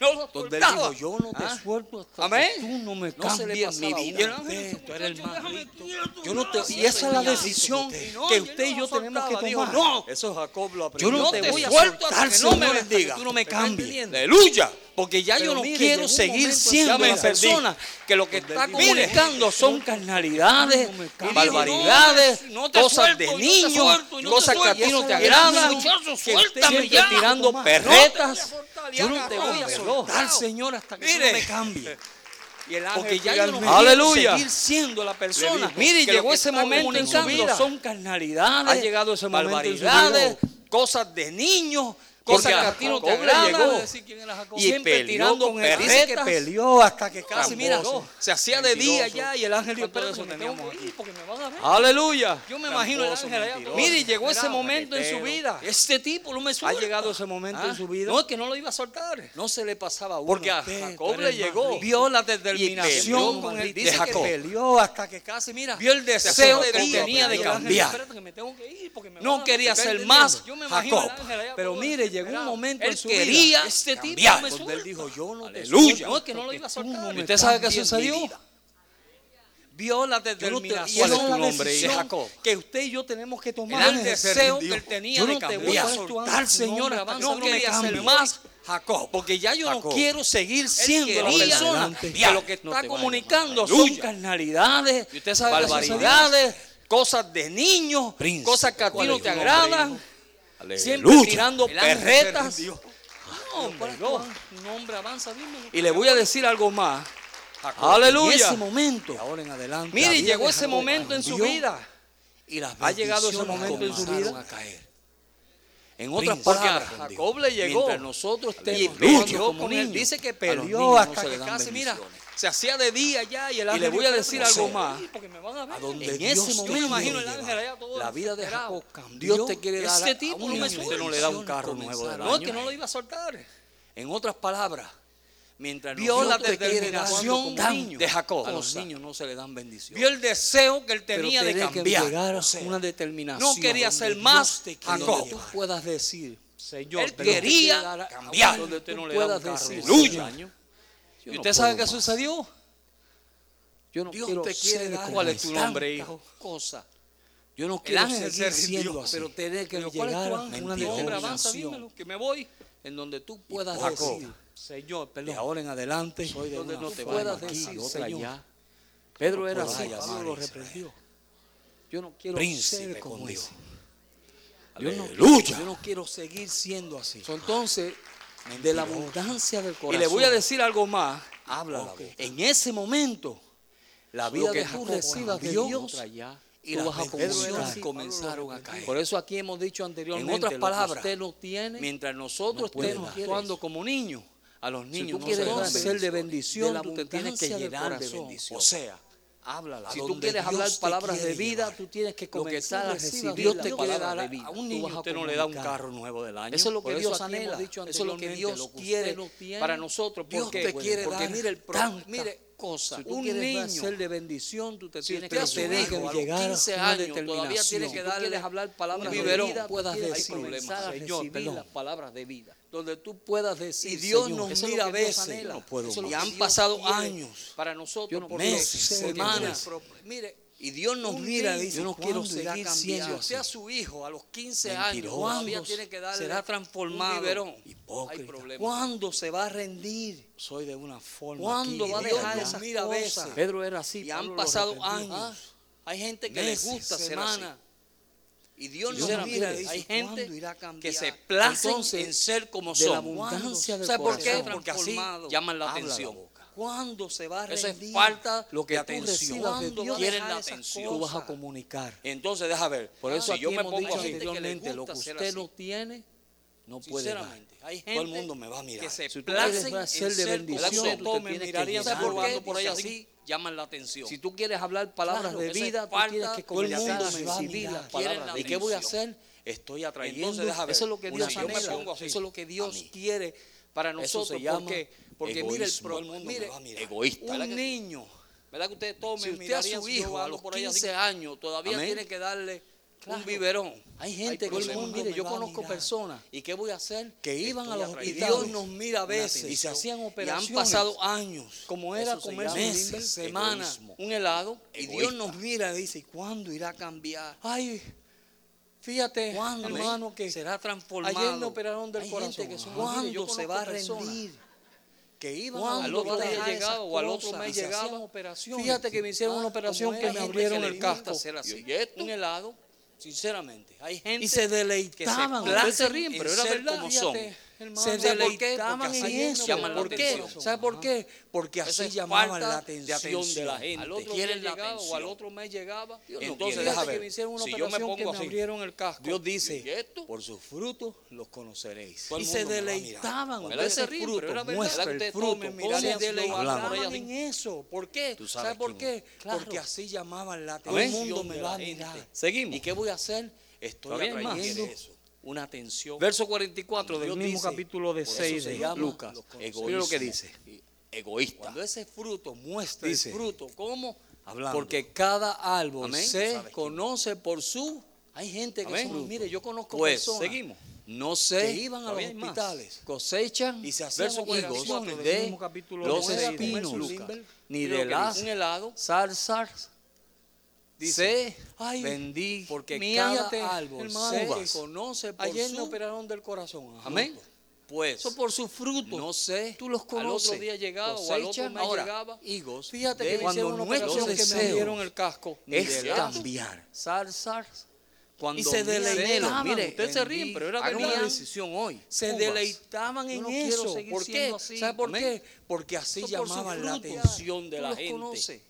Speaker 5: no lo
Speaker 2: donde él
Speaker 5: soltaba.
Speaker 2: dijo, yo no te
Speaker 5: Ah.
Speaker 2: suelto hasta
Speaker 5: Amén.
Speaker 2: que tú no me
Speaker 5: No se le
Speaker 2: cambies mi vida.
Speaker 5: pasaba uno. Y el ángel
Speaker 2: Usted,
Speaker 5: dice,
Speaker 2: tú eres el
Speaker 5: "Muchacho,
Speaker 2: más
Speaker 5: déjame
Speaker 2: rico".
Speaker 5: quieto,
Speaker 2: Yo no te-
Speaker 5: no,
Speaker 2: y esa es la
Speaker 5: señor.
Speaker 2: decisión
Speaker 5: Y no,
Speaker 2: que
Speaker 5: y
Speaker 2: usted
Speaker 5: él
Speaker 2: y
Speaker 5: no
Speaker 2: yo tenemos
Speaker 5: lo
Speaker 2: que tomar.
Speaker 5: soltaba, dijo, "No".
Speaker 2: Eso Jacob lo
Speaker 5: Yo no te voy a soltar hasta que no me bendiga.
Speaker 2: tú no me
Speaker 5: ¿Está
Speaker 2: cambies.
Speaker 5: entendiendo?
Speaker 2: Aleluya. Porque ya
Speaker 5: Pero
Speaker 2: yo no
Speaker 5: mire, llegó
Speaker 2: quiero
Speaker 5: un
Speaker 2: seguir
Speaker 5: momento en
Speaker 2: siendo
Speaker 5: que ya me
Speaker 2: una
Speaker 5: encendí.
Speaker 2: persona que lo que
Speaker 5: Donde
Speaker 2: está
Speaker 5: él dijo,
Speaker 2: comunicando son
Speaker 5: Tú
Speaker 2: carnalidades,
Speaker 5: no me cambies.
Speaker 2: barbaridades,
Speaker 5: Y dijo, no, no te
Speaker 2: cosas
Speaker 5: suelto,
Speaker 2: de
Speaker 5: y no te
Speaker 2: niños,
Speaker 5: suelto, y no te
Speaker 2: cosas que a ti
Speaker 5: suelto.
Speaker 2: no te
Speaker 5: Y él dice,
Speaker 2: agradan,
Speaker 5: "Muchacho,
Speaker 2: que usted
Speaker 5: suéltame
Speaker 2: siempre
Speaker 5: ya".
Speaker 2: tirando
Speaker 5: No te
Speaker 2: perretas.
Speaker 5: voy a soltar, ya
Speaker 2: Yo no te voy a
Speaker 5: agarrado.
Speaker 2: soltar, Señor, hasta que tú no
Speaker 5: Mire.
Speaker 2: me cambie.
Speaker 5: Y el ángel
Speaker 2: Porque ya yo no
Speaker 5: finalmente-
Speaker 2: quiero
Speaker 5: Aleluya.
Speaker 2: seguir siendo la persona.
Speaker 5: Le dijo, mire,
Speaker 2: que
Speaker 5: llegó
Speaker 2: lo que
Speaker 5: ese
Speaker 2: está
Speaker 5: momento en su
Speaker 2: comunicando
Speaker 5: vida.
Speaker 2: Son carnalidades.
Speaker 5: Ha llegado ese momento en su vida.
Speaker 2: Barbaridades, cosas de niños, cosas
Speaker 5: Porque
Speaker 2: que
Speaker 5: a
Speaker 2: a ti no te
Speaker 5: Jacob le
Speaker 2: agradan.
Speaker 5: llegó.
Speaker 2: Y
Speaker 5: Siempre
Speaker 2: peleó
Speaker 5: tirando
Speaker 2: con él. Dice que
Speaker 5: perretas.
Speaker 2: peleó hasta que casi,
Speaker 5: Tramposo.
Speaker 2: mira, se hacía de día
Speaker 5: Mentiroso.
Speaker 2: ya y el ángel dijo,
Speaker 5: ¿Cuánto de
Speaker 2: "Espérate,
Speaker 5: eso
Speaker 2: me tengo
Speaker 5: teníamos
Speaker 2: que
Speaker 5: aquí?
Speaker 2: ir porque me van a ver".
Speaker 5: Aleluya.
Speaker 2: Yo me imagino el
Speaker 5: Tramposo,
Speaker 2: ángel allá.
Speaker 5: mentiroso.
Speaker 2: Mire, llegó ese
Speaker 5: Era
Speaker 2: momento en su
Speaker 5: raquetero.
Speaker 2: vida.
Speaker 5: Este tipo no me
Speaker 2: Ha
Speaker 5: suelta.
Speaker 2: llegado ese momento
Speaker 5: Ah,
Speaker 2: en su vida.
Speaker 5: No, es que no lo iba a soltar.
Speaker 2: No se le pasaba uno.
Speaker 5: Porque a
Speaker 2: Usted,
Speaker 5: Jacob
Speaker 2: tú
Speaker 5: le
Speaker 2: eres más
Speaker 5: llegó.
Speaker 2: rico.
Speaker 5: Vio la
Speaker 2: Visión
Speaker 5: determinación
Speaker 2: con
Speaker 5: con
Speaker 2: el
Speaker 5: el
Speaker 2: de
Speaker 5: dice que
Speaker 2: Jacob.
Speaker 5: peleó.
Speaker 2: peleó hasta que casi, mira,
Speaker 5: Vio el deseo que
Speaker 2: Jacob,
Speaker 5: tenía de
Speaker 2: pero el ángel
Speaker 5: cambiar.
Speaker 2: dijo, "Espérate que me tengo que ir porque me van a
Speaker 5: No
Speaker 2: ver".
Speaker 5: quería
Speaker 2: ¿Está
Speaker 5: ser
Speaker 2: entendiendo?
Speaker 5: más
Speaker 2: Yo me imagino
Speaker 5: Jacob.
Speaker 2: al ángel allá,
Speaker 5: Pero
Speaker 2: todo
Speaker 5: mire, llegó un
Speaker 2: desesperado.
Speaker 5: momento
Speaker 2: Él
Speaker 5: en su
Speaker 2: quería
Speaker 5: vida.
Speaker 2: este tipo
Speaker 5: cambiar.
Speaker 2: no me
Speaker 5: Donde él dijo, yo no te
Speaker 2: Aleluya.
Speaker 5: suelto. No, es que no lo iba a soltar.
Speaker 2: me
Speaker 5: ¿Y usted sabe qué
Speaker 2: cambies mi
Speaker 5: sucedió?
Speaker 2: vida.
Speaker 5: Vio la
Speaker 2: Yo no te-
Speaker 5: determinación.
Speaker 2: y esa es la
Speaker 5: nombre,
Speaker 2: decisión
Speaker 5: de Jacob?
Speaker 2: Que usted y yo tenemos que tomar.
Speaker 5: Era el deseo que él tenía
Speaker 2: yo
Speaker 5: de
Speaker 2: no te voy
Speaker 5: cambiar.
Speaker 2: a soltar,
Speaker 5: Tu
Speaker 2: Señor,
Speaker 5: nombre
Speaker 2: hasta que
Speaker 5: avanza,
Speaker 2: no
Speaker 5: no
Speaker 2: me
Speaker 5: quería ser
Speaker 2: cambie.
Speaker 5: más
Speaker 2: Jacob. Porque ya yo
Speaker 5: Jacob.
Speaker 2: no quiero seguir siendo la
Speaker 5: quería
Speaker 2: persona
Speaker 5: adelante.
Speaker 2: que lo que está
Speaker 5: No te vayas,
Speaker 2: comunicando
Speaker 5: aleluya.
Speaker 2: son carnalidades,
Speaker 5: Y usted sabe que
Speaker 2: barbaridades, cosas de niños,
Speaker 5: Príncipe,
Speaker 2: cosas que a ti
Speaker 5: ¿cuál
Speaker 2: no
Speaker 5: es
Speaker 2: te
Speaker 5: tu
Speaker 2: agradan,
Speaker 5: nombre,
Speaker 2: siempre
Speaker 5: Aleluya.
Speaker 2: tirando
Speaker 5: El ángel se
Speaker 2: perretas.
Speaker 5: rindió.
Speaker 2: No, hombre, no.
Speaker 5: Nombre avanza, dime.
Speaker 2: Y le voy a decir algo más.
Speaker 5: Jacob.
Speaker 2: Aleluya.
Speaker 5: En ese momento.
Speaker 2: De ahora en adelante. la
Speaker 5: Mire,
Speaker 2: vida de
Speaker 5: llegó ese
Speaker 2: Jacob
Speaker 5: momento en su
Speaker 2: cambió.
Speaker 5: vida.
Speaker 2: Y las
Speaker 5: Ha llegado ese
Speaker 2: bendiciones
Speaker 5: momento en su
Speaker 2: comenzaron
Speaker 5: vida.
Speaker 2: a caer.
Speaker 5: En
Speaker 2: otras
Speaker 5: otras
Speaker 2: palabras,
Speaker 5: palabras, a Jacob le llegó.
Speaker 2: mientras nosotros estemos
Speaker 5: y
Speaker 2: luchando
Speaker 5: peleó
Speaker 2: como
Speaker 5: con él.
Speaker 2: niños,
Speaker 5: Dice que
Speaker 2: a los niños
Speaker 5: peleó
Speaker 2: no
Speaker 5: hasta
Speaker 2: se le
Speaker 5: que
Speaker 2: dan
Speaker 5: casi, mira,
Speaker 2: bendiciones.
Speaker 5: se hacía de día ya y el ángel
Speaker 2: le voy
Speaker 5: dijo,
Speaker 2: a decir
Speaker 5: "Pero
Speaker 2: algo
Speaker 5: no sé,
Speaker 2: más.
Speaker 5: porque me van a ver".
Speaker 2: a donde
Speaker 5: en
Speaker 2: Dios
Speaker 5: ese momento,
Speaker 2: me
Speaker 5: yo me imagino el
Speaker 2: lleva.
Speaker 5: ángel allá todo
Speaker 2: La vida de
Speaker 5: desesperado.
Speaker 2: Jacob cambió.
Speaker 5: Dios te quiere dar
Speaker 2: Este
Speaker 5: a
Speaker 2: tipo
Speaker 5: un
Speaker 2: no me
Speaker 5: hijo, usted
Speaker 2: suelta.
Speaker 5: no le da un carro
Speaker 2: Comenzar
Speaker 5: nuevo del
Speaker 2: el
Speaker 5: año.
Speaker 2: año.
Speaker 5: No, es que no lo iba a soltar.
Speaker 2: En otras palabras, mientras
Speaker 3: Vio
Speaker 2: nosotros
Speaker 3: la
Speaker 2: te quiere
Speaker 3: determinación
Speaker 2: dar como niños,
Speaker 3: de Jacob.
Speaker 2: A los
Speaker 3: Cosa.
Speaker 2: niños no se les dan bendición.
Speaker 3: Vio el deseo que él tenía
Speaker 2: Pero
Speaker 3: de
Speaker 2: tiene que llegar
Speaker 3: cambiar.
Speaker 2: a una determinación.
Speaker 3: no quería
Speaker 2: donde
Speaker 3: ser
Speaker 2: Dios
Speaker 3: más
Speaker 2: te quiere
Speaker 3: Jacob.
Speaker 2: donde tú puedas decir, Señor,
Speaker 3: Él
Speaker 2: te lo
Speaker 3: quería
Speaker 2: quiero dar a-
Speaker 3: cambiar.
Speaker 2: Donde tú
Speaker 3: Tú
Speaker 2: no le
Speaker 3: puedas
Speaker 2: das un carro de
Speaker 3: decir,
Speaker 2: seis
Speaker 3: "Aleluya".
Speaker 2: años. Yo
Speaker 3: ¿Y
Speaker 2: no
Speaker 3: usted sabe
Speaker 2: puedo
Speaker 3: qué
Speaker 2: más.
Speaker 3: sucedió?
Speaker 2: Yo no
Speaker 3: Dios
Speaker 2: quiero
Speaker 3: te quiere
Speaker 2: ser
Speaker 3: dar
Speaker 2: como
Speaker 3: ¿Cuál es tu
Speaker 2: tantas
Speaker 3: nombre, hijo?
Speaker 2: cosas. Yo no quiero
Speaker 3: ángel
Speaker 2: seguir
Speaker 3: se rindió,
Speaker 2: siendo así.
Speaker 3: pero
Speaker 2: tener que
Speaker 3: Pero ¿cuál es tu ángel?
Speaker 2: una
Speaker 3: Hombre, avanza,
Speaker 2: determinación
Speaker 3: dímelo, que me voy.
Speaker 2: en donde tú puedas
Speaker 3: Jacob,
Speaker 2: decir, Señor, de ahora en adelante, donde no te
Speaker 3: puedas
Speaker 2: puedas
Speaker 3: decir,
Speaker 2: decir,
Speaker 3: Señor.
Speaker 2: Señor. Pedro era
Speaker 3: puedo
Speaker 2: así,
Speaker 3: llamar
Speaker 2: Pablo
Speaker 3: a
Speaker 2: lo
Speaker 3: Israel.
Speaker 2: reprendió. Yo no quiero
Speaker 3: Príncipe
Speaker 2: ser como
Speaker 3: con
Speaker 2: Dios.
Speaker 3: Dios.
Speaker 2: Yo no,
Speaker 3: Aleluya.
Speaker 2: yo no quiero seguir siendo así. Entonces, de la abundancia del
Speaker 3: Y
Speaker 2: corazón.
Speaker 3: le voy a decir algo más.
Speaker 2: Habla
Speaker 3: Ok.
Speaker 2: En ese momento, la vida
Speaker 3: Lo que
Speaker 2: que tú
Speaker 3: Jacob
Speaker 2: recibas de
Speaker 3: cambió,
Speaker 2: Dios y
Speaker 3: tú
Speaker 2: las
Speaker 3: vas a comenzar.
Speaker 2: bendiciones
Speaker 3: Pablo
Speaker 2: comenzaron a caer.
Speaker 3: Por eso aquí hemos dicho
Speaker 2: en
Speaker 3: anteriormente,
Speaker 2: otras
Speaker 3: lo que
Speaker 2: palabras,
Speaker 3: usted no tiene,
Speaker 2: mientras
Speaker 3: nosotros
Speaker 2: nosotros
Speaker 3: estemos
Speaker 2: estemos
Speaker 3: actuando como niños. A los
Speaker 2: Si
Speaker 3: niños
Speaker 2: tú
Speaker 3: no
Speaker 2: quieres
Speaker 3: se les dan
Speaker 2: ser de
Speaker 3: bendiciones.
Speaker 2: bendición,
Speaker 3: la
Speaker 2: tú te tienes que
Speaker 3: abundancia del
Speaker 2: llenar de
Speaker 3: corazón.
Speaker 2: bendición.
Speaker 3: O sea,
Speaker 2: háblala.
Speaker 3: si tú
Speaker 2: donde
Speaker 3: quieres
Speaker 2: Dios
Speaker 3: hablar
Speaker 2: te
Speaker 3: palabras
Speaker 2: quiere
Speaker 3: de vida,
Speaker 2: llevar.
Speaker 3: tú tienes que
Speaker 2: Lo que
Speaker 3: comenzar
Speaker 2: tú
Speaker 3: a
Speaker 2: recibas,
Speaker 3: recibir
Speaker 2: Dios
Speaker 3: la
Speaker 2: te quiere
Speaker 3: palabra
Speaker 2: dar a,
Speaker 3: de vida.
Speaker 2: a
Speaker 3: Tú
Speaker 2: un
Speaker 3: vas
Speaker 2: niño
Speaker 3: a
Speaker 2: usted no le da un
Speaker 3: comunicar.
Speaker 2: carro nuevo del año.
Speaker 3: Eso es lo que
Speaker 2: Por
Speaker 3: Dios
Speaker 2: aquí hemos
Speaker 3: anhela.
Speaker 2: dicho
Speaker 3: Eso es lo que
Speaker 2: anteriormente,
Speaker 3: Dios
Speaker 2: usted
Speaker 3: quiere
Speaker 2: no tiene.
Speaker 3: para nosotros. ¿Por
Speaker 2: Dios
Speaker 3: qué,
Speaker 2: te
Speaker 3: güey?
Speaker 2: quiere
Speaker 3: Porque
Speaker 2: dar
Speaker 3: mira el pro-
Speaker 2: tanta
Speaker 3: mire cosa.
Speaker 2: Si tú
Speaker 3: un
Speaker 2: quieres
Speaker 3: niño
Speaker 2: ser
Speaker 3: de bendición, tú te
Speaker 2: Si
Speaker 3: tienes
Speaker 2: usted
Speaker 3: que
Speaker 2: a su
Speaker 3: hacer
Speaker 2: hijo
Speaker 3: algo.
Speaker 2: a los 15 años
Speaker 3: todavía tienes que darle hablar palabras de vida.
Speaker 2: puedas
Speaker 3: tú tienes que
Speaker 2: decir,
Speaker 3: comenzar a
Speaker 2: Señor,
Speaker 3: recibir
Speaker 2: perdón.
Speaker 3: las palabras de vida.
Speaker 2: donde tú puedas decir,
Speaker 3: Y Dios
Speaker 2: Señor,
Speaker 3: nos
Speaker 2: eso es
Speaker 3: mira a
Speaker 2: lo que Dios
Speaker 3: veces.
Speaker 2: anhela.
Speaker 3: Yo
Speaker 2: Eso
Speaker 3: no
Speaker 2: es lo
Speaker 3: y
Speaker 2: que
Speaker 3: han
Speaker 2: Dios
Speaker 3: pasado
Speaker 2: quiere.
Speaker 3: años para nosotros,
Speaker 2: Yo no
Speaker 3: porque
Speaker 2: meses,
Speaker 3: semanas.
Speaker 2: semanas.
Speaker 3: Mire,
Speaker 2: Y Dios nos
Speaker 3: un
Speaker 2: mira y
Speaker 3: niño,
Speaker 2: dice,
Speaker 3: yo no quiero
Speaker 2: "¿Cuándo irá
Speaker 3: seguir
Speaker 2: a
Speaker 3: siendo
Speaker 2: cambiar?"
Speaker 3: así. a su hijo a los 15 años,
Speaker 2: Mentiroso.
Speaker 3: todavía
Speaker 2: ¿Cuándo
Speaker 3: tiene que darle
Speaker 2: será transformado?
Speaker 3: un biberón.
Speaker 2: Hipócrita.
Speaker 3: Hay problemas.
Speaker 2: ¿Cuándo se va a rendir? Soy de una forma.
Speaker 3: ¿Cuándo
Speaker 2: aquí,
Speaker 3: va a
Speaker 2: Dios
Speaker 3: dejar
Speaker 2: nos
Speaker 3: esas
Speaker 2: mira a
Speaker 3: cosas?
Speaker 2: veces. Pedro era así.
Speaker 3: Y han pasado años. Hay gente que les
Speaker 2: Meses,
Speaker 3: gusta
Speaker 2: semanas.
Speaker 3: semana. Y Dios
Speaker 2: Y
Speaker 3: nos
Speaker 2: Dios
Speaker 3: mira,
Speaker 2: mira,
Speaker 3: hay
Speaker 2: dice,
Speaker 3: gente
Speaker 2: "¿Cuándo irá a
Speaker 3: que
Speaker 2: cambiar?"
Speaker 3: se place
Speaker 2: Entonces,
Speaker 3: en ser como
Speaker 2: de la
Speaker 3: son.
Speaker 2: abundancia del
Speaker 3: ¿Sabe por qué?
Speaker 2: corazón.
Speaker 3: Porque así
Speaker 2: Transformado.
Speaker 3: llaman
Speaker 2: Habla
Speaker 3: la
Speaker 2: la
Speaker 3: atención.
Speaker 2: boca.
Speaker 3: ¿Cuándo se va a
Speaker 2: Eso es
Speaker 3: rendir?
Speaker 2: falta
Speaker 3: lo
Speaker 2: de
Speaker 3: que
Speaker 2: atención.
Speaker 3: ¿Cuándo
Speaker 2: Dios
Speaker 3: quieren
Speaker 2: deja
Speaker 3: la
Speaker 2: esas
Speaker 3: atención?
Speaker 2: Tú vas a comunicar.
Speaker 3: Entonces, deja ver.
Speaker 2: Por eso
Speaker 3: si yo
Speaker 2: aquí
Speaker 3: me
Speaker 2: hemos
Speaker 3: pongo
Speaker 2: dicho
Speaker 3: así,
Speaker 2: anteriormente, lo que usted no tiene, no puede dar.
Speaker 3: Sinceramente, hay gente
Speaker 2: Todo el mundo me va a mirar.
Speaker 3: que se
Speaker 2: Si tú quieres
Speaker 3: placen en
Speaker 2: ser de bendición,
Speaker 3: como
Speaker 2: tú te
Speaker 3: son. Todos me
Speaker 2: tienes que
Speaker 3: mirarían
Speaker 2: llenar.
Speaker 3: por
Speaker 2: ¿Sabe por
Speaker 3: ahí
Speaker 2: qué?
Speaker 3: por ahí
Speaker 2: Dice
Speaker 3: así, llaman la atención.
Speaker 2: Si tú quieres hablar palabras
Speaker 3: Claro,
Speaker 2: de
Speaker 3: eso es
Speaker 2: vida, tú
Speaker 3: falta,
Speaker 2: tienes que
Speaker 3: todo el
Speaker 2: comenzar
Speaker 3: mundo
Speaker 2: a
Speaker 3: me va a
Speaker 2: recibir
Speaker 3: mirar,
Speaker 2: las
Speaker 3: quieren
Speaker 2: palabras.
Speaker 3: la
Speaker 2: ¿Y qué voy a
Speaker 3: bendición.
Speaker 2: hacer? Estoy atrayendo.
Speaker 3: Entonces, deja ver.
Speaker 2: eso es lo que
Speaker 3: Una
Speaker 2: Dios
Speaker 3: yo me
Speaker 2: anhela.
Speaker 3: pongo así,
Speaker 2: Eso es lo que
Speaker 3: a
Speaker 2: Dios
Speaker 3: mí.
Speaker 2: quiere para nosotros.
Speaker 3: se
Speaker 2: ¿Por
Speaker 3: llama
Speaker 2: qué? Porque mira el egoísmo.
Speaker 3: pro-
Speaker 2: Todo el mundo me
Speaker 3: mire,
Speaker 2: va a mirar.
Speaker 3: egoísta. ¿verdad que-
Speaker 2: Un niño.
Speaker 3: ¿Verdad que ustedes todos
Speaker 2: Si
Speaker 3: me
Speaker 2: usted a
Speaker 3: mirarían
Speaker 2: su
Speaker 3: si yo
Speaker 2: hijo, a
Speaker 3: ando
Speaker 2: los
Speaker 3: por ahí
Speaker 2: 15
Speaker 3: años, todavía
Speaker 2: Amén.
Speaker 3: tiene que darle
Speaker 2: Claro.
Speaker 3: un biberón.
Speaker 2: Hay gente que
Speaker 3: problemas.
Speaker 2: dice, mire,
Speaker 3: Me
Speaker 2: yo
Speaker 3: va a
Speaker 2: conozco
Speaker 3: mirar.
Speaker 2: personas
Speaker 3: ¿Y qué voy a hacer?
Speaker 2: que iban a los
Speaker 3: Estoy
Speaker 2: hospitales.
Speaker 3: atraído. Dios nos mira a veces.
Speaker 2: y se hacían operaciones.
Speaker 3: Y han pasado años.
Speaker 2: Como
Speaker 3: Eso
Speaker 2: era
Speaker 3: se
Speaker 2: comer
Speaker 3: llama
Speaker 2: meses,
Speaker 3: semana,
Speaker 2: egoísmo.
Speaker 3: un helado.
Speaker 2: Y
Speaker 3: Y Dios
Speaker 2: Dios
Speaker 3: nos
Speaker 2: nos mira y dice, ¿cuándo irá a cambiar?
Speaker 3: Ay, fíjate,
Speaker 2: ¿Cuándo,
Speaker 3: hermano,
Speaker 2: amén?
Speaker 3: que
Speaker 2: Será
Speaker 3: eh? transformado. Ayer me operaron del corazón.
Speaker 2: ¿Cuándo se va a rendir? Que iban
Speaker 3: ¿Cuándo
Speaker 2: al otro
Speaker 3: va a
Speaker 2: día
Speaker 3: dejar
Speaker 2: llegaba
Speaker 3: esas
Speaker 2: o al otro
Speaker 3: cosas?
Speaker 2: mes
Speaker 3: Y se hacían
Speaker 2: llegaba.
Speaker 3: operaciones.
Speaker 2: Fíjate que me hicieron
Speaker 3: Ah,
Speaker 2: una operación
Speaker 3: como
Speaker 2: que
Speaker 3: era
Speaker 2: me
Speaker 3: gente
Speaker 2: abrieron
Speaker 3: que le
Speaker 2: el
Speaker 3: gusta
Speaker 2: casco.
Speaker 3: hacer así.
Speaker 2: Y esto,
Speaker 3: Un helado, sinceramente. Hay gente
Speaker 2: Y se
Speaker 3: que se
Speaker 2: deleitaban.
Speaker 3: placen
Speaker 2: Ustedes se ríen,
Speaker 3: en
Speaker 2: pero era
Speaker 3: ser
Speaker 2: verdad.
Speaker 3: como
Speaker 2: Fíjate,
Speaker 3: son.
Speaker 2: hermano.
Speaker 3: Se
Speaker 2: ¿Sabe por qué?
Speaker 3: deleitaban
Speaker 2: Porque
Speaker 3: en
Speaker 2: así
Speaker 3: eso.
Speaker 2: llaman la
Speaker 3: ¿Por qué?
Speaker 2: atención.
Speaker 3: ¿Sabe por qué?
Speaker 2: Porque
Speaker 3: Eso
Speaker 2: así
Speaker 3: es
Speaker 2: llamaban
Speaker 3: falta
Speaker 2: la
Speaker 3: de
Speaker 2: atención
Speaker 3: atención de la gente.
Speaker 2: Al otro
Speaker 3: Quieren
Speaker 2: día
Speaker 3: la
Speaker 2: llegaba o al
Speaker 3: atención.
Speaker 2: otro mes llegaba.
Speaker 3: Dios no
Speaker 2: Entonces,
Speaker 3: quiere.
Speaker 2: deja
Speaker 3: Fíjate
Speaker 2: ver.
Speaker 3: que me hicieron una
Speaker 2: si yo me
Speaker 3: operación que
Speaker 2: pongo
Speaker 3: me
Speaker 2: así,
Speaker 3: abrieron el casco.
Speaker 2: Dios dice,
Speaker 3: ¿Y esto?
Speaker 2: por sus frutos los conoceréis.
Speaker 3: Todo el
Speaker 2: Y se
Speaker 3: mundo me va a mirar.
Speaker 2: deleitaban.
Speaker 3: Bueno,
Speaker 2: Ustedes
Speaker 3: ese
Speaker 2: el
Speaker 3: río,
Speaker 2: fruto,
Speaker 3: pero era verdad.
Speaker 2: muestra
Speaker 3: ¿Verdad que
Speaker 2: el
Speaker 3: ustedes
Speaker 2: fruto.
Speaker 3: tomen,
Speaker 2: Cómo
Speaker 3: miran,
Speaker 2: se
Speaker 3: hablando?
Speaker 2: deleitaban
Speaker 3: Hablando.
Speaker 2: en eso. ¿Por qué?
Speaker 3: Tú sabes
Speaker 2: ¿Sabes por
Speaker 3: que-
Speaker 2: qué?
Speaker 3: Claro.
Speaker 2: Porque así llamaban la
Speaker 3: Todo el
Speaker 2: atención.
Speaker 3: mundo me va a mirar. Seguimos.
Speaker 2: ¿Y qué voy a hacer? Estoy
Speaker 3: Está bien, más.
Speaker 2: atrayendo
Speaker 3: Quiere eso.
Speaker 2: una atención.
Speaker 3: Verso 44 del
Speaker 2: Dios
Speaker 3: mismo
Speaker 2: dice,
Speaker 3: capítulo de
Speaker 2: por eso
Speaker 3: 6
Speaker 2: se
Speaker 3: de
Speaker 2: llama
Speaker 3: Lucas.
Speaker 2: los conocidos.
Speaker 3: Mira lo que dice.
Speaker 2: Egoísta. Cuando ese fruto muestra el fruto, ¿cómo? Porque
Speaker 3: cada árbol
Speaker 2: Amén. Tú
Speaker 3: se
Speaker 2: sabes quién.
Speaker 3: conoce por su
Speaker 2: hay gente que
Speaker 3: Amén.
Speaker 2: son, mire, yo conozco
Speaker 3: Pues,
Speaker 2: personas
Speaker 3: seguimos.
Speaker 2: no sé, que iban a
Speaker 3: Está
Speaker 2: los
Speaker 3: bien, más.
Speaker 2: hospitales,
Speaker 3: cosechan
Speaker 2: y se hacían
Speaker 3: verso 44
Speaker 2: operaciones
Speaker 3: del
Speaker 2: de
Speaker 3: mismo capítulo
Speaker 2: los
Speaker 3: de Lucas.
Speaker 2: espinos,
Speaker 3: Lucas.
Speaker 2: ni
Speaker 3: Mira
Speaker 2: de
Speaker 3: lo que
Speaker 2: las
Speaker 3: dice. un helado
Speaker 2: zarzas.
Speaker 3: dice,
Speaker 2: ay,
Speaker 3: bendí
Speaker 2: porque
Speaker 3: mi
Speaker 2: cada
Speaker 3: ate-
Speaker 2: árbol
Speaker 3: hermano,
Speaker 2: se
Speaker 3: uvas.
Speaker 2: conoce por
Speaker 3: ayer
Speaker 2: su
Speaker 3: me operaron del corazón. Ajá.
Speaker 2: Amén. Pues
Speaker 3: Eso por sus frutos.
Speaker 2: no sé,
Speaker 3: Tú los conoces.
Speaker 2: Al otro día llegaba
Speaker 3: o al otro
Speaker 2: cosechan
Speaker 3: mes
Speaker 2: ahora
Speaker 3: llegaba.
Speaker 2: higos
Speaker 3: Fíjate que
Speaker 2: de
Speaker 3: me
Speaker 2: cuando
Speaker 3: hicieron una
Speaker 2: nuestros
Speaker 3: operación que me
Speaker 2: deseos
Speaker 3: dieron el casco. Ni
Speaker 2: es
Speaker 3: de gato,
Speaker 2: cambiar.
Speaker 3: Zarzas. Cuando
Speaker 2: Y se
Speaker 3: mi anhelo-
Speaker 2: deleitaban.
Speaker 3: Mire, ustedes se
Speaker 2: Bendí.
Speaker 3: ríen, pero era
Speaker 2: Hagan una
Speaker 3: verdad.
Speaker 2: decisión
Speaker 3: hoy.
Speaker 2: se deleitaban en
Speaker 3: Yo no quiero
Speaker 2: eso.
Speaker 3: seguir
Speaker 2: ¿Por qué?
Speaker 3: siendo así.
Speaker 2: ¿Sabe por
Speaker 3: Amén.
Speaker 2: qué? Porque así
Speaker 3: Eso por su
Speaker 2: llamaban la
Speaker 3: fruto.
Speaker 2: atención de
Speaker 3: Tú
Speaker 2: la
Speaker 3: los
Speaker 2: gente.
Speaker 3: conoces.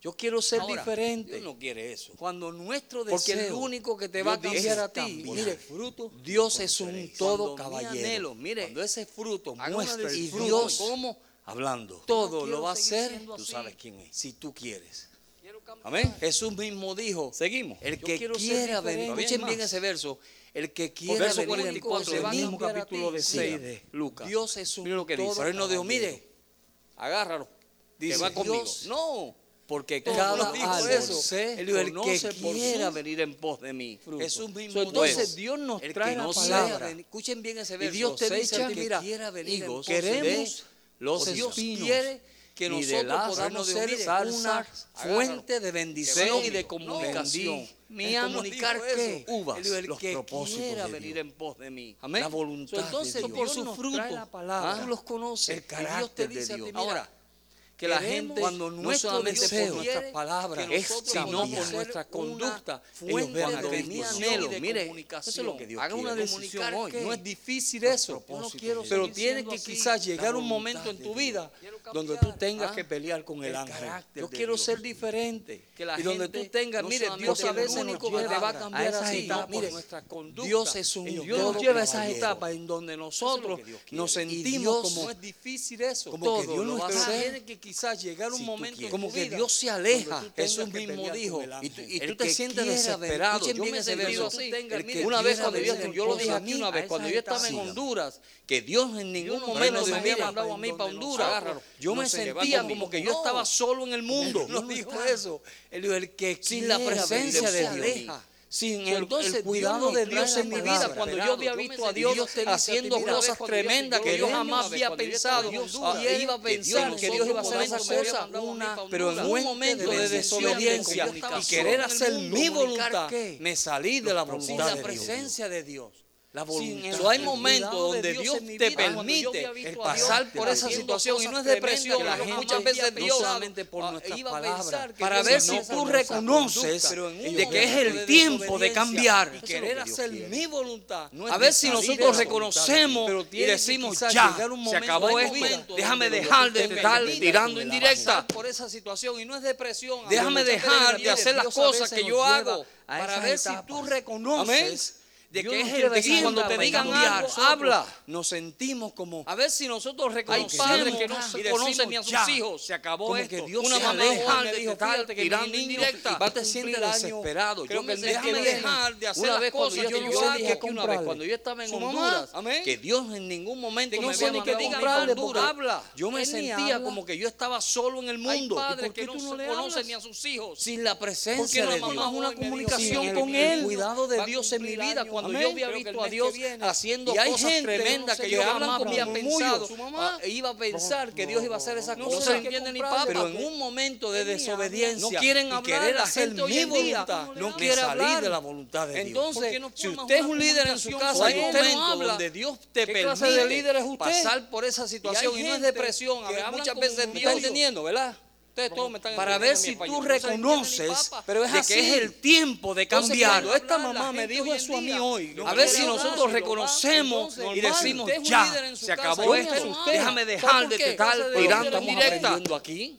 Speaker 2: Yo quiero ser
Speaker 3: Ahora,
Speaker 2: diferente.
Speaker 3: Dios no quiere eso.
Speaker 2: Cuando nuestro deseo
Speaker 3: Porque el único que te va a
Speaker 2: Dios dice,
Speaker 3: cambiar a ti,
Speaker 2: cambiar.
Speaker 3: mire,
Speaker 2: fruto,
Speaker 3: Dios es un
Speaker 2: conoceréis.
Speaker 3: todo
Speaker 2: Cuando mi
Speaker 3: caballero.
Speaker 2: anhelo, mire,
Speaker 3: Cuando ese fruto
Speaker 2: haga una
Speaker 3: muestra el
Speaker 2: decisión.
Speaker 3: fruto,
Speaker 2: Y Dios-
Speaker 3: ¿cómo?
Speaker 2: hablando,
Speaker 3: Todo
Speaker 2: No
Speaker 3: lo
Speaker 2: quiero
Speaker 3: va a
Speaker 2: seguir
Speaker 3: hacer.
Speaker 2: siendo así.
Speaker 3: Si tú quieres.
Speaker 2: Amén. Jesús mismo dijo,
Speaker 3: Seguimos.
Speaker 2: el
Speaker 3: Yo
Speaker 2: que
Speaker 3: quiero ser
Speaker 2: quiera
Speaker 3: diferente.
Speaker 2: venir,
Speaker 3: Está bien,
Speaker 2: escuchen bien
Speaker 3: más.
Speaker 2: ese verso, el que quiera
Speaker 3: verso
Speaker 2: venir en
Speaker 3: 44
Speaker 2: pos de
Speaker 3: del
Speaker 2: mí,
Speaker 3: mismo
Speaker 2: cambiará a
Speaker 3: capítulo
Speaker 2: ti.
Speaker 3: de
Speaker 2: Sí.
Speaker 3: seis de Lucas.
Speaker 2: Dios es un
Speaker 3: Mira lo que dice.
Speaker 2: todo
Speaker 3: Pero él nos dijo,
Speaker 2: caballero.
Speaker 3: mire,
Speaker 2: agárralo.
Speaker 3: Dice
Speaker 2: que va conmigo.
Speaker 3: Dios,
Speaker 2: no,
Speaker 3: Porque
Speaker 2: Todo
Speaker 3: cada
Speaker 2: lo dijo
Speaker 3: árbol
Speaker 2: eso.
Speaker 3: se
Speaker 2: él dijo, el que
Speaker 3: conoce por
Speaker 2: quiera
Speaker 3: sus
Speaker 2: venir en pos de mí.
Speaker 3: frutos. Jesús mismo
Speaker 2: So,
Speaker 3: dijo,
Speaker 2: entonces Dios nos
Speaker 3: el que
Speaker 2: trae la
Speaker 3: no sea
Speaker 2: palabra.
Speaker 3: ven-
Speaker 2: Escuchen bien ese
Speaker 3: Y
Speaker 2: verso.
Speaker 3: Dios te
Speaker 2: Seis,
Speaker 3: dice
Speaker 2: el
Speaker 3: al
Speaker 2: que
Speaker 3: mira,
Speaker 2: quiera venir en pos
Speaker 3: hijos,
Speaker 2: de
Speaker 3: queremos
Speaker 2: mí.
Speaker 3: los
Speaker 2: Pues Dios
Speaker 3: espinos
Speaker 2: quiere que
Speaker 3: y de
Speaker 2: nosotros
Speaker 3: las
Speaker 2: podamos
Speaker 3: ramas
Speaker 2: ser
Speaker 3: de
Speaker 2: una
Speaker 3: zarzas,
Speaker 2: fuente de bendición y de comunicación.
Speaker 3: Mi
Speaker 2: ¿Y comunicar qué?
Speaker 3: Uvas,
Speaker 2: Él dijo, el
Speaker 3: los
Speaker 2: que
Speaker 3: propósitos
Speaker 2: quiera
Speaker 3: de
Speaker 2: venir
Speaker 3: Dios.
Speaker 2: en pos de mí.
Speaker 3: Amén.
Speaker 2: La voluntad
Speaker 3: So,
Speaker 2: entonces,
Speaker 3: de Dios.
Speaker 2: por
Speaker 3: Dios
Speaker 2: sus
Speaker 3: nos
Speaker 2: frutos.
Speaker 3: trae la palabra.
Speaker 2: Tú los conoces.
Speaker 3: El
Speaker 2: Y Dios te
Speaker 3: carácter de
Speaker 2: dice a ti,
Speaker 3: Dios.
Speaker 2: mira,
Speaker 3: Ahora,
Speaker 2: que la
Speaker 3: queremos
Speaker 2: gente
Speaker 3: cuando
Speaker 2: no
Speaker 3: nuestro
Speaker 2: solamente
Speaker 3: deseo,
Speaker 2: por
Speaker 3: nuestra
Speaker 2: quiera,
Speaker 3: palabra,
Speaker 2: que nosotros
Speaker 3: es cambiar.
Speaker 2: podamos ser
Speaker 3: Nuestra
Speaker 2: una
Speaker 3: conducta,
Speaker 2: fuente
Speaker 3: ellos van a
Speaker 2: de
Speaker 3: ver
Speaker 2: bendición
Speaker 3: bendición.
Speaker 2: y de
Speaker 3: Mire,
Speaker 2: comunicación.
Speaker 3: eso es lo que Dios
Speaker 2: Haga una
Speaker 3: quiere.
Speaker 2: decisión
Speaker 3: Comunicar
Speaker 2: hoy.
Speaker 3: qué?
Speaker 2: No es difícil
Speaker 3: Los
Speaker 2: eso.
Speaker 3: propósitos
Speaker 2: Yo
Speaker 3: de
Speaker 2: pero
Speaker 3: Dios.
Speaker 2: tiene que
Speaker 3: Siendo así,
Speaker 2: quizás llegar
Speaker 3: la
Speaker 2: un momento
Speaker 3: voluntad
Speaker 2: en
Speaker 3: de
Speaker 2: tu
Speaker 3: Dios.
Speaker 2: vida
Speaker 3: Quiero cambiar.
Speaker 2: donde tú tengas
Speaker 3: Ah,
Speaker 2: que pelear con el,
Speaker 3: el
Speaker 2: ángel.
Speaker 3: carácter
Speaker 2: Yo
Speaker 3: de
Speaker 2: quiero
Speaker 3: Dios.
Speaker 2: ser diferente.
Speaker 3: Que la
Speaker 2: y donde tú
Speaker 3: gente
Speaker 2: tengas,
Speaker 3: no
Speaker 2: mire, Dios
Speaker 3: solamente
Speaker 2: a veces
Speaker 3: nos
Speaker 2: el único que te
Speaker 3: lleva
Speaker 2: va
Speaker 3: a
Speaker 2: a cambiar
Speaker 3: esas
Speaker 2: así.
Speaker 3: etapas,
Speaker 2: Mire,
Speaker 3: nuestra conducta.
Speaker 2: Dios es un
Speaker 3: El
Speaker 2: Dios nos
Speaker 3: Dios
Speaker 2: lleva a esas
Speaker 3: caballero.
Speaker 2: etapas en donde nosotros
Speaker 3: que Dios quiere.
Speaker 2: nos
Speaker 3: Y
Speaker 2: sentimos
Speaker 3: Dios-
Speaker 2: como
Speaker 3: no
Speaker 2: es difícil eso.
Speaker 3: como que
Speaker 2: Todo
Speaker 3: Dios
Speaker 2: lo
Speaker 3: nos
Speaker 2: vas a
Speaker 3: trae-
Speaker 2: tener que quizás llegar un
Speaker 3: si tú
Speaker 2: momento en tu
Speaker 3: quieres. Como que
Speaker 2: vida
Speaker 3: Dios se
Speaker 2: donde tú
Speaker 3: aleja.
Speaker 2: tengas
Speaker 3: Jesús
Speaker 2: que
Speaker 3: mismo
Speaker 2: pelear
Speaker 3: dijo,
Speaker 2: con el ángel.
Speaker 3: y tú- y
Speaker 2: El
Speaker 3: tú te
Speaker 2: que
Speaker 3: sientes
Speaker 2: quiera
Speaker 3: desesperado.
Speaker 2: venir,
Speaker 3: Yo
Speaker 2: Yo me he
Speaker 3: me sentí
Speaker 2: sentido
Speaker 3: así.
Speaker 2: así.
Speaker 3: El que
Speaker 2: Una vez
Speaker 3: quiera
Speaker 2: cuando yo,
Speaker 3: venir
Speaker 2: yo lo
Speaker 3: con
Speaker 2: dije
Speaker 3: a
Speaker 2: aquí
Speaker 3: mí,
Speaker 2: una
Speaker 3: a
Speaker 2: vez,
Speaker 3: esa
Speaker 2: cuando yo estaba en
Speaker 3: etapa.
Speaker 2: Honduras, que Dios en ningún
Speaker 3: Dios nos
Speaker 2: momento
Speaker 3: trae
Speaker 2: me
Speaker 3: la
Speaker 2: había
Speaker 3: etapa
Speaker 2: mandado a
Speaker 3: en
Speaker 2: mí para
Speaker 3: donde nos
Speaker 2: Honduras.
Speaker 3: agárralo.
Speaker 2: Yo me
Speaker 3: No se le va
Speaker 2: sentía
Speaker 3: conmigo.
Speaker 2: como que yo
Speaker 3: No.
Speaker 2: estaba solo en el mundo.
Speaker 3: Dios
Speaker 2: Nos
Speaker 3: nos
Speaker 2: dijo
Speaker 3: trae.
Speaker 2: eso. Él dijo, el que
Speaker 3: Sin la
Speaker 2: quiera venir
Speaker 3: presencia
Speaker 2: en
Speaker 3: de
Speaker 2: pos
Speaker 3: Dios.
Speaker 2: Sin el,
Speaker 3: el- el
Speaker 2: entonces,
Speaker 3: cuidado
Speaker 2: cuidado
Speaker 3: de
Speaker 2: de
Speaker 3: Dios
Speaker 2: Dios en mi vida,
Speaker 3: palabra.
Speaker 2: cuando yo había
Speaker 3: Yo me
Speaker 2: visto a
Speaker 3: sentí-
Speaker 2: Dios
Speaker 3: Dios te dice a ti,
Speaker 2: haciendo
Speaker 3: mira,
Speaker 2: cosas
Speaker 3: cuando yo-
Speaker 2: tremendas
Speaker 3: yo
Speaker 2: que yo
Speaker 3: una
Speaker 2: jamás
Speaker 3: vez,
Speaker 2: había
Speaker 3: cuando yo
Speaker 2: pensado,
Speaker 3: estaba en Honduras,
Speaker 2: Ahora, iba a
Speaker 3: que Dios
Speaker 2: pensar
Speaker 3: nos
Speaker 2: que Dios
Speaker 3: hizo
Speaker 2: iba a hacer
Speaker 3: un
Speaker 2: esas
Speaker 3: momento,
Speaker 2: cosas,
Speaker 3: me había
Speaker 2: una-
Speaker 3: mandado
Speaker 2: pero en
Speaker 3: una
Speaker 2: un
Speaker 3: fuente
Speaker 2: momento
Speaker 3: de
Speaker 2: de
Speaker 3: bendición,
Speaker 2: desobediencia
Speaker 3: de comunicación.
Speaker 2: y querer hacer
Speaker 3: En el
Speaker 2: mi
Speaker 3: mundo,
Speaker 2: voluntad,
Speaker 3: comunicar qué?
Speaker 2: me salí de la
Speaker 3: propósitos
Speaker 2: voluntad
Speaker 3: de
Speaker 2: de
Speaker 3: Dios.
Speaker 2: Dios presencia de Dios.
Speaker 3: La
Speaker 2: Sin
Speaker 3: voluntad
Speaker 2: eso hay
Speaker 3: de
Speaker 2: momentos
Speaker 3: Dios.
Speaker 2: donde
Speaker 3: Cuando
Speaker 2: Dios
Speaker 3: en mi
Speaker 2: te
Speaker 3: vida, cuando yo
Speaker 2: permite
Speaker 3: había visto
Speaker 2: el
Speaker 3: a Dios
Speaker 2: pasar por esa
Speaker 3: haciendo
Speaker 2: situación y
Speaker 3: cosas
Speaker 2: no es
Speaker 3: tremendas
Speaker 2: depresión,
Speaker 3: que la
Speaker 2: yo
Speaker 3: gente
Speaker 2: muchas veces
Speaker 3: no
Speaker 2: yo
Speaker 3: solamente por
Speaker 2: ah,
Speaker 3: nuestras
Speaker 2: iba a
Speaker 3: palabras,
Speaker 2: pensar que
Speaker 3: para
Speaker 2: Dios
Speaker 3: ver
Speaker 2: no
Speaker 3: si
Speaker 2: hizo
Speaker 3: tú
Speaker 2: por esa
Speaker 3: reconoces
Speaker 2: conducta, pero en un
Speaker 3: de que es
Speaker 2: momento
Speaker 3: el
Speaker 2: de
Speaker 3: tiempo de
Speaker 2: desobediencia
Speaker 3: cambiar
Speaker 2: y querer hacer mi voluntad.
Speaker 3: No es
Speaker 2: a ver si nosotros
Speaker 3: desafiar la voluntad de Dios.
Speaker 2: reconocemos
Speaker 3: Pero
Speaker 2: y
Speaker 3: tiene que
Speaker 2: decimos
Speaker 3: quizás
Speaker 2: ya,
Speaker 3: llegar un
Speaker 2: se
Speaker 3: momento,
Speaker 2: acabó
Speaker 3: hay
Speaker 2: esto,
Speaker 3: momentos
Speaker 2: déjame
Speaker 3: donde
Speaker 2: dejar
Speaker 3: tú
Speaker 2: de
Speaker 3: te
Speaker 2: estar
Speaker 3: permitas
Speaker 2: tirando
Speaker 3: con el
Speaker 2: indirecta.
Speaker 3: avance.
Speaker 2: Por esa situación y no es depresión.
Speaker 3: Déjame dejar de hacer las cosas que yo hago
Speaker 2: para ver si tú reconoces de que es
Speaker 3: el
Speaker 2: el
Speaker 3: tiempo.
Speaker 2: cuando te digan algo, habla.
Speaker 3: habla. Nos sentimos como
Speaker 2: A ver si nosotros
Speaker 3: Hay
Speaker 2: reconocemos
Speaker 3: padres
Speaker 2: que
Speaker 3: que
Speaker 2: no
Speaker 3: no
Speaker 2: se conocen ni a sus
Speaker 3: ya,
Speaker 2: hijos. Se acabó
Speaker 3: como
Speaker 2: esto.
Speaker 3: que Dios
Speaker 2: Una
Speaker 3: se
Speaker 2: mamá
Speaker 3: aleja,
Speaker 2: hoy me
Speaker 3: me
Speaker 2: dijo,
Speaker 3: dejaste
Speaker 2: fíjate que
Speaker 3: tirando
Speaker 2: mi niño
Speaker 3: indirecta.
Speaker 2: va a cumplir
Speaker 3: Vas a sentir
Speaker 2: año.
Speaker 3: desesperado.
Speaker 2: Creo
Speaker 3: Yo
Speaker 2: que
Speaker 3: me
Speaker 2: tienes que
Speaker 3: dejaste.
Speaker 2: dejar de hacer
Speaker 3: Una
Speaker 2: las
Speaker 3: vez cuando
Speaker 2: cosas.
Speaker 3: yo
Speaker 2: Yo,
Speaker 3: te
Speaker 2: yo
Speaker 3: dije
Speaker 2: dije
Speaker 3: que
Speaker 2: aquí una vez
Speaker 3: comprarle.
Speaker 2: cuando yo estaba en
Speaker 3: Su mamá,
Speaker 2: Honduras
Speaker 3: amén.
Speaker 2: que Dios en ningún momento
Speaker 3: Que no
Speaker 2: me
Speaker 3: sé
Speaker 2: había
Speaker 3: ni qué
Speaker 2: mandado a
Speaker 3: digan,
Speaker 2: mí para
Speaker 3: padre,
Speaker 2: Honduras.
Speaker 3: porque habla.
Speaker 2: Yo me
Speaker 3: Él ni
Speaker 2: sentía
Speaker 3: habla.
Speaker 2: como que yo estaba solo en el mundo.
Speaker 3: padres
Speaker 2: Hay padres
Speaker 3: que
Speaker 2: que
Speaker 3: no
Speaker 2: no
Speaker 3: se
Speaker 2: conocen ni a sus hijos.
Speaker 3: sin la
Speaker 2: Porque
Speaker 3: presencia
Speaker 2: la
Speaker 3: de
Speaker 2: mamá
Speaker 3: Dios.
Speaker 2: es una
Speaker 3: Sin el-
Speaker 2: comunicación
Speaker 3: el
Speaker 2: con él.
Speaker 3: cuidado
Speaker 2: Va
Speaker 3: de
Speaker 2: a
Speaker 3: Dios en mi
Speaker 2: cumplir
Speaker 3: vida
Speaker 2: años.
Speaker 3: cuando
Speaker 2: Amén.
Speaker 3: yo había
Speaker 2: Creo que
Speaker 3: visto
Speaker 2: el
Speaker 3: a
Speaker 2: mes que
Speaker 3: Dios
Speaker 2: viene.
Speaker 3: haciendo
Speaker 2: Y hay
Speaker 3: cosas
Speaker 2: gente,
Speaker 3: tremendas
Speaker 2: no sé,
Speaker 3: que
Speaker 2: que
Speaker 3: yo
Speaker 2: hablan
Speaker 3: jamás
Speaker 2: como
Speaker 3: había
Speaker 2: murmullo.
Speaker 3: pensado.
Speaker 2: Su mamá.
Speaker 3: Ah, iba a pensar que Dios iba a hacer esas
Speaker 2: No, no,
Speaker 3: cosas.
Speaker 2: no se entiende ni papa.
Speaker 3: Pero en un momento de
Speaker 2: Él ni
Speaker 3: desobediencia
Speaker 2: habla. No quieren
Speaker 3: y
Speaker 2: hablar,
Speaker 3: querer
Speaker 2: la
Speaker 3: hacer
Speaker 2: gente hoy
Speaker 3: mi
Speaker 2: en día
Speaker 3: voluntad,
Speaker 2: no le
Speaker 3: no
Speaker 2: habla.
Speaker 3: quiere salir
Speaker 2: hablar.
Speaker 3: de la voluntad de Dios.
Speaker 2: Entonces,
Speaker 3: Porque no
Speaker 2: si
Speaker 3: forma
Speaker 2: usted es
Speaker 3: una
Speaker 2: un líder en su
Speaker 3: comunicación
Speaker 2: casa, hay
Speaker 3: con
Speaker 2: un
Speaker 3: Él.
Speaker 2: momento
Speaker 3: No habla.
Speaker 2: donde Dios te
Speaker 3: ¿Qué
Speaker 2: permite
Speaker 3: clase de líder es usted?
Speaker 2: pasar por esa situación y, no es depresión, a
Speaker 3: que
Speaker 2: ver,
Speaker 3: hablan
Speaker 2: muchas
Speaker 3: como
Speaker 2: veces Dios
Speaker 3: murmullos.
Speaker 2: entendiendo, ¿verdad? Ustedes todos me están
Speaker 3: para
Speaker 2: entendiendo
Speaker 3: ver
Speaker 2: mi
Speaker 3: si tú
Speaker 2: español. No se entiende ni
Speaker 3: reconoces
Speaker 2: papa.
Speaker 3: pero es
Speaker 2: de
Speaker 3: así.
Speaker 2: que es el
Speaker 3: tiempo de
Speaker 2: Entonces,
Speaker 3: cambiar.
Speaker 2: cuando esta mamá me dijo eso a mí hoy.
Speaker 3: a ver si nosotros reconocemos y decimos ya, se acabó esto, déjame dejar de estar tirando
Speaker 2: directa.
Speaker 3: aquí.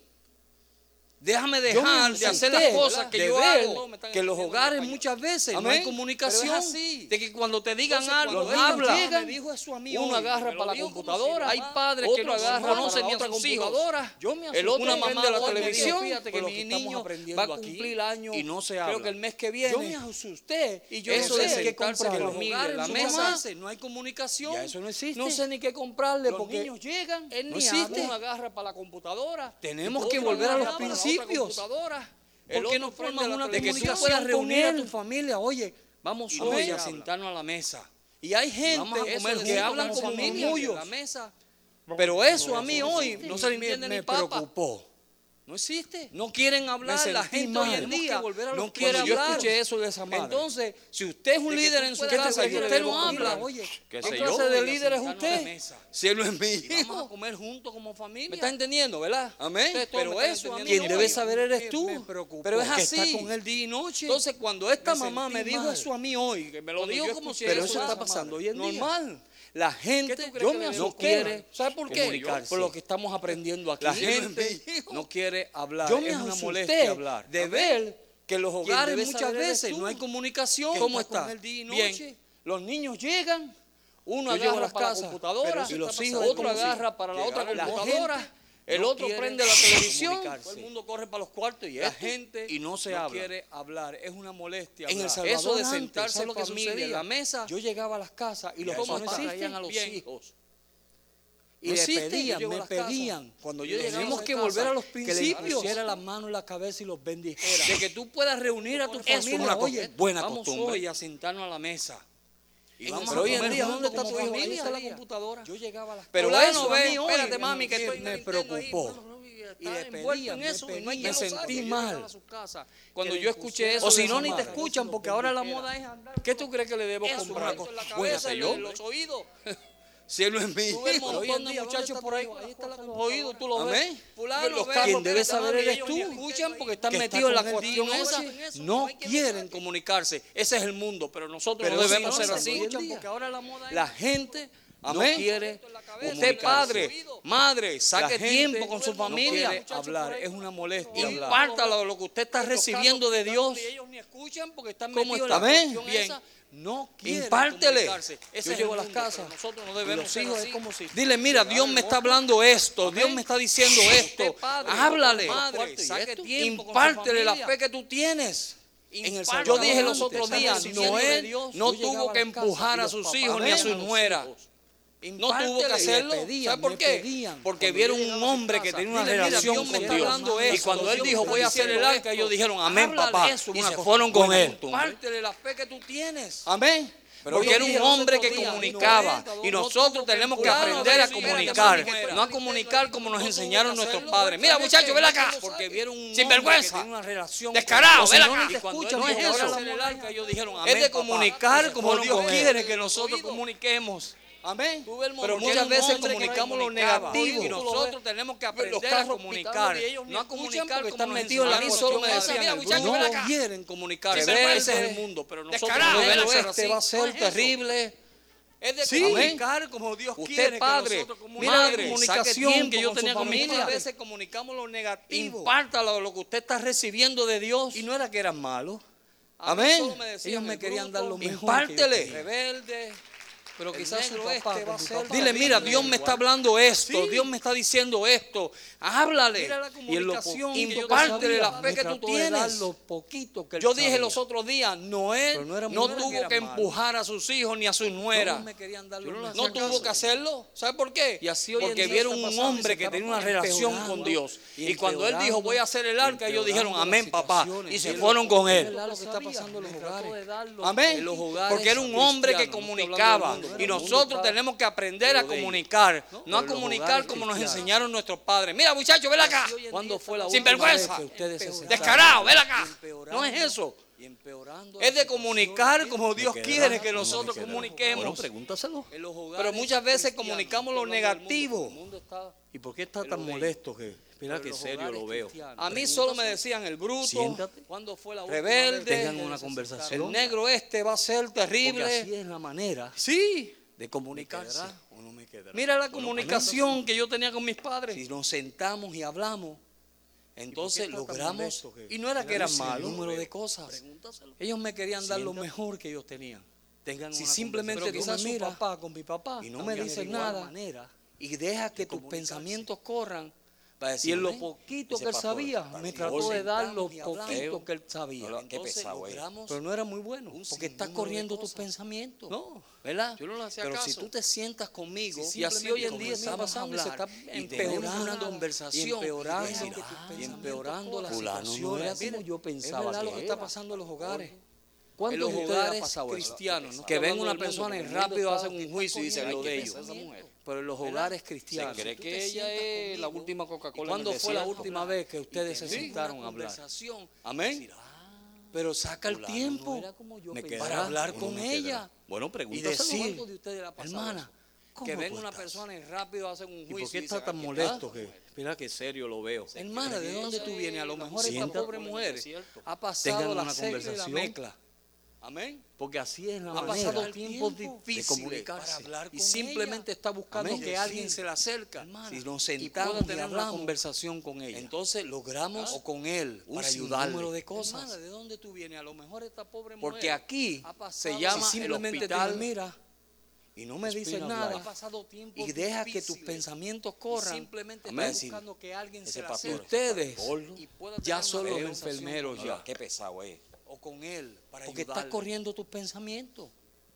Speaker 3: Déjame
Speaker 2: Yo me
Speaker 3: dejar de hacer las
Speaker 2: asusté,
Speaker 3: cosas
Speaker 2: ¿verdad?
Speaker 3: que
Speaker 2: De
Speaker 3: yo
Speaker 2: ver
Speaker 3: hago, que los hogares muchas veces no hay
Speaker 2: Amén.
Speaker 3: comunicación,
Speaker 2: Pero es así.
Speaker 3: de que cuando te digan
Speaker 2: Entonces,
Speaker 3: algo,
Speaker 2: cuando ellos
Speaker 3: habla.
Speaker 2: llegan, me dijo eso a mí
Speaker 3: uno
Speaker 2: hoy,
Speaker 3: agarra
Speaker 2: me lo
Speaker 3: para la
Speaker 2: dijo como
Speaker 3: computadora,
Speaker 2: si
Speaker 3: hay
Speaker 2: nada.
Speaker 3: padres que
Speaker 2: Otro
Speaker 3: no
Speaker 2: agarra para
Speaker 3: conocen
Speaker 2: la
Speaker 3: ni a
Speaker 2: otra
Speaker 3: sus hijos.
Speaker 2: computadora. Yo me
Speaker 3: El otro
Speaker 2: asusté,
Speaker 3: mamá
Speaker 2: prende
Speaker 3: de
Speaker 2: la
Speaker 3: la televisión,
Speaker 2: televisión, fíjate que
Speaker 3: por lo
Speaker 2: mi
Speaker 3: estamos
Speaker 2: niño
Speaker 3: aprendiendo
Speaker 2: va a
Speaker 3: aquí,
Speaker 2: cumplir año,
Speaker 3: y no se
Speaker 2: creo
Speaker 3: habla.
Speaker 2: que el mes que viene.
Speaker 3: Yo me asusté
Speaker 2: Y yo
Speaker 3: eso
Speaker 2: no
Speaker 3: de
Speaker 2: sé qué
Speaker 3: sentarse
Speaker 2: comprarle.
Speaker 3: con los niños en
Speaker 2: Hogar
Speaker 3: la
Speaker 2: en su
Speaker 3: mesa.
Speaker 2: casa, no hay comunicación.
Speaker 3: Ya eso no existe.
Speaker 2: No sé ni qué comprarle
Speaker 3: Los
Speaker 2: porque
Speaker 3: niños llegan,
Speaker 2: Él
Speaker 3: no
Speaker 2: ni
Speaker 3: existe.
Speaker 2: habla, uno agarra para la computadora.
Speaker 3: Tenemos
Speaker 2: otro
Speaker 3: que volver a los
Speaker 2: agarra para la otra
Speaker 3: principios.
Speaker 2: computadora, el
Speaker 3: ¿Por qué
Speaker 2: otro prende
Speaker 3: no formas
Speaker 2: la
Speaker 3: una
Speaker 2: televisión.
Speaker 3: comunicación
Speaker 2: De que tú puedas
Speaker 3: con
Speaker 2: reunir a
Speaker 3: él?
Speaker 2: tu familia? Oye, vamos
Speaker 3: Y
Speaker 2: hoy
Speaker 3: no
Speaker 2: a
Speaker 3: se habla.
Speaker 2: sentarnos a la mesa.
Speaker 3: Y hay gente
Speaker 2: Vamos a comer
Speaker 3: que hablan como
Speaker 2: murmullos.
Speaker 3: murmullos.
Speaker 2: La mesa.
Speaker 3: Pero eso a mí hoy
Speaker 2: existe.
Speaker 3: no se
Speaker 2: Me-
Speaker 3: le entiende
Speaker 2: me
Speaker 3: ni papa.
Speaker 2: preocupó.
Speaker 3: No existe.
Speaker 2: No quieren hablar
Speaker 3: Me
Speaker 2: la
Speaker 3: sentí
Speaker 2: gente hoy
Speaker 3: mal.
Speaker 2: en
Speaker 3: Tenemos que
Speaker 2: día.
Speaker 3: volver a
Speaker 2: No
Speaker 3: los-
Speaker 2: quiere
Speaker 3: cuando yo
Speaker 2: hablar.
Speaker 3: escuché eso de esa madre.
Speaker 2: Entonces, si usted es un líder en su
Speaker 3: puedas
Speaker 2: casa y
Speaker 3: hacer
Speaker 2: usted
Speaker 3: algo
Speaker 2: no
Speaker 3: con él,
Speaker 2: habla,
Speaker 3: oye,
Speaker 2: ¿qué
Speaker 3: qué sé yo,
Speaker 2: clase de
Speaker 3: voy a
Speaker 2: líder es
Speaker 3: sentarnos a la
Speaker 2: usted?
Speaker 3: mesa.
Speaker 2: Si él no es mi
Speaker 3: vamos
Speaker 2: hijo.
Speaker 3: a comer juntos como familia.
Speaker 2: ¿Me está entendiendo, verdad?
Speaker 3: Amén.
Speaker 2: Ustedes todos me
Speaker 3: Pero
Speaker 2: están
Speaker 3: eso,
Speaker 2: entendiendo.
Speaker 3: quien
Speaker 2: Hoy,
Speaker 3: debe saber eres
Speaker 2: me-
Speaker 3: tú.
Speaker 2: me preocupó.
Speaker 3: Pero es
Speaker 2: Que
Speaker 3: así.
Speaker 2: está con él
Speaker 3: día y noche.
Speaker 2: Entonces, cuando esta
Speaker 3: Me
Speaker 2: mamá me
Speaker 3: sentí
Speaker 2: dijo
Speaker 3: mal.
Speaker 2: eso a mí hoy, que me lo
Speaker 3: Cuando yo
Speaker 2: dijo como si
Speaker 3: escuché
Speaker 2: eso
Speaker 3: eso,
Speaker 2: está
Speaker 3: esa
Speaker 2: pasando hoy
Speaker 3: madre.
Speaker 2: en día.
Speaker 3: Normal.
Speaker 2: La
Speaker 3: ¿Qué tú
Speaker 2: gente
Speaker 3: crees
Speaker 2: yo
Speaker 3: que
Speaker 2: me
Speaker 3: debe
Speaker 2: asusté.
Speaker 3: quiere
Speaker 2: ¿Sabe por qué?
Speaker 3: comunicarse?
Speaker 2: Por lo que estamos aprendiendo aquí.
Speaker 3: La gente no
Speaker 2: quiere hablar.
Speaker 3: Yo
Speaker 2: Yo
Speaker 3: me
Speaker 2: me es una
Speaker 3: asusté
Speaker 2: molestia hablar.
Speaker 3: de
Speaker 2: A
Speaker 3: ver
Speaker 2: que los
Speaker 3: quien
Speaker 2: hogares
Speaker 3: debe
Speaker 2: muchas
Speaker 3: saber eres
Speaker 2: veces
Speaker 3: tú,
Speaker 2: no hay comunicación.
Speaker 3: que
Speaker 2: ¿Cómo
Speaker 3: está
Speaker 2: está?
Speaker 3: con él día y noche.
Speaker 2: Bien. Los niños llegan, uno
Speaker 3: Yo llego a
Speaker 2: agarra
Speaker 3: las
Speaker 2: para
Speaker 3: casas,
Speaker 2: la
Speaker 3: pero
Speaker 2: computadora,
Speaker 3: si
Speaker 2: los
Speaker 3: está
Speaker 2: hijos,
Speaker 3: pasando
Speaker 2: otro
Speaker 3: como si
Speaker 2: agarra para la otra
Speaker 3: llegara la
Speaker 2: computadora,
Speaker 3: gente,
Speaker 2: el
Speaker 3: no
Speaker 2: otro
Speaker 3: quiere
Speaker 2: prende la televisión,
Speaker 3: comunicarse.
Speaker 2: todo el mundo corre para los cuartos y
Speaker 3: La
Speaker 2: esto,
Speaker 3: gente
Speaker 2: y no se
Speaker 3: no
Speaker 2: habla.
Speaker 3: quiere
Speaker 2: hablar, es una molestia.
Speaker 3: En El
Speaker 2: hablar.
Speaker 3: Salvador
Speaker 2: eso de
Speaker 3: antes,
Speaker 2: sentarse
Speaker 3: ¿sabes
Speaker 2: en
Speaker 3: lo que
Speaker 2: familia,
Speaker 3: sucedía?
Speaker 2: en la mesa,
Speaker 3: Yo llegaba a las casas y
Speaker 2: y los
Speaker 3: los
Speaker 2: cómo
Speaker 3: papás traían
Speaker 2: existen
Speaker 3: a los hijos. Y le pedían, me pedían.
Speaker 2: Cuando yo llegaba
Speaker 3: Tenemos
Speaker 2: a
Speaker 3: que
Speaker 2: casa,
Speaker 3: volver a los
Speaker 2: que le
Speaker 3: principios.
Speaker 2: pusiera
Speaker 3: las manos en la cabeza y los bendijera.
Speaker 2: de que tú puedas reunir a tu
Speaker 3: Eso es
Speaker 2: familia.
Speaker 3: una co-
Speaker 2: Oye,
Speaker 3: buena
Speaker 2: vamos
Speaker 3: costumbre.
Speaker 2: hoy a sentarnos a la mesa. Y
Speaker 3: Y
Speaker 2: vamos
Speaker 3: pero
Speaker 2: a
Speaker 3: hoy en
Speaker 2: comer
Speaker 3: día,
Speaker 2: juntos
Speaker 3: ¿dónde está
Speaker 2: como
Speaker 3: tu hijo? Ahí
Speaker 2: familia.
Speaker 3: está la computadora. Yo llegaba a las
Speaker 2: Pero
Speaker 3: Fulano,
Speaker 2: eso,
Speaker 3: ven,
Speaker 2: mami, hoy,
Speaker 3: espérate,
Speaker 2: me-
Speaker 3: mami, que
Speaker 2: me-
Speaker 3: estoy
Speaker 2: me preocupó.
Speaker 3: Y le pedían, me pedían.
Speaker 2: Me sentí mal. Cuando yo escuché eso.
Speaker 3: O
Speaker 2: de
Speaker 3: si no,
Speaker 2: su
Speaker 3: ni te
Speaker 2: madre.
Speaker 3: escuchan, porque ahora la moda es andar.
Speaker 2: ¿Qué tú crees que le debo
Speaker 3: Eso,
Speaker 2: comprar?
Speaker 3: en la cabeza,
Speaker 2: Bueno, sé
Speaker 3: en
Speaker 2: yo.
Speaker 3: los
Speaker 2: oídos. Si él no es mío.
Speaker 3: Tuve un montón de muchachos por ahí. Ahí está la oído, tú lo ves. Fulano,
Speaker 2: Los
Speaker 3: ven,
Speaker 2: carros
Speaker 3: quien
Speaker 2: que
Speaker 3: debe
Speaker 2: están
Speaker 3: saber
Speaker 2: ahí,
Speaker 3: eres
Speaker 2: ellos
Speaker 3: tú.
Speaker 2: ni escuchan porque están
Speaker 3: que está
Speaker 2: metidos en la
Speaker 3: con el
Speaker 2: cuestión
Speaker 3: día
Speaker 2: esa.
Speaker 3: en eso,
Speaker 2: No
Speaker 3: no hay que
Speaker 2: quieren
Speaker 3: buscar.
Speaker 2: comunicarse. Ese es el mundo, pero nosotros
Speaker 3: Pero
Speaker 2: no
Speaker 3: si
Speaker 2: debemos
Speaker 3: no,
Speaker 2: ser
Speaker 3: se
Speaker 2: así.
Speaker 3: escuchan porque ahora la moda es-
Speaker 2: La gente
Speaker 3: Amén.
Speaker 2: no quiere
Speaker 3: Usted,
Speaker 2: Usted padre, madre, saque tiempo con su familia.
Speaker 3: hablar, es una molestia hablar.
Speaker 2: Impártalo lo que usted está recibiendo de Dios.
Speaker 3: ellos ni escuchan porque están
Speaker 2: ¿Cómo
Speaker 3: metidos en
Speaker 2: está?
Speaker 3: la
Speaker 2: Amén.
Speaker 3: cuestión
Speaker 2: Bien.
Speaker 3: esa. No quieren
Speaker 2: Impártele.
Speaker 3: comunicarse. Ese
Speaker 2: Yo
Speaker 3: es
Speaker 2: llego
Speaker 3: el
Speaker 2: a las
Speaker 3: mundo, pero
Speaker 2: casas.
Speaker 3: Nosotros no
Speaker 2: Y
Speaker 3: debemos
Speaker 2: los
Speaker 3: ser
Speaker 2: hijos
Speaker 3: así.
Speaker 2: es como si- Dile, mira, Dios me está hablando esto, Dios me está diciendo esto.
Speaker 3: padre,
Speaker 2: Háblale,
Speaker 3: madre,
Speaker 2: Cuarto, ¿y
Speaker 3: saque
Speaker 2: esto?
Speaker 3: tiempo con su
Speaker 2: impártele la
Speaker 3: familia.
Speaker 2: fe que tú tienes.
Speaker 3: En el
Speaker 2: Yo
Speaker 3: Salvador,
Speaker 2: dije los
Speaker 3: antes,
Speaker 2: otros
Speaker 3: están
Speaker 2: días,
Speaker 3: recibiendo de
Speaker 2: Noé
Speaker 3: Dios.
Speaker 2: no
Speaker 3: Yo llegaba
Speaker 2: tuvo que
Speaker 3: a las casas
Speaker 2: empujar
Speaker 3: y
Speaker 2: a
Speaker 3: los
Speaker 2: sus
Speaker 3: papás
Speaker 2: hijos ni a
Speaker 3: venían
Speaker 2: su
Speaker 3: los
Speaker 2: nuera.
Speaker 3: hijos.
Speaker 2: No tuvo que
Speaker 3: Impártele.
Speaker 2: hacerlo.
Speaker 3: Me pedían,
Speaker 2: ¿Sabe por
Speaker 3: me
Speaker 2: qué?
Speaker 3: pedían.
Speaker 2: Porque
Speaker 3: Cuando
Speaker 2: vieron
Speaker 3: yo
Speaker 2: un
Speaker 3: llegaba a
Speaker 2: hombre
Speaker 3: mi
Speaker 2: que
Speaker 3: casa,
Speaker 2: tenía una
Speaker 3: dile, mira,
Speaker 2: relación
Speaker 3: Dios me
Speaker 2: con
Speaker 3: está
Speaker 2: Dios.
Speaker 3: hablando
Speaker 2: Y
Speaker 3: esto,
Speaker 2: cuando él
Speaker 3: Dios
Speaker 2: dijo,
Speaker 3: me
Speaker 2: voy a
Speaker 3: está
Speaker 2: hacer el
Speaker 3: diciendo
Speaker 2: arca, ellos
Speaker 3: esto.
Speaker 2: dijeron, amén,
Speaker 3: Háblale
Speaker 2: papá.
Speaker 3: eso,
Speaker 2: Y
Speaker 3: una
Speaker 2: se
Speaker 3: cosa
Speaker 2: fueron con
Speaker 3: buena,
Speaker 2: él.
Speaker 3: costumbre.
Speaker 2: Impártele la fe que tú tienes.
Speaker 3: Amén.
Speaker 2: Porque era un hombre que comunicaba y nosotros tenemos que aprender a comunicar, no a comunicar como nos enseñaron nuestros padres. Mira, muchachos, ven acá, porque vieron un sinvergüenza, descarado, ven acá. Y cuando
Speaker 3: escuchan,
Speaker 2: él
Speaker 3: porque
Speaker 2: dijo,
Speaker 3: ahora
Speaker 2: "Ahora
Speaker 3: se
Speaker 2: el
Speaker 3: le
Speaker 2: arca", ellos dijeron,
Speaker 3: "Amén,
Speaker 2: es de
Speaker 3: papá".
Speaker 2: comunicar como
Speaker 3: Entonces,
Speaker 2: Dios
Speaker 3: fueron con él.
Speaker 2: quiere que nosotros comuniquemos.
Speaker 3: Amén.
Speaker 2: Pero muchas veces comunicamos lo negativo y
Speaker 3: Oído, tú lo
Speaker 2: nosotros
Speaker 3: ves.
Speaker 2: tenemos que
Speaker 3: Pero los
Speaker 2: aprender a
Speaker 3: carros
Speaker 2: comunicar,
Speaker 3: pitando y ellos ni
Speaker 2: no a
Speaker 3: escuchan
Speaker 2: comunicar
Speaker 3: porque
Speaker 2: como
Speaker 3: están
Speaker 2: nos
Speaker 3: metidos en la
Speaker 2: enseñaron.
Speaker 3: misma
Speaker 2: Nosotros
Speaker 3: zona.
Speaker 2: decían,
Speaker 3: Mira, muchacho,
Speaker 2: "No
Speaker 3: ven acá".
Speaker 2: quieren comunicar.
Speaker 3: Sí,
Speaker 2: Ese es
Speaker 3: vergüenza.
Speaker 2: el mundo, pero nosotros
Speaker 3: Descarado, ¿eh?
Speaker 2: el
Speaker 3: ven
Speaker 2: mundo
Speaker 3: acá.
Speaker 2: este va a ser terrible. Es de
Speaker 3: Sí.
Speaker 2: comunicar como Dios
Speaker 3: Usted,
Speaker 2: quiere. que
Speaker 3: padre,
Speaker 2: nosotros
Speaker 3: mira
Speaker 2: comuniquemos.
Speaker 3: la
Speaker 2: Madre,
Speaker 3: comunicación
Speaker 2: saque tiempo
Speaker 3: que yo
Speaker 2: con su
Speaker 3: tenía con mi
Speaker 2: familia.
Speaker 3: padre.
Speaker 2: A veces comunicamos lo negativo. Impártalo lo que usted está recibiendo de Dios.
Speaker 3: Y no era que eran malos.
Speaker 2: A mí
Speaker 3: Amén.
Speaker 2: solo me decían,
Speaker 3: Ellos me
Speaker 2: el
Speaker 3: querían
Speaker 2: bruto,
Speaker 3: dar lo mejor que
Speaker 2: Impártele.
Speaker 3: yo tenía.
Speaker 2: Rebelde. Pero
Speaker 3: quizás su papá, que su papá
Speaker 2: Dile,
Speaker 3: vino
Speaker 2: mira,
Speaker 3: de
Speaker 2: Dios me
Speaker 3: igual.
Speaker 2: está hablando esto,
Speaker 3: Sí.
Speaker 2: Dios me está diciendo esto. Háblale.
Speaker 3: Mira la
Speaker 2: y en lo po-
Speaker 3: comunicación que yo
Speaker 2: impártele
Speaker 3: sabía.
Speaker 2: la fe
Speaker 3: Me
Speaker 2: que tú
Speaker 3: trató de dar
Speaker 2: tienes.
Speaker 3: lo poquito que él
Speaker 2: Yo dije
Speaker 3: sabía.
Speaker 2: los otros días, Noé
Speaker 3: Pero no
Speaker 2: no,
Speaker 3: era muy bueno,
Speaker 2: tuvo
Speaker 3: era
Speaker 2: que
Speaker 3: malo.
Speaker 2: empujar a sus hijos ni a sus nueras.
Speaker 3: Todos me querían dar
Speaker 2: Yo
Speaker 3: lo
Speaker 2: no,
Speaker 3: mismo.
Speaker 2: tuvo que hacerlo. ¿Sabe por qué?
Speaker 3: Y así hoy en
Speaker 2: Porque
Speaker 3: día
Speaker 2: vieron
Speaker 3: está
Speaker 2: un
Speaker 3: pasando,
Speaker 2: hombre
Speaker 3: se
Speaker 2: que
Speaker 3: está
Speaker 2: tenía una
Speaker 3: empeorando,
Speaker 2: relación
Speaker 3: ¿no?
Speaker 2: con Dios.
Speaker 3: Y
Speaker 2: Y cuando él
Speaker 3: empeorando,
Speaker 2: dijo, voy a hacer el arca, ellos dijeron,
Speaker 3: empeorando
Speaker 2: amén,
Speaker 3: las
Speaker 2: papá.
Speaker 3: situaciones.
Speaker 2: Y se
Speaker 3: Mira,
Speaker 2: fueron con
Speaker 3: es
Speaker 2: él.
Speaker 3: verdad lo que está pasando en los hogares.
Speaker 2: Amén.
Speaker 3: En los hogares
Speaker 2: Porque era un
Speaker 3: cristianos,
Speaker 2: hombre que
Speaker 3: no estoy hablando del
Speaker 2: comunicaba.
Speaker 3: mundo,
Speaker 2: Y
Speaker 3: del mundo
Speaker 2: nosotros
Speaker 3: está-
Speaker 2: tenemos que aprender a
Speaker 3: lo de ellos,
Speaker 2: comunicar. No a
Speaker 3: Pero los
Speaker 2: comunicar
Speaker 3: hogares
Speaker 2: como nos
Speaker 3: cristianos.
Speaker 2: enseñaron nuestros padres. Mira, muchachos, ven acá.
Speaker 3: ¿Cuándo fue la última
Speaker 2: Sinvergüenza.
Speaker 3: vez que ustedes se sentaron?
Speaker 2: Descarado, ven acá.
Speaker 3: Empeorando.
Speaker 2: No es eso.
Speaker 3: Y
Speaker 2: Es
Speaker 3: empeorando la
Speaker 2: de
Speaker 3: situación
Speaker 2: comunicar como
Speaker 3: de
Speaker 2: Dios
Speaker 3: que
Speaker 2: quiere
Speaker 3: era-
Speaker 2: que
Speaker 3: no,
Speaker 2: nosotros
Speaker 3: que era-
Speaker 2: comuniquemos.
Speaker 5: pregúntaselo.
Speaker 3: en los hogares
Speaker 2: Pero muchas veces
Speaker 3: cristianos,
Speaker 2: comunicamos lo
Speaker 3: estoy hablando del
Speaker 2: negativo.
Speaker 3: mundo, el mundo está-
Speaker 5: ¿Y por qué está
Speaker 3: Él
Speaker 5: tan
Speaker 3: lo ve.
Speaker 5: molesto que mira
Speaker 3: Pero
Speaker 5: que en
Speaker 3: los
Speaker 5: serio
Speaker 3: hogares
Speaker 5: lo veo?
Speaker 3: cristianos.
Speaker 2: A mí solo me decían el bruto.
Speaker 5: Siéntate.
Speaker 3: ¿Cuándo fue la última vez
Speaker 2: Rebelde.
Speaker 3: que
Speaker 5: Tengan
Speaker 3: ustedes
Speaker 5: una
Speaker 3: se
Speaker 5: conversación.
Speaker 3: sentaron?
Speaker 2: El negro este va a ser
Speaker 5: Porque así
Speaker 2: terrible.
Speaker 5: es la manera
Speaker 2: Sí.
Speaker 5: de comunicarse.
Speaker 3: quedará pues,
Speaker 5: o no me quedará?
Speaker 2: Mira la comunicación que yo tenía con mis padres.
Speaker 3: Si nos sentamos y hablamos,
Speaker 2: Entonces
Speaker 5: está tan
Speaker 2: logramos.
Speaker 5: molesto que-
Speaker 2: Y no era que eran
Speaker 5: Dice el
Speaker 2: malos.
Speaker 5: número de
Speaker 2: cosas. Ellos me querían dar lo mejor que ellos tenían.
Speaker 5: Tengan
Speaker 2: Si
Speaker 5: una
Speaker 2: simplemente tú
Speaker 5: conversación.
Speaker 2: me
Speaker 3: quizás su
Speaker 2: miras
Speaker 3: papá con mi papá
Speaker 2: y no me
Speaker 3: también
Speaker 2: dices
Speaker 3: era igual.
Speaker 2: nada
Speaker 5: manera
Speaker 2: y dejas que tus
Speaker 5: comunicarse.
Speaker 2: pensamientos corran,
Speaker 3: Y en lo
Speaker 2: ¿eh?
Speaker 3: poquito
Speaker 5: Ese
Speaker 3: que él
Speaker 5: pastor,
Speaker 3: sabía,
Speaker 5: para
Speaker 3: me
Speaker 5: mí,
Speaker 3: trató
Speaker 5: hoy
Speaker 3: de dar lo
Speaker 2: sentamos y hablamos.
Speaker 3: poquito que él sabía.
Speaker 2: Hola, qué
Speaker 3: Entonces
Speaker 2: pesado eres.
Speaker 3: logramos
Speaker 2: Pero no era muy bueno,
Speaker 3: un
Speaker 2: porque estás
Speaker 3: sinnúmero de
Speaker 2: corriendo tus
Speaker 3: cosas.
Speaker 2: pensamientos.
Speaker 3: No,
Speaker 2: ¿verdad?
Speaker 3: yo no le hacía
Speaker 2: Pero si
Speaker 3: caso.
Speaker 2: tú te sientas conmigo
Speaker 3: Si
Speaker 2: y así hoy en
Speaker 3: simplemente
Speaker 2: día está
Speaker 3: comenzamos a
Speaker 2: pasando, y se está
Speaker 3: hablar y tenemos
Speaker 2: empeorando
Speaker 3: una
Speaker 2: una conversación,
Speaker 3: y empeorando
Speaker 2: y
Speaker 3: que tus
Speaker 2: y
Speaker 3: pensamientos
Speaker 2: empeorando la
Speaker 3: corran.
Speaker 5: Fulano no
Speaker 2: situación.
Speaker 5: era
Speaker 2: Mira,
Speaker 5: como yo pensaba
Speaker 2: Es verdad lo
Speaker 5: que
Speaker 2: que está
Speaker 5: era.
Speaker 2: pasando en los hogares. En
Speaker 3: ¿Cuántos
Speaker 2: los
Speaker 3: de ustedes ha
Speaker 2: hogares
Speaker 3: pasado eso?
Speaker 2: cristianos,
Speaker 3: Está
Speaker 2: que ven
Speaker 3: hablando
Speaker 2: una
Speaker 3: del mundo,
Speaker 2: persona y
Speaker 3: porque el mundo
Speaker 2: rápido
Speaker 3: está-
Speaker 2: hacen un
Speaker 3: está
Speaker 2: juicio y dicen
Speaker 3: cogiendo
Speaker 2: lo
Speaker 3: la
Speaker 2: de ellos.
Speaker 3: cabeza a esa mujer.
Speaker 2: Pero en los hogares
Speaker 3: Se
Speaker 2: cristianos.
Speaker 3: cree
Speaker 2: tú
Speaker 3: que
Speaker 2: te
Speaker 3: ella
Speaker 2: sientas
Speaker 3: es la
Speaker 2: conmigo,
Speaker 3: última Coca-Cola
Speaker 2: ¿Y
Speaker 3: en
Speaker 2: cuándo
Speaker 3: el
Speaker 2: fé la
Speaker 3: desierto?
Speaker 2: última vez que ustedes se
Speaker 3: Sí.
Speaker 2: sentaron
Speaker 3: Una
Speaker 2: a hablar?
Speaker 3: conversación. "Ah,
Speaker 2: Amén. Pero saca el
Speaker 3: fulano
Speaker 2: tiempo
Speaker 3: no era como yo
Speaker 5: Me
Speaker 3: pensaba.
Speaker 2: para
Speaker 5: quedará,
Speaker 2: hablar
Speaker 5: uno
Speaker 2: con
Speaker 5: me
Speaker 2: ella
Speaker 5: quedará. Bueno,
Speaker 2: y
Speaker 5: pregúntaselo.
Speaker 2: decir,
Speaker 3: ¿Cuántos de ustedes le ha pasado
Speaker 2: hermana,
Speaker 5: ¿Cómo
Speaker 2: que
Speaker 5: tú
Speaker 2: venga una
Speaker 5: Pues estás?
Speaker 2: persona y rápido hacen un
Speaker 5: ¿Y
Speaker 2: juicio.
Speaker 5: por qué
Speaker 2: dicen,
Speaker 5: está tan
Speaker 2: "Aquí
Speaker 5: molesto que mira que serio lo veo?
Speaker 2: Hermana, ¿de dónde tú vienes? A lo mejor esta
Speaker 5: Siéntate.
Speaker 2: pobre mujer ha
Speaker 5: Tengan
Speaker 2: pasado la
Speaker 5: una
Speaker 2: sexta y la
Speaker 5: conversación.
Speaker 2: mezcla. Amén.
Speaker 5: Porque así es la
Speaker 2: Ha
Speaker 5: manera.
Speaker 2: pasado tiempos
Speaker 5: de
Speaker 2: difíciles para
Speaker 5: comunicarse.
Speaker 2: hablar con
Speaker 5: Y
Speaker 2: ella.
Speaker 5: simplemente está buscando
Speaker 2: Amén.
Speaker 5: que alguien se la
Speaker 2: acerca.
Speaker 5: Hermana,
Speaker 2: Si nos
Speaker 5: y
Speaker 2: sentamos
Speaker 5: pueda
Speaker 2: y
Speaker 5: tener una
Speaker 2: hablamos,
Speaker 5: conversación con ella. Ah.
Speaker 2: entonces logramos
Speaker 5: o con él
Speaker 2: un
Speaker 5: para ayudarle.
Speaker 2: número de cosas.
Speaker 5: Hermana,
Speaker 2: ¿de dónde tú vienes? A lo mejor esta pobre
Speaker 5: Porque aquí se llama
Speaker 2: si
Speaker 5: el
Speaker 2: simplemente te
Speaker 5: hospital
Speaker 2: mira
Speaker 5: y no me
Speaker 2: dices
Speaker 5: dices
Speaker 2: nada.
Speaker 5: nada.
Speaker 2: y deja que tus pensamientos corran.
Speaker 3: simplemente
Speaker 2: Amén.
Speaker 3: está buscando que alguien se
Speaker 5: Ese
Speaker 3: la
Speaker 5: pastor.
Speaker 2: Y
Speaker 3: acerque.
Speaker 2: ustedes
Speaker 5: Gordo.
Speaker 2: ya
Speaker 3: tener
Speaker 2: son
Speaker 3: una
Speaker 2: los
Speaker 3: conversación
Speaker 2: enfermeros
Speaker 5: con
Speaker 2: ya.
Speaker 5: ella.
Speaker 2: Qué pesado es. O con él. Porque estás
Speaker 5: ayudarle.
Speaker 2: corriendo tus pensamientos.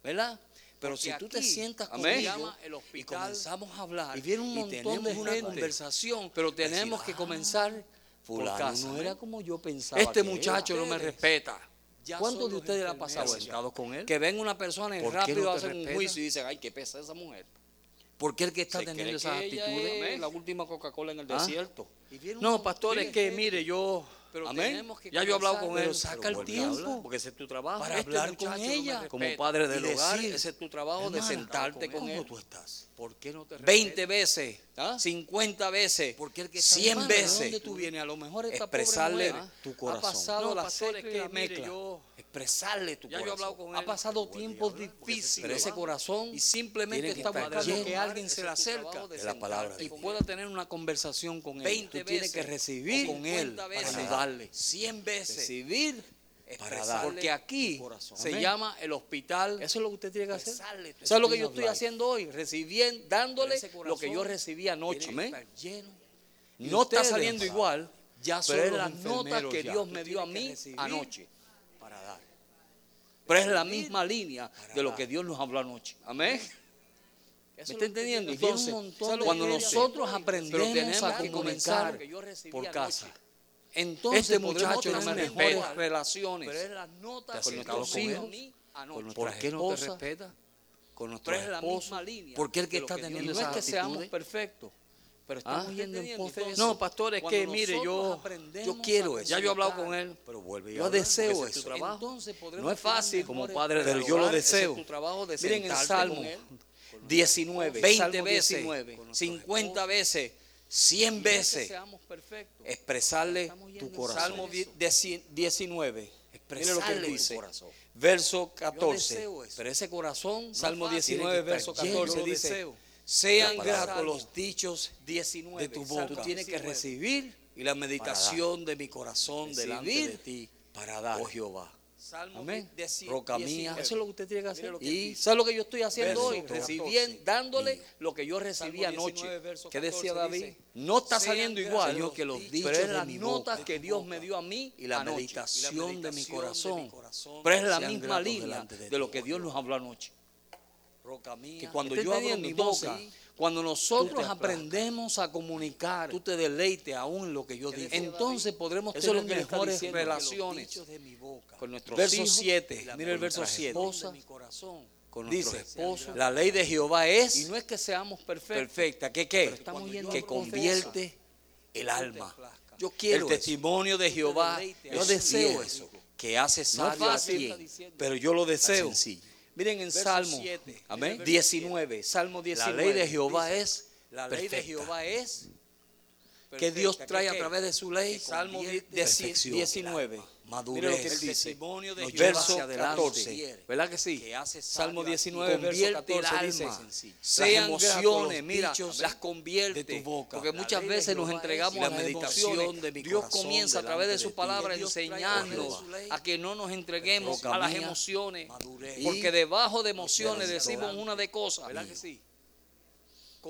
Speaker 2: ¿Verdad? Pero si tú te sientas conmigo y comenzamos a hablar
Speaker 3: y viene un
Speaker 2: y
Speaker 3: montón
Speaker 2: tenemos
Speaker 3: de
Speaker 2: una
Speaker 3: gente,
Speaker 2: conversación,
Speaker 3: pero tenemos
Speaker 2: decir,
Speaker 3: que
Speaker 2: "Ah,
Speaker 3: comenzar por
Speaker 2: fulano
Speaker 3: casa.
Speaker 2: no era como yo pensaba. que
Speaker 3: Este
Speaker 2: era".
Speaker 3: muchacho no me respeta.
Speaker 2: Ya
Speaker 3: ¿Cuántos
Speaker 2: son
Speaker 3: de
Speaker 2: los
Speaker 3: ustedes le ha pasado
Speaker 2: enfermeros
Speaker 3: eso?
Speaker 2: sentados con él.
Speaker 3: Que ven una persona y
Speaker 2: ¿Por qué
Speaker 3: rápido
Speaker 2: no te
Speaker 3: hacen un
Speaker 2: respeta?
Speaker 3: juicio y
Speaker 2: dicen, ay, qué pesa esa mujer.
Speaker 3: ¿Por qué el que está
Speaker 2: Se cree
Speaker 3: teniendo esas
Speaker 2: que ella es
Speaker 3: actitudes?
Speaker 2: la última Coca-Cola en el
Speaker 3: ¿Ah?
Speaker 2: desierto.
Speaker 3: No, pastor, es que mire, yo.
Speaker 2: Pero
Speaker 3: Amén.
Speaker 2: tenemos que
Speaker 3: Ya yo he hablado
Speaker 2: comenzar,
Speaker 3: con
Speaker 2: pero
Speaker 3: él.
Speaker 2: saca
Speaker 3: Pero
Speaker 2: el
Speaker 3: ¿por qué
Speaker 2: tiempo
Speaker 3: hablar? Porque ese es tu trabajo.
Speaker 2: para
Speaker 3: Este
Speaker 2: hablar con
Speaker 3: muchacho no me
Speaker 2: ella.
Speaker 3: respeta.
Speaker 2: Como padre del
Speaker 3: Y
Speaker 2: hogar,
Speaker 3: decir,
Speaker 2: ese es tu trabajo de
Speaker 3: hermana,
Speaker 2: sentarte con
Speaker 3: ¿cómo
Speaker 2: él.
Speaker 3: tú estás?
Speaker 2: ¿Por qué no te
Speaker 3: 20 veces,
Speaker 2: ¿Ah?
Speaker 3: 50 veces,
Speaker 2: Porque el que está
Speaker 3: 100
Speaker 2: mal, ¿de
Speaker 3: veces.
Speaker 2: dónde tú vienes? A lo mejor esta pobre
Speaker 3: expresarle
Speaker 2: mujer
Speaker 3: tu
Speaker 2: ha
Speaker 3: corazón.
Speaker 2: pasado
Speaker 3: No,
Speaker 2: la
Speaker 3: pastor,
Speaker 2: seca
Speaker 3: es
Speaker 2: y la
Speaker 3: que, mire,
Speaker 2: mezcla.
Speaker 3: yo-
Speaker 2: expresarle tu
Speaker 3: Ya yo he
Speaker 2: corazón.
Speaker 3: hablado con
Speaker 2: ha
Speaker 3: él.
Speaker 2: pasado tiempos difíciles.
Speaker 3: Pero ese corazón
Speaker 2: y simplemente
Speaker 3: tiene que
Speaker 2: está
Speaker 3: estar
Speaker 2: buscando
Speaker 3: lleno.
Speaker 2: que alguien se le
Speaker 3: Ese es tu
Speaker 2: acerca
Speaker 3: trabajo de
Speaker 2: y
Speaker 3: sentarte
Speaker 2: y
Speaker 3: con él.
Speaker 2: pueda tener una conversación con él.
Speaker 3: 20
Speaker 2: Tú tienes
Speaker 3: veces,
Speaker 2: que recibir
Speaker 3: o
Speaker 2: con él
Speaker 3: 50
Speaker 2: para
Speaker 3: veces,
Speaker 2: ayudarle.
Speaker 3: 100 veces.
Speaker 2: Recibir
Speaker 3: Para
Speaker 2: dar.
Speaker 3: darle
Speaker 2: Porque aquí
Speaker 3: tu corazón.
Speaker 2: se
Speaker 3: Amén.
Speaker 2: llama el hospital.
Speaker 3: Eso es lo que usted tiene que hacer.
Speaker 2: Expresarle tu
Speaker 3: Eso es lo que
Speaker 2: spring
Speaker 3: yo
Speaker 2: of
Speaker 3: estoy
Speaker 2: life.
Speaker 3: haciendo hoy, recibiendo, dándole
Speaker 2: Pero ese
Speaker 3: lo que yo
Speaker 2: corazón
Speaker 3: recibí anoche.
Speaker 2: tiene que
Speaker 3: Amén.
Speaker 2: estar lleno.
Speaker 3: Y
Speaker 2: No está
Speaker 3: ustedes,
Speaker 2: saliendo igual,
Speaker 3: ya son
Speaker 2: pero es
Speaker 3: los
Speaker 2: las notas
Speaker 3: enfermeros
Speaker 2: que
Speaker 3: ya.
Speaker 2: Dios
Speaker 3: Tú
Speaker 2: me dio a
Speaker 3: tienes que
Speaker 2: mí
Speaker 3: recibir
Speaker 2: anoche. Para dar.
Speaker 3: Pero es la misma línea
Speaker 2: para
Speaker 3: de lo
Speaker 2: dar.
Speaker 3: que Dios nos habló anoche. Amén. ¿Me
Speaker 2: es
Speaker 3: está
Speaker 2: lo que
Speaker 3: entendiendo?
Speaker 2: tiene que hacer.
Speaker 3: Entonces,
Speaker 2: Un montón
Speaker 3: ¿sabe
Speaker 2: de
Speaker 3: cuando
Speaker 2: gente.
Speaker 3: nosotros
Speaker 2: Pero
Speaker 3: aprendemos
Speaker 2: tenemos
Speaker 3: a
Speaker 2: que
Speaker 3: comenzar
Speaker 2: comenzar lo que yo recibí
Speaker 3: por
Speaker 2: anoche.
Speaker 3: casa,
Speaker 2: Entonces
Speaker 3: este muchacho no
Speaker 2: podremos
Speaker 3: me
Speaker 2: tener
Speaker 3: respeta.
Speaker 2: mejores
Speaker 3: relaciones.
Speaker 2: Pero es las
Speaker 3: Te
Speaker 2: notas
Speaker 3: has
Speaker 2: que
Speaker 3: sentado
Speaker 2: nuestros
Speaker 3: con
Speaker 2: hijos
Speaker 3: él.
Speaker 2: anoche.
Speaker 3: ¿Por qué no te
Speaker 2: Esposas,
Speaker 3: respeta? Con nuestro
Speaker 2: Pero es la
Speaker 3: esposo.
Speaker 2: misma línea.
Speaker 3: ¿Por qué el que
Speaker 2: de lo
Speaker 3: está
Speaker 2: Dios
Speaker 3: teniendo
Speaker 2: nos
Speaker 3: esas
Speaker 2: No es que seamos
Speaker 3: actitudes?
Speaker 2: perfectos, pero
Speaker 3: ¿Ah?
Speaker 2: estamos yendo en pos de eso.
Speaker 3: No, pastor, es
Speaker 2: Cuando
Speaker 3: que mire,
Speaker 2: nosotros
Speaker 3: yo,
Speaker 2: aprendemos
Speaker 3: yo quiero
Speaker 2: a
Speaker 3: eso. Ya yo he hablado con
Speaker 2: conectar,
Speaker 3: él.
Speaker 2: pero vuelve y
Speaker 3: Yo
Speaker 2: habla,
Speaker 3: deseo
Speaker 2: porque ese
Speaker 3: eso.
Speaker 2: es tu trabajo. Entonces
Speaker 3: no
Speaker 2: podremos
Speaker 3: es fácil
Speaker 2: tener
Speaker 3: como
Speaker 2: mejores
Speaker 3: padre del
Speaker 2: hogares.
Speaker 3: yo lo
Speaker 2: Ese es tu
Speaker 3: deseo.
Speaker 2: trabajo de
Speaker 3: Miren el
Speaker 2: sentarte
Speaker 3: Salmo
Speaker 2: con él,
Speaker 3: 19,
Speaker 2: 20
Speaker 3: Salmo
Speaker 2: veces,
Speaker 3: 19,
Speaker 2: con nuestros
Speaker 3: 50 veces, 100 veces.
Speaker 2: seamos perfectos.
Speaker 3: expresarle
Speaker 2: Estamos yendo
Speaker 3: tu
Speaker 2: en
Speaker 3: corazón.
Speaker 2: Salmo die-
Speaker 3: 19.
Speaker 2: Mira
Speaker 3: Expresarle
Speaker 2: lo que él
Speaker 3: tu
Speaker 2: dice.
Speaker 3: corazón. Verso 14.
Speaker 2: deseo eso.
Speaker 3: Pero ese corazón,
Speaker 2: No
Speaker 3: Salmo
Speaker 2: es fácil,
Speaker 3: 19,
Speaker 2: tiene que
Speaker 3: verso
Speaker 2: estar lleno,
Speaker 3: 14,
Speaker 2: yo lo
Speaker 3: dice:
Speaker 2: deseo.
Speaker 3: Sean
Speaker 2: La palabra.
Speaker 3: gratos los dichos
Speaker 2: 19
Speaker 3: de tu
Speaker 2: Salmo
Speaker 3: boca. Tú tienes que
Speaker 2: 19.
Speaker 3: recibir y la meditación de mi corazón delante
Speaker 2: Recibir
Speaker 3: de ti,
Speaker 2: para dar.
Speaker 3: oh Jehová.
Speaker 2: Salmo
Speaker 3: Amén.
Speaker 2: 19.
Speaker 3: Roca mía.
Speaker 2: Eso es lo que usted tiene que hacer.
Speaker 3: Mira lo que
Speaker 2: y
Speaker 3: dice.
Speaker 2: ¿sabes lo que yo estoy haciendo
Speaker 3: Verso
Speaker 2: hoy?
Speaker 3: 14.
Speaker 2: Recibiendo, dándole
Speaker 3: Mira.
Speaker 2: lo que yo recibí
Speaker 3: Salmo 19,
Speaker 2: anoche.
Speaker 3: verso
Speaker 2: ¿Qué decía
Speaker 3: 14
Speaker 2: David?
Speaker 3: dice,
Speaker 2: no está
Speaker 3: "Sean
Speaker 2: saliendo
Speaker 3: gratos
Speaker 2: igual.
Speaker 3: Señor, que los dichos
Speaker 2: pero es
Speaker 3: de
Speaker 2: las
Speaker 3: mi
Speaker 2: notas
Speaker 3: boca,
Speaker 2: que
Speaker 3: de mi
Speaker 2: Dios
Speaker 3: boca,
Speaker 2: me dio a mí
Speaker 3: y la
Speaker 2: anoche,
Speaker 3: meditación de mi
Speaker 2: de mi
Speaker 3: corazón.
Speaker 2: corazón
Speaker 3: Pero es la
Speaker 2: sean
Speaker 3: misma
Speaker 2: gratos
Speaker 3: línea
Speaker 2: delante de
Speaker 3: de,
Speaker 2: ti,
Speaker 3: lo que
Speaker 2: oh
Speaker 3: Dios
Speaker 2: Jehová.
Speaker 3: nos habló anoche.
Speaker 2: Roca mía.
Speaker 3: Que cuando
Speaker 2: Estoy
Speaker 3: yo abro
Speaker 2: entendiendo,
Speaker 3: mi
Speaker 2: entonces,
Speaker 3: boca, cuando nosotros
Speaker 2: aplacas.
Speaker 3: aprendemos a comunicar, tú te deleites aún en lo que yo digo.
Speaker 2: decía
Speaker 3: Entonces
Speaker 2: David?
Speaker 3: podremos
Speaker 2: Eso es lo
Speaker 3: tener
Speaker 2: que le está
Speaker 3: mejores
Speaker 2: diciendo, que los
Speaker 3: relaciones
Speaker 2: dichos de mi boca,
Speaker 3: con nuestros
Speaker 2: Verso
Speaker 3: hijos,
Speaker 2: 7,
Speaker 3: y la-
Speaker 2: mira el
Speaker 3: con
Speaker 2: verso
Speaker 3: nuestras
Speaker 2: 7.
Speaker 3: esposas,
Speaker 2: de mi corazón.
Speaker 3: con
Speaker 2: Dice,
Speaker 3: nuestros esposos.
Speaker 2: sean
Speaker 3: La ley de Jehová es
Speaker 2: Y no es que seamos perfectos.
Speaker 3: perfecta. ¿Qué qué?
Speaker 2: Pero estamos yendo a
Speaker 3: Que
Speaker 2: lo
Speaker 3: convierte el alma.
Speaker 2: aplacas.
Speaker 3: Yo
Speaker 2: quiero
Speaker 3: El
Speaker 2: eso.
Speaker 3: testimonio de Jehová.
Speaker 2: deleites.
Speaker 3: Yo
Speaker 2: Eso
Speaker 3: deseo
Speaker 2: es.
Speaker 3: eso. Que hace sabio a
Speaker 2: fácil.
Speaker 3: quien,
Speaker 2: Está diciendo.
Speaker 3: pero yo lo deseo.
Speaker 2: sencillo.
Speaker 3: Miren en
Speaker 2: Verso
Speaker 3: Salmo
Speaker 2: siete.
Speaker 3: amén,
Speaker 2: Verso
Speaker 3: 19, Salmo 19.
Speaker 2: ley de Jehová
Speaker 3: es
Speaker 2: La ley de Jehová es
Speaker 3: que Dios
Speaker 2: perfecta.
Speaker 3: trae
Speaker 2: ¿Qué?
Speaker 3: a través de su ley.
Speaker 2: Que Salmo
Speaker 3: convierte
Speaker 2: dieci-
Speaker 3: perfección,
Speaker 2: 19.
Speaker 3: Madurez.
Speaker 2: Mira lo que él
Speaker 3: el
Speaker 2: dice.
Speaker 3: testimonio de
Speaker 2: Nos
Speaker 3: Jehová
Speaker 2: lleva
Speaker 3: verso
Speaker 2: hacia adelante.
Speaker 3: 14. ¿Verdad que sí?
Speaker 2: Que hace sabio
Speaker 3: Salmo
Speaker 2: a
Speaker 3: 19,
Speaker 2: quien
Speaker 3: verso
Speaker 2: convierte el
Speaker 3: 14 dice,
Speaker 2: alma.
Speaker 3: sean
Speaker 2: Las emociones, mira,
Speaker 3: emociones, mira, las
Speaker 2: las
Speaker 3: convierte.
Speaker 2: de tu boca.
Speaker 3: Porque
Speaker 2: La
Speaker 3: muchas
Speaker 2: ley de
Speaker 3: veces nos
Speaker 2: Jehová es
Speaker 3: entregamos
Speaker 2: la
Speaker 3: a las
Speaker 2: meditación
Speaker 3: emociones.
Speaker 2: de mi
Speaker 3: Dios
Speaker 2: corazón
Speaker 3: comienza a través
Speaker 2: delante
Speaker 3: de
Speaker 2: de
Speaker 3: su
Speaker 2: ti.
Speaker 3: palabra
Speaker 2: Dios trae a través de
Speaker 3: enseñándonos
Speaker 2: su ley.
Speaker 3: a que no nos entreguemos
Speaker 2: Roca
Speaker 3: a las
Speaker 2: mía,
Speaker 3: emociones.
Speaker 2: madurez.
Speaker 3: Porque debajo de emociones
Speaker 2: lleva hacia
Speaker 3: decimos
Speaker 2: adelante.
Speaker 3: una de cosas.
Speaker 2: ¿Verdad que sí?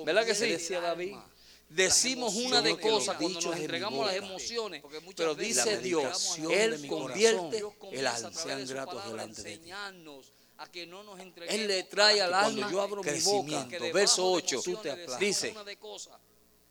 Speaker 3: ¿Verdad que sí?
Speaker 2: Convierte el alma.
Speaker 3: Decimos
Speaker 2: Las
Speaker 3: una de
Speaker 2: emociones.
Speaker 3: cosas cuando
Speaker 2: Dichos
Speaker 3: nos
Speaker 2: de mi
Speaker 3: entregamos a las
Speaker 2: boca.
Speaker 3: emociones.
Speaker 2: Porque muchas
Speaker 3: Pero
Speaker 2: veces
Speaker 3: dice
Speaker 2: la
Speaker 3: Dios,
Speaker 2: meditación de
Speaker 3: Él
Speaker 2: mi
Speaker 3: convierte
Speaker 2: corazón.
Speaker 3: el alma.
Speaker 2: Sean gratos delante de ti.
Speaker 3: enseñarnos a que no nos entreguemos. Él le trae al alma
Speaker 2: cuando yo abro mi boca,
Speaker 3: crecimiento.
Speaker 2: que
Speaker 3: Verso 8, tú te aplazas. dice,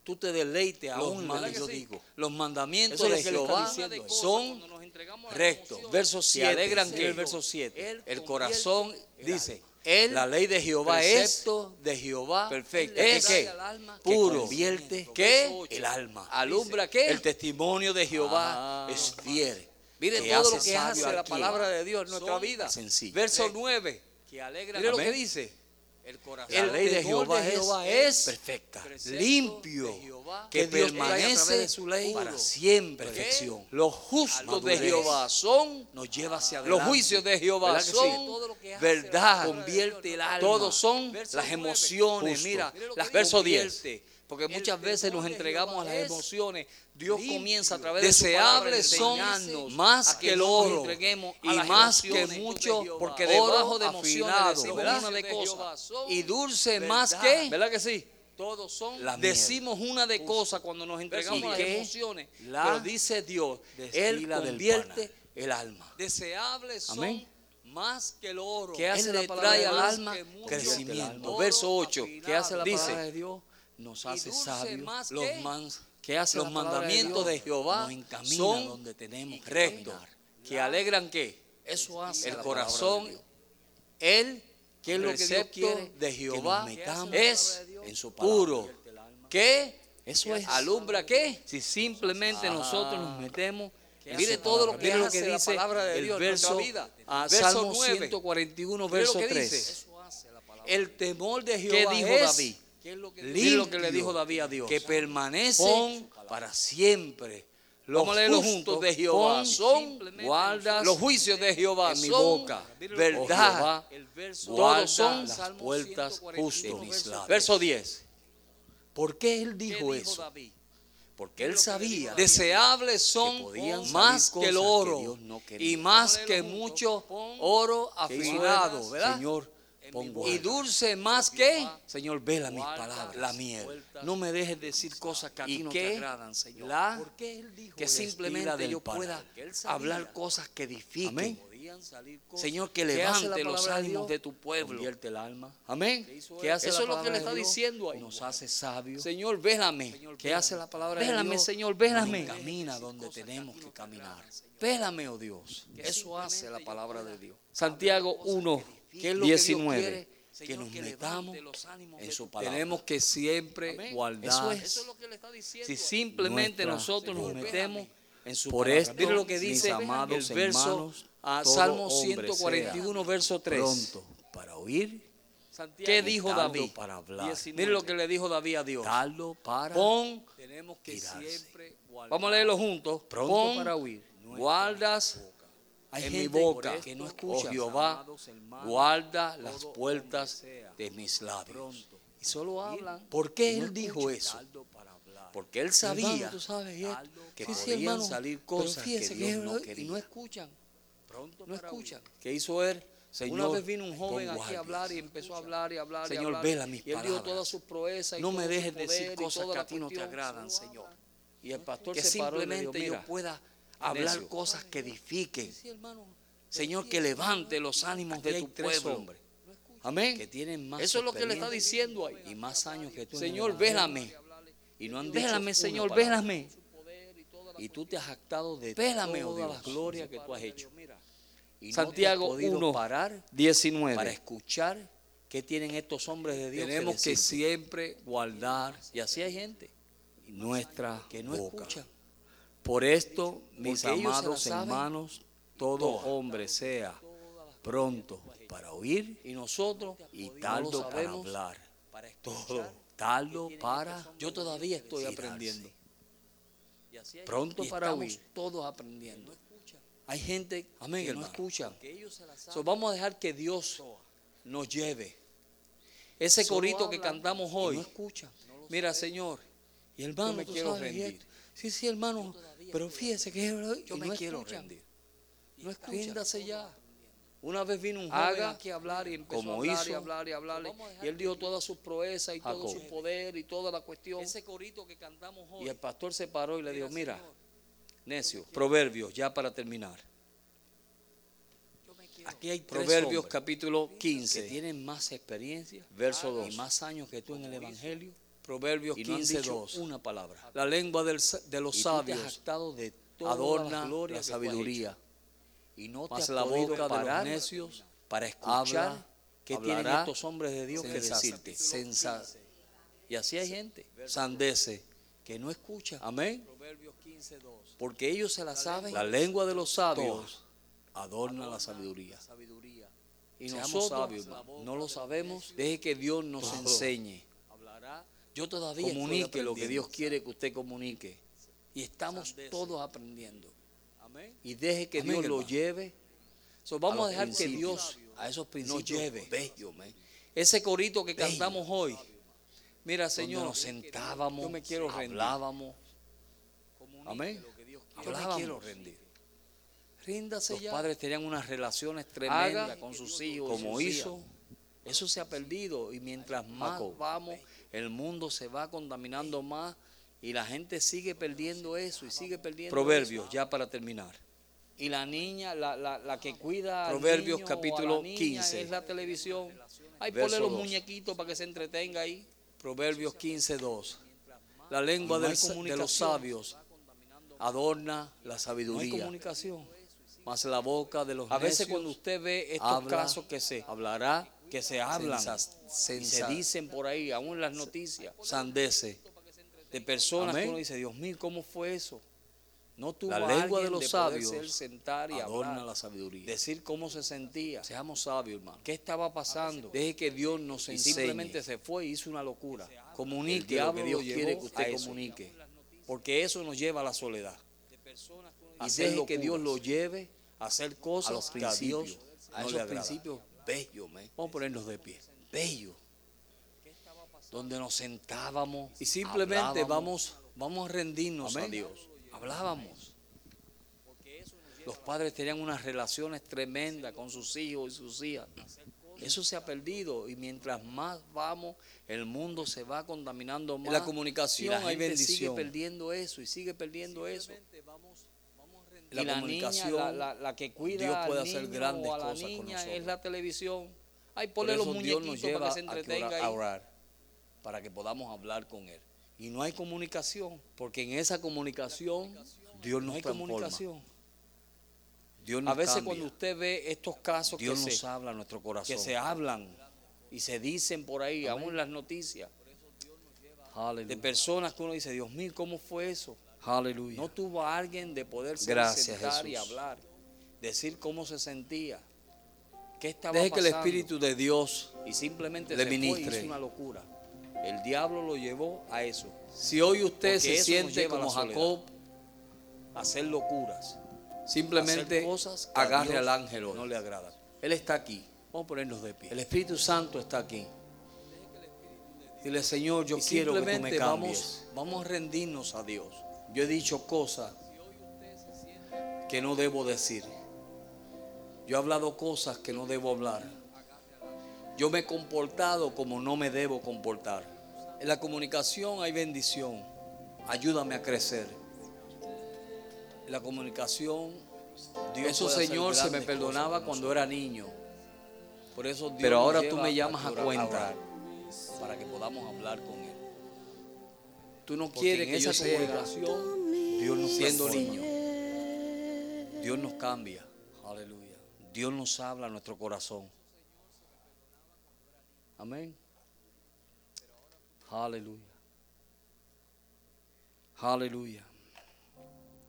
Speaker 3: tú te deleites aún
Speaker 2: manda-
Speaker 3: lo que yo
Speaker 2: ¿Verdad que sí?
Speaker 3: digo. Los mandamientos
Speaker 2: Eso es lo
Speaker 3: de
Speaker 2: que le está
Speaker 3: Jehová
Speaker 2: diciendo él.
Speaker 3: son rectos. Verso
Speaker 2: Se
Speaker 3: 7.
Speaker 2: alegran
Speaker 3: Dice
Speaker 2: que
Speaker 3: el verso 7.
Speaker 2: él
Speaker 3: el
Speaker 2: convierte
Speaker 3: corazón
Speaker 2: el
Speaker 3: dice,
Speaker 2: alma.
Speaker 3: él, la ley de Jehová es
Speaker 2: precepto
Speaker 3: de Jehová
Speaker 2: perfecto.
Speaker 3: es
Speaker 2: Él le
Speaker 3: que
Speaker 2: trae al alma
Speaker 3: puro,
Speaker 2: convierte verso
Speaker 3: que
Speaker 2: ocho.
Speaker 3: el alma.
Speaker 2: ¿Alumbra qué?
Speaker 3: El testimonio de Jehová
Speaker 2: Ah.
Speaker 3: es fiel.
Speaker 2: Mire
Speaker 3: que
Speaker 2: todo lo
Speaker 3: hace
Speaker 2: que hace
Speaker 3: sabio a
Speaker 2: la
Speaker 3: quien
Speaker 2: palabra de Dios en nuestra
Speaker 3: son
Speaker 2: vida.
Speaker 3: sencillo.
Speaker 2: Verso
Speaker 3: Recto.
Speaker 2: 9.
Speaker 3: que alegra
Speaker 2: Mire lo que
Speaker 3: Amén.
Speaker 2: dice. El
Speaker 3: La
Speaker 2: corazón.
Speaker 3: ley de Jehová, es,
Speaker 2: es
Speaker 3: perfecta,
Speaker 2: precepto
Speaker 3: limpio,
Speaker 2: de Jehová,
Speaker 3: que
Speaker 2: que Dios trae a
Speaker 3: permanece
Speaker 2: través de su ley
Speaker 3: para
Speaker 2: puro.
Speaker 3: siempre.
Speaker 2: Perfección.
Speaker 3: Los justos
Speaker 2: Madurez.
Speaker 3: de Jehová son,
Speaker 2: nos lleva hacia
Speaker 3: los
Speaker 2: adelante.
Speaker 3: juicios de Jehová
Speaker 2: ¿Verdad que sí?
Speaker 3: son
Speaker 2: Todo lo que hace la
Speaker 3: verdad,
Speaker 2: palabra Convierte de Dios, el alma.
Speaker 3: Todos son
Speaker 2: Verso
Speaker 3: las
Speaker 2: nueve.
Speaker 3: emociones,
Speaker 2: Justo.
Speaker 3: mira,
Speaker 2: Mire lo que
Speaker 3: las
Speaker 2: dice.
Speaker 3: verso
Speaker 2: Convierte.
Speaker 3: 10. Porque
Speaker 2: El
Speaker 3: muchas veces
Speaker 2: temor
Speaker 3: nos
Speaker 2: de
Speaker 3: entregamos a
Speaker 2: Jehová
Speaker 3: las
Speaker 2: es
Speaker 3: emociones. Dios
Speaker 2: limpio.
Speaker 3: comienza a través de su palabra
Speaker 2: Deseables son
Speaker 3: enseñarnos
Speaker 2: más
Speaker 3: a
Speaker 2: que el
Speaker 3: no nos
Speaker 2: oro
Speaker 3: entreguemos
Speaker 2: y
Speaker 3: a las
Speaker 2: más que
Speaker 3: emociones.
Speaker 2: mucho
Speaker 3: porque
Speaker 2: oro
Speaker 3: debajo de emociones
Speaker 2: afinado.
Speaker 3: decimos
Speaker 2: ¿Verdad?
Speaker 3: una de
Speaker 2: De Jehová
Speaker 3: cosas
Speaker 2: son
Speaker 3: y dulce
Speaker 2: verdad.
Speaker 3: más que
Speaker 2: ¿Verdad
Speaker 3: que sí?
Speaker 2: Todos son
Speaker 3: La miel.
Speaker 2: decimos una de cosas cuando nos entregamos
Speaker 3: ¿Y
Speaker 2: a las
Speaker 3: qué?
Speaker 2: emociones,
Speaker 3: La
Speaker 2: pero dice Dios, él
Speaker 3: destila del
Speaker 2: convierte
Speaker 3: pana. el alma.
Speaker 2: deseables son
Speaker 3: Amén.
Speaker 2: más que el oro.
Speaker 3: que hace
Speaker 2: Él
Speaker 3: la
Speaker 2: le
Speaker 3: palabra
Speaker 2: trae
Speaker 3: de
Speaker 2: al
Speaker 3: Dios
Speaker 2: alma
Speaker 3: que mucho del
Speaker 2: crecimiento.
Speaker 3: alma.
Speaker 2: Verso 8,
Speaker 3: Que hace la
Speaker 2: dice,
Speaker 3: palabra de Dios nos hace
Speaker 2: dulce
Speaker 3: sabios.
Speaker 2: más
Speaker 3: Los,
Speaker 2: que-
Speaker 3: man-
Speaker 2: que hace
Speaker 3: los
Speaker 2: la palabra de
Speaker 3: mandamientos de,
Speaker 2: Dios
Speaker 3: Jehová
Speaker 2: nos encamina
Speaker 3: son
Speaker 2: donde tenemos que
Speaker 3: rectos.
Speaker 2: caminar.
Speaker 3: Que alegran qué?
Speaker 2: Eso hace
Speaker 3: El
Speaker 2: la palabra de
Speaker 3: corazón,
Speaker 2: Dios.
Speaker 3: el
Speaker 2: ¿Qué es lo que Dios
Speaker 3: precepto
Speaker 2: quiere?
Speaker 3: de
Speaker 2: Que nos
Speaker 3: Jehová
Speaker 2: metamos
Speaker 3: es
Speaker 2: en su palabra.
Speaker 3: puro. ¿Qué?
Speaker 2: Eso es. Ah.
Speaker 3: ¿Alumbra qué? Si simplemente nosotros nos metemos. Mire
Speaker 2: hace
Speaker 3: todo
Speaker 2: la
Speaker 3: lo que,
Speaker 2: palabra
Speaker 3: hace
Speaker 2: de
Speaker 3: la
Speaker 2: Dios?
Speaker 3: palabra de
Speaker 2: El
Speaker 3: Dios
Speaker 2: verso-
Speaker 3: en nuestra vida.
Speaker 2: ah,
Speaker 3: verso
Speaker 2: Salmo
Speaker 3: 9,
Speaker 2: 141,
Speaker 3: mire lo
Speaker 2: verso
Speaker 3: que
Speaker 2: 3.
Speaker 3: dice. El temor de
Speaker 2: ¿Qué
Speaker 3: Jehová
Speaker 2: dijo
Speaker 3: es
Speaker 2: David?
Speaker 3: Limpio, lo que le dijo David a Dios. Que permanece para siempre. Los justos de Jehová son guardas los juicios de Jehová en mi boca. Verdad, todos son las puertas justas. Verso 10. ¿Por qué él dijo eso? Porque él sabía. Deseables son más que el oro y más que mucho oro afinado, ¿verdad?
Speaker 2: Señor, pon
Speaker 3: Y
Speaker 2: guarda.
Speaker 3: dulce más que
Speaker 2: Señor, vela mis
Speaker 3: guarda
Speaker 2: palabras,
Speaker 3: la miel.
Speaker 2: No me dejes decir cosas que a ti
Speaker 3: y
Speaker 2: no
Speaker 3: que
Speaker 2: te agradan, Señor.
Speaker 3: la- que
Speaker 2: que estila
Speaker 3: simplemente
Speaker 2: del
Speaker 3: yo
Speaker 2: Padre.
Speaker 3: pueda
Speaker 2: Que él sabía
Speaker 3: hablar cosas que edifiquen.
Speaker 2: Amén.
Speaker 3: Señor, que
Speaker 2: hace la
Speaker 3: levante
Speaker 2: palabra
Speaker 3: los
Speaker 2: de
Speaker 3: ánimos
Speaker 2: Dios?
Speaker 3: de tu pueblo.
Speaker 2: Convierte el alma.
Speaker 3: Amén.
Speaker 2: Que hace
Speaker 3: Eso
Speaker 2: la
Speaker 3: es lo que
Speaker 2: palabra
Speaker 3: le
Speaker 2: de
Speaker 3: está
Speaker 2: Dios,
Speaker 3: diciendo ahí.
Speaker 2: Nos hace sabios.
Speaker 3: Señor, vélame.
Speaker 2: Que hace la palabra de
Speaker 3: Vélame,
Speaker 2: Dios?
Speaker 3: Señor, vélame.
Speaker 2: Camina donde tenemos que caminar.
Speaker 3: Vélame, oh Dios.
Speaker 2: Eso hace la palabra de Dios.
Speaker 3: Santiago 1,
Speaker 2: ¿Qué es lo que Dios
Speaker 3: 19.
Speaker 2: quiere? Que nos metamos en su palabra.
Speaker 3: Tenemos que siempre
Speaker 2: Eso
Speaker 3: guardar.
Speaker 2: es.
Speaker 3: Si simplemente
Speaker 2: Nuestra-
Speaker 3: nosotros nos
Speaker 2: Señor,
Speaker 3: metemos
Speaker 2: en su
Speaker 3: por
Speaker 2: palabra.
Speaker 3: esto,
Speaker 2: Mire lo que dice
Speaker 3: mis amados
Speaker 2: el verso
Speaker 3: hermanos,
Speaker 2: a
Speaker 3: todo
Speaker 2: Salmo
Speaker 3: hombre
Speaker 2: 141,
Speaker 3: sea
Speaker 2: verso 3.
Speaker 3: Pronto para oír,
Speaker 2: ¿Qué
Speaker 3: ¿qué dijo David?
Speaker 2: para hablar?
Speaker 3: Mire lo que le dijo David a Dios.
Speaker 2: Tardo para
Speaker 3: Pon,
Speaker 2: tenemos que siempre
Speaker 3: vamos a leerlo juntos.
Speaker 2: Pronto
Speaker 3: Pon
Speaker 2: para huir.
Speaker 3: Guardas
Speaker 2: Hay
Speaker 3: en
Speaker 2: gente
Speaker 3: mi boca,
Speaker 2: por esto,
Speaker 3: no escucha,
Speaker 2: oh
Speaker 3: Jehová,
Speaker 2: Jehová,
Speaker 3: guarda las
Speaker 2: todo
Speaker 3: puertas
Speaker 2: hombre sea
Speaker 3: de mis labios.
Speaker 2: pronto.
Speaker 3: Y solo hablan.
Speaker 2: ¿Por
Speaker 3: Y
Speaker 2: qué
Speaker 3: no
Speaker 2: él dijo
Speaker 3: escuchan.
Speaker 2: eso?
Speaker 3: Porque él sabía
Speaker 2: Hermano, tú sabes esto,
Speaker 3: que
Speaker 2: que
Speaker 3: podían
Speaker 2: podían
Speaker 3: salir
Speaker 2: salir
Speaker 3: cosas
Speaker 2: cosas
Speaker 3: que
Speaker 2: que
Speaker 3: Dios no
Speaker 2: quería.
Speaker 3: Y no escuchan, no escuchan.
Speaker 2: ¿Qué hizo él?
Speaker 3: Una vez vino un joven aquí a hablar y empezó a hablar y a hablar. y a
Speaker 2: Señor,
Speaker 3: hablar.
Speaker 2: vela mis
Speaker 3: Y él dio
Speaker 2: palabras.
Speaker 3: todas sus proezas. y
Speaker 2: No
Speaker 3: todo
Speaker 2: me
Speaker 3: su
Speaker 2: dejes
Speaker 3: poder
Speaker 2: decir
Speaker 3: y
Speaker 2: cosas
Speaker 3: toda
Speaker 2: que
Speaker 3: la
Speaker 2: a ti no te
Speaker 3: cuestión.
Speaker 2: agradan,
Speaker 3: Solo
Speaker 2: Señor.
Speaker 3: hablan.
Speaker 2: Y el pastor
Speaker 3: Que
Speaker 2: se paró y le dijo,
Speaker 3: simplemente yo
Speaker 2: "Mira,
Speaker 3: pueda hablar
Speaker 2: necio.
Speaker 3: cosas que edifiquen.
Speaker 6: Sí, hermano.
Speaker 3: Señor, que levante los ánimos
Speaker 2: Aquí
Speaker 3: de
Speaker 2: hay
Speaker 3: tu
Speaker 2: tres
Speaker 3: pueblo.
Speaker 2: hombres
Speaker 3: Amén.
Speaker 2: que tienen más
Speaker 3: Eso es lo que le está
Speaker 2: experiencia
Speaker 3: diciendo ahí.
Speaker 2: y más años que tú. en el
Speaker 3: Señor,
Speaker 2: Evangelio,
Speaker 3: vélame.
Speaker 2: Y no han dicho
Speaker 3: Vélame,
Speaker 2: una
Speaker 3: Señor,
Speaker 2: palabra.
Speaker 3: vélame.
Speaker 2: Y tú te has jactado de
Speaker 3: Vélame, oh
Speaker 2: toda la
Speaker 3: Dios.
Speaker 2: gloria que tú has hecho. Y no te has
Speaker 3: Santiago
Speaker 2: podido
Speaker 3: 1,
Speaker 2: parar para
Speaker 3: 19.
Speaker 2: escuchar qué tienen estos hombres de Dios.
Speaker 3: Tenemos que
Speaker 2: decir.
Speaker 3: siempre guardar
Speaker 2: Y así hay gente
Speaker 3: nuestra
Speaker 2: que no
Speaker 3: boca.
Speaker 2: escucha.
Speaker 3: Por esto, mis
Speaker 2: ellos se la
Speaker 3: amados
Speaker 2: saben
Speaker 3: hermanos, todo hombre sea pronto para oír
Speaker 2: Y nosotros
Speaker 3: y
Speaker 2: no lo
Speaker 3: tardo para
Speaker 2: sabemos,
Speaker 3: hablar.
Speaker 2: para escuchar
Speaker 3: Todo tardo para.
Speaker 2: Yo todavía estoy
Speaker 3: girarse.
Speaker 2: aprendiendo.
Speaker 3: Pronto
Speaker 2: Y
Speaker 3: para
Speaker 2: estamos
Speaker 3: oír. Todos aprendiendo.
Speaker 2: Hay gente
Speaker 3: Amén,
Speaker 2: que
Speaker 3: hermano.
Speaker 2: no escucha.
Speaker 3: So, vamos a dejar que Dios nos lleve. Ese
Speaker 2: Solo
Speaker 3: corito que
Speaker 2: hablan
Speaker 3: cantamos
Speaker 2: y
Speaker 3: hoy.
Speaker 2: no escucha.
Speaker 3: Mira, Señor,
Speaker 2: Y hermano,
Speaker 3: yo me
Speaker 2: tú
Speaker 3: quiero
Speaker 2: sabes,
Speaker 3: rendir.
Speaker 2: esto. Sí, sí, hermano, pero fíjese que yo
Speaker 3: y
Speaker 2: me
Speaker 3: no
Speaker 2: quiero
Speaker 3: escuchan.
Speaker 2: rendir.
Speaker 3: no escúndase ya.
Speaker 2: Una vez vino un joven
Speaker 3: Haga
Speaker 2: aquí
Speaker 3: aquí hablar y empezó
Speaker 2: como
Speaker 3: a hablar y
Speaker 2: hizo
Speaker 3: hablar y hablar. Y él dijo todas sus proezas y todo
Speaker 2: Jacob.
Speaker 3: su poder y toda la cuestión.
Speaker 2: y el pastor se paró y le dijo, mira,
Speaker 3: Necio, Proverbios, ya para terminar.
Speaker 2: aquí hay tres
Speaker 3: Proverbios
Speaker 2: hombres
Speaker 3: capítulo
Speaker 2: que
Speaker 3: 15,
Speaker 2: tienen más experiencia
Speaker 3: verso
Speaker 2: y
Speaker 3: 2.
Speaker 2: más años que tú en el Evangelio
Speaker 3: Proverbios
Speaker 2: y no han
Speaker 3: 15,
Speaker 2: dicho
Speaker 3: 2.
Speaker 2: una palabra.
Speaker 3: La lengua del sa- de los
Speaker 2: y tú te has
Speaker 3: sabios
Speaker 2: jactado de toda la
Speaker 3: adorna
Speaker 2: gloria
Speaker 3: la
Speaker 2: que tú has
Speaker 3: sabiduría,
Speaker 2: hecho. Y no te
Speaker 3: mas
Speaker 2: has
Speaker 3: la
Speaker 2: podido
Speaker 3: boca de los
Speaker 2: parar
Speaker 3: necios
Speaker 2: para
Speaker 3: habla,
Speaker 2: escuchar qué tienen
Speaker 3: hablará,
Speaker 2: estos hombres de Dios que
Speaker 3: sensa-
Speaker 2: decirte.
Speaker 3: sensa-
Speaker 2: Y así hay gente
Speaker 3: sandece.
Speaker 2: que no escucha
Speaker 3: Amén.
Speaker 2: porque ellos se la saben.
Speaker 3: La lengua de los sabios
Speaker 2: Todas.
Speaker 3: adorna la sabiduría.
Speaker 2: Y
Speaker 3: Seamos
Speaker 2: nosotros
Speaker 3: sabios, hermano.
Speaker 2: no lo sabemos.
Speaker 3: Deje que Dios nos
Speaker 2: Todo.
Speaker 3: enseñe.
Speaker 2: Yo todavía estoy
Speaker 3: Comunique lo que
Speaker 2: aprendiendo.
Speaker 3: Dios quiere que usted comunique.
Speaker 2: Y estamos todos aprendiendo. Y deje que
Speaker 3: Que Dios lo
Speaker 2: lleve.
Speaker 3: lleve.
Speaker 2: So, vamos a,
Speaker 3: los
Speaker 2: dejar que
Speaker 3: principios.
Speaker 2: Dios a esos principios
Speaker 3: lleve.
Speaker 2: bellos, man,
Speaker 3: Ese corito que
Speaker 2: Bello.
Speaker 3: cantamos hoy. Mira,
Speaker 2: donde
Speaker 3: Señor,
Speaker 2: nos sentábamos,
Speaker 3: yo me quiero rendir.
Speaker 2: hablábamos,
Speaker 3: Amén.
Speaker 2: hablábamos.
Speaker 3: quiero rendir.
Speaker 2: Ríndase
Speaker 3: Los
Speaker 2: ya.
Speaker 3: padres tenían unas relaciones tremendas
Speaker 2: Haga
Speaker 3: con sus hijos. y
Speaker 2: como
Speaker 3: sus
Speaker 2: hizo.
Speaker 3: hijas. Eso se ha perdido y mientras más
Speaker 2: Jacob.
Speaker 3: vamos, el mundo se va contaminando más y la gente sigue perdiendo eso y sigue perdiendo. Proverbios, ya para terminar.
Speaker 2: Y la niña, la, la, la que cuida. al
Speaker 3: Proverbios
Speaker 2: niño o a la
Speaker 3: capítulo
Speaker 2: niña
Speaker 3: 15.
Speaker 2: Es la televisión. Ahí
Speaker 3: Verso
Speaker 2: ponle los
Speaker 3: dos.
Speaker 2: muñequitos para que se entretenga ahí.
Speaker 3: Proverbios 15:2. La lengua
Speaker 2: No hay
Speaker 3: del sa- de los
Speaker 2: comunicación.
Speaker 3: sabios adorna la
Speaker 2: No hay
Speaker 3: sabiduría,
Speaker 2: comunicación.
Speaker 3: mas la boca de los
Speaker 2: A veces
Speaker 3: necios
Speaker 2: cuando usted ve estos
Speaker 3: habla-
Speaker 2: casos que se,
Speaker 3: hablará
Speaker 2: que se hablan
Speaker 3: sensas-
Speaker 2: y se
Speaker 3: sensa-
Speaker 2: dicen por ahí, aún en las noticias,
Speaker 3: sandece.
Speaker 2: de personas
Speaker 3: Amén.
Speaker 2: que uno dice, Dios mío, ¿cómo fue eso? No tuvo
Speaker 3: La lengua
Speaker 2: alguien
Speaker 3: de
Speaker 2: poderse
Speaker 3: los sabios
Speaker 2: él sentar y
Speaker 3: Adorna
Speaker 2: hablar,
Speaker 3: la sabiduría.
Speaker 2: decir cómo se sentía,
Speaker 3: Seamos sabios, hermano.
Speaker 2: qué estaba pasando.
Speaker 3: Deje que Dios nos
Speaker 2: Y
Speaker 3: enseñe.
Speaker 2: simplemente se fue y hizo una locura. El
Speaker 3: Comunique lo
Speaker 2: diablo
Speaker 3: que
Speaker 2: lo
Speaker 3: Dios
Speaker 2: llevó
Speaker 3: quiere que
Speaker 2: a
Speaker 3: usted
Speaker 2: eso.
Speaker 3: comunique.
Speaker 2: Porque eso nos lleva a la soledad.
Speaker 3: Y
Speaker 2: Hacer
Speaker 3: deje que
Speaker 2: locuras.
Speaker 3: Dios lo lleve
Speaker 2: A hacer
Speaker 3: a
Speaker 2: cosas
Speaker 3: los
Speaker 2: que a Dios
Speaker 3: principios,
Speaker 2: no
Speaker 3: a esos
Speaker 2: le agrada.
Speaker 3: principios bellos, man.
Speaker 2: Vamos a ponernos de pie.
Speaker 3: bello.
Speaker 2: Donde nos sentábamos
Speaker 3: Y simplemente
Speaker 2: hablábamos, vamos a rendirnos
Speaker 3: Amén.
Speaker 2: a Dios. Hablábamos. Los padres tenían unas relaciones tremendas con sus hijos y sus hijas. Eso se ha perdido y mientras más vamos, el mundo se va contaminando más.
Speaker 3: la comunicación
Speaker 2: y la
Speaker 3: hay
Speaker 2: gente
Speaker 3: bendición.
Speaker 2: sigue perdiendo eso y sigue perdiendo eso.
Speaker 3: En la
Speaker 2: y la
Speaker 3: comunicación,
Speaker 2: niña, la, la- la que cuida
Speaker 3: Dios puede
Speaker 2: al
Speaker 3: hacer
Speaker 2: niño
Speaker 3: grandes
Speaker 2: o a la
Speaker 3: cosas con
Speaker 2: niña
Speaker 3: nosotros.
Speaker 2: es la televisión. Ay,
Speaker 3: por
Speaker 2: ponle los
Speaker 3: eso Dios
Speaker 2: muñequitos
Speaker 3: nos lleva
Speaker 2: para que se
Speaker 3: a, que orar,
Speaker 2: entretenga
Speaker 3: a
Speaker 2: ahí.
Speaker 3: orar, para que podamos hablar con Él.
Speaker 2: Y no hay comunicación, porque en esa comunicación
Speaker 3: Dios
Speaker 2: no
Speaker 3: nos
Speaker 2: hay
Speaker 3: transforma.
Speaker 2: comunicación.
Speaker 3: Dios nos
Speaker 2: A veces
Speaker 3: cambia.
Speaker 2: cuando usted ve estos casos que
Speaker 3: Dios nos
Speaker 2: se,
Speaker 3: habla a nuestro corazón.
Speaker 2: que se hablan y se dicen por ahí, aún en las noticias, de
Speaker 3: Aleluya.
Speaker 2: personas que uno dice, Dios mío, ¿cómo fue eso?
Speaker 3: Aleluya.
Speaker 2: No tuvo a alguien de poderse
Speaker 3: Gracias,
Speaker 2: sentar y
Speaker 3: Jesús.
Speaker 2: hablar, decir cómo se sentía, qué estaba
Speaker 3: Deje que el
Speaker 2: pasando.
Speaker 3: Espíritu de Dios,
Speaker 2: y simplemente
Speaker 3: le
Speaker 2: se fue y
Speaker 3: ministre.
Speaker 2: hizo una locura. El diablo lo llevó a eso,
Speaker 3: si hoy
Speaker 2: Porque
Speaker 3: usted se
Speaker 2: eso nos
Speaker 3: siente
Speaker 2: lleva a la
Speaker 3: como
Speaker 2: soledad.
Speaker 3: Jacob,
Speaker 2: a hacer locuras,
Speaker 3: simplemente
Speaker 2: hacer cosas que a
Speaker 3: agarre
Speaker 2: Dios
Speaker 3: al ángel hoy.
Speaker 2: no le agradan.
Speaker 3: Él está aquí.
Speaker 2: Vamos a ponernos de pie.
Speaker 3: El Espíritu Santo está aquí. Dile, Señor, yo
Speaker 2: Y
Speaker 3: quiero que tú me
Speaker 2: simplemente
Speaker 3: cambies.
Speaker 2: vamos, vamos a rendirnos a Dios.
Speaker 3: Yo he dicho cosas que no debo decir. Yo he hablado cosas que no debo hablar. Yo me he comportado como no me debo comportar. En la comunicación hay bendición. Ayúdame a crecer. En la comunicación,
Speaker 2: Dios
Speaker 3: eso
Speaker 2: puede hacer
Speaker 3: Señor se me
Speaker 2: grandes cosas
Speaker 3: perdonaba
Speaker 2: con
Speaker 3: cuando era niño. Por eso Dios
Speaker 2: Pero
Speaker 3: nos
Speaker 2: ahora
Speaker 3: lleva
Speaker 2: tú me llamas a
Speaker 3: orar-
Speaker 2: cuenta.
Speaker 3: orar, para que podamos hablar con él.
Speaker 2: Tú no
Speaker 3: Porque
Speaker 2: quieres
Speaker 3: en
Speaker 2: que yo
Speaker 3: esa
Speaker 2: sea
Speaker 3: comunicación, Dios nos siendo niño.
Speaker 2: Dios nos cambia. Aleluya. Dios nos habla a nuestro corazón. Amén. Aleluya. Aleluya.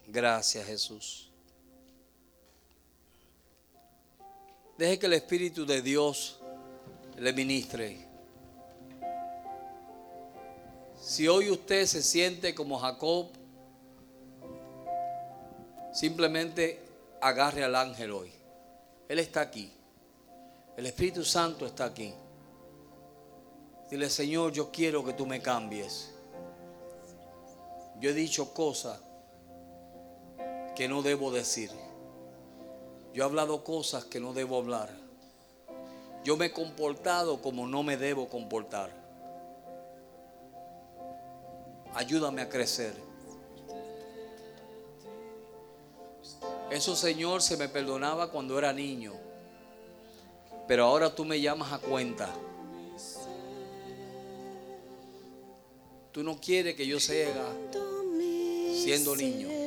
Speaker 3: Gracias, Jesús. Deje que el Espíritu de Dios le ministre. Si hoy usted se siente como Jacob, simplemente agarre al ángel hoy. Él está aquí. El Espíritu Santo está aquí. Dile, Señor, yo quiero que tú me cambies. Yo he dicho cosas que no debo decir. Yo he hablado cosas que no debo hablar. Yo me he comportado como no me debo comportar. Ayúdame a crecer. Eso, Señor, se me perdonaba cuando era niño. Pero ahora tú me llamas a cuenta. Tú no quieres que yo sea siendo niño.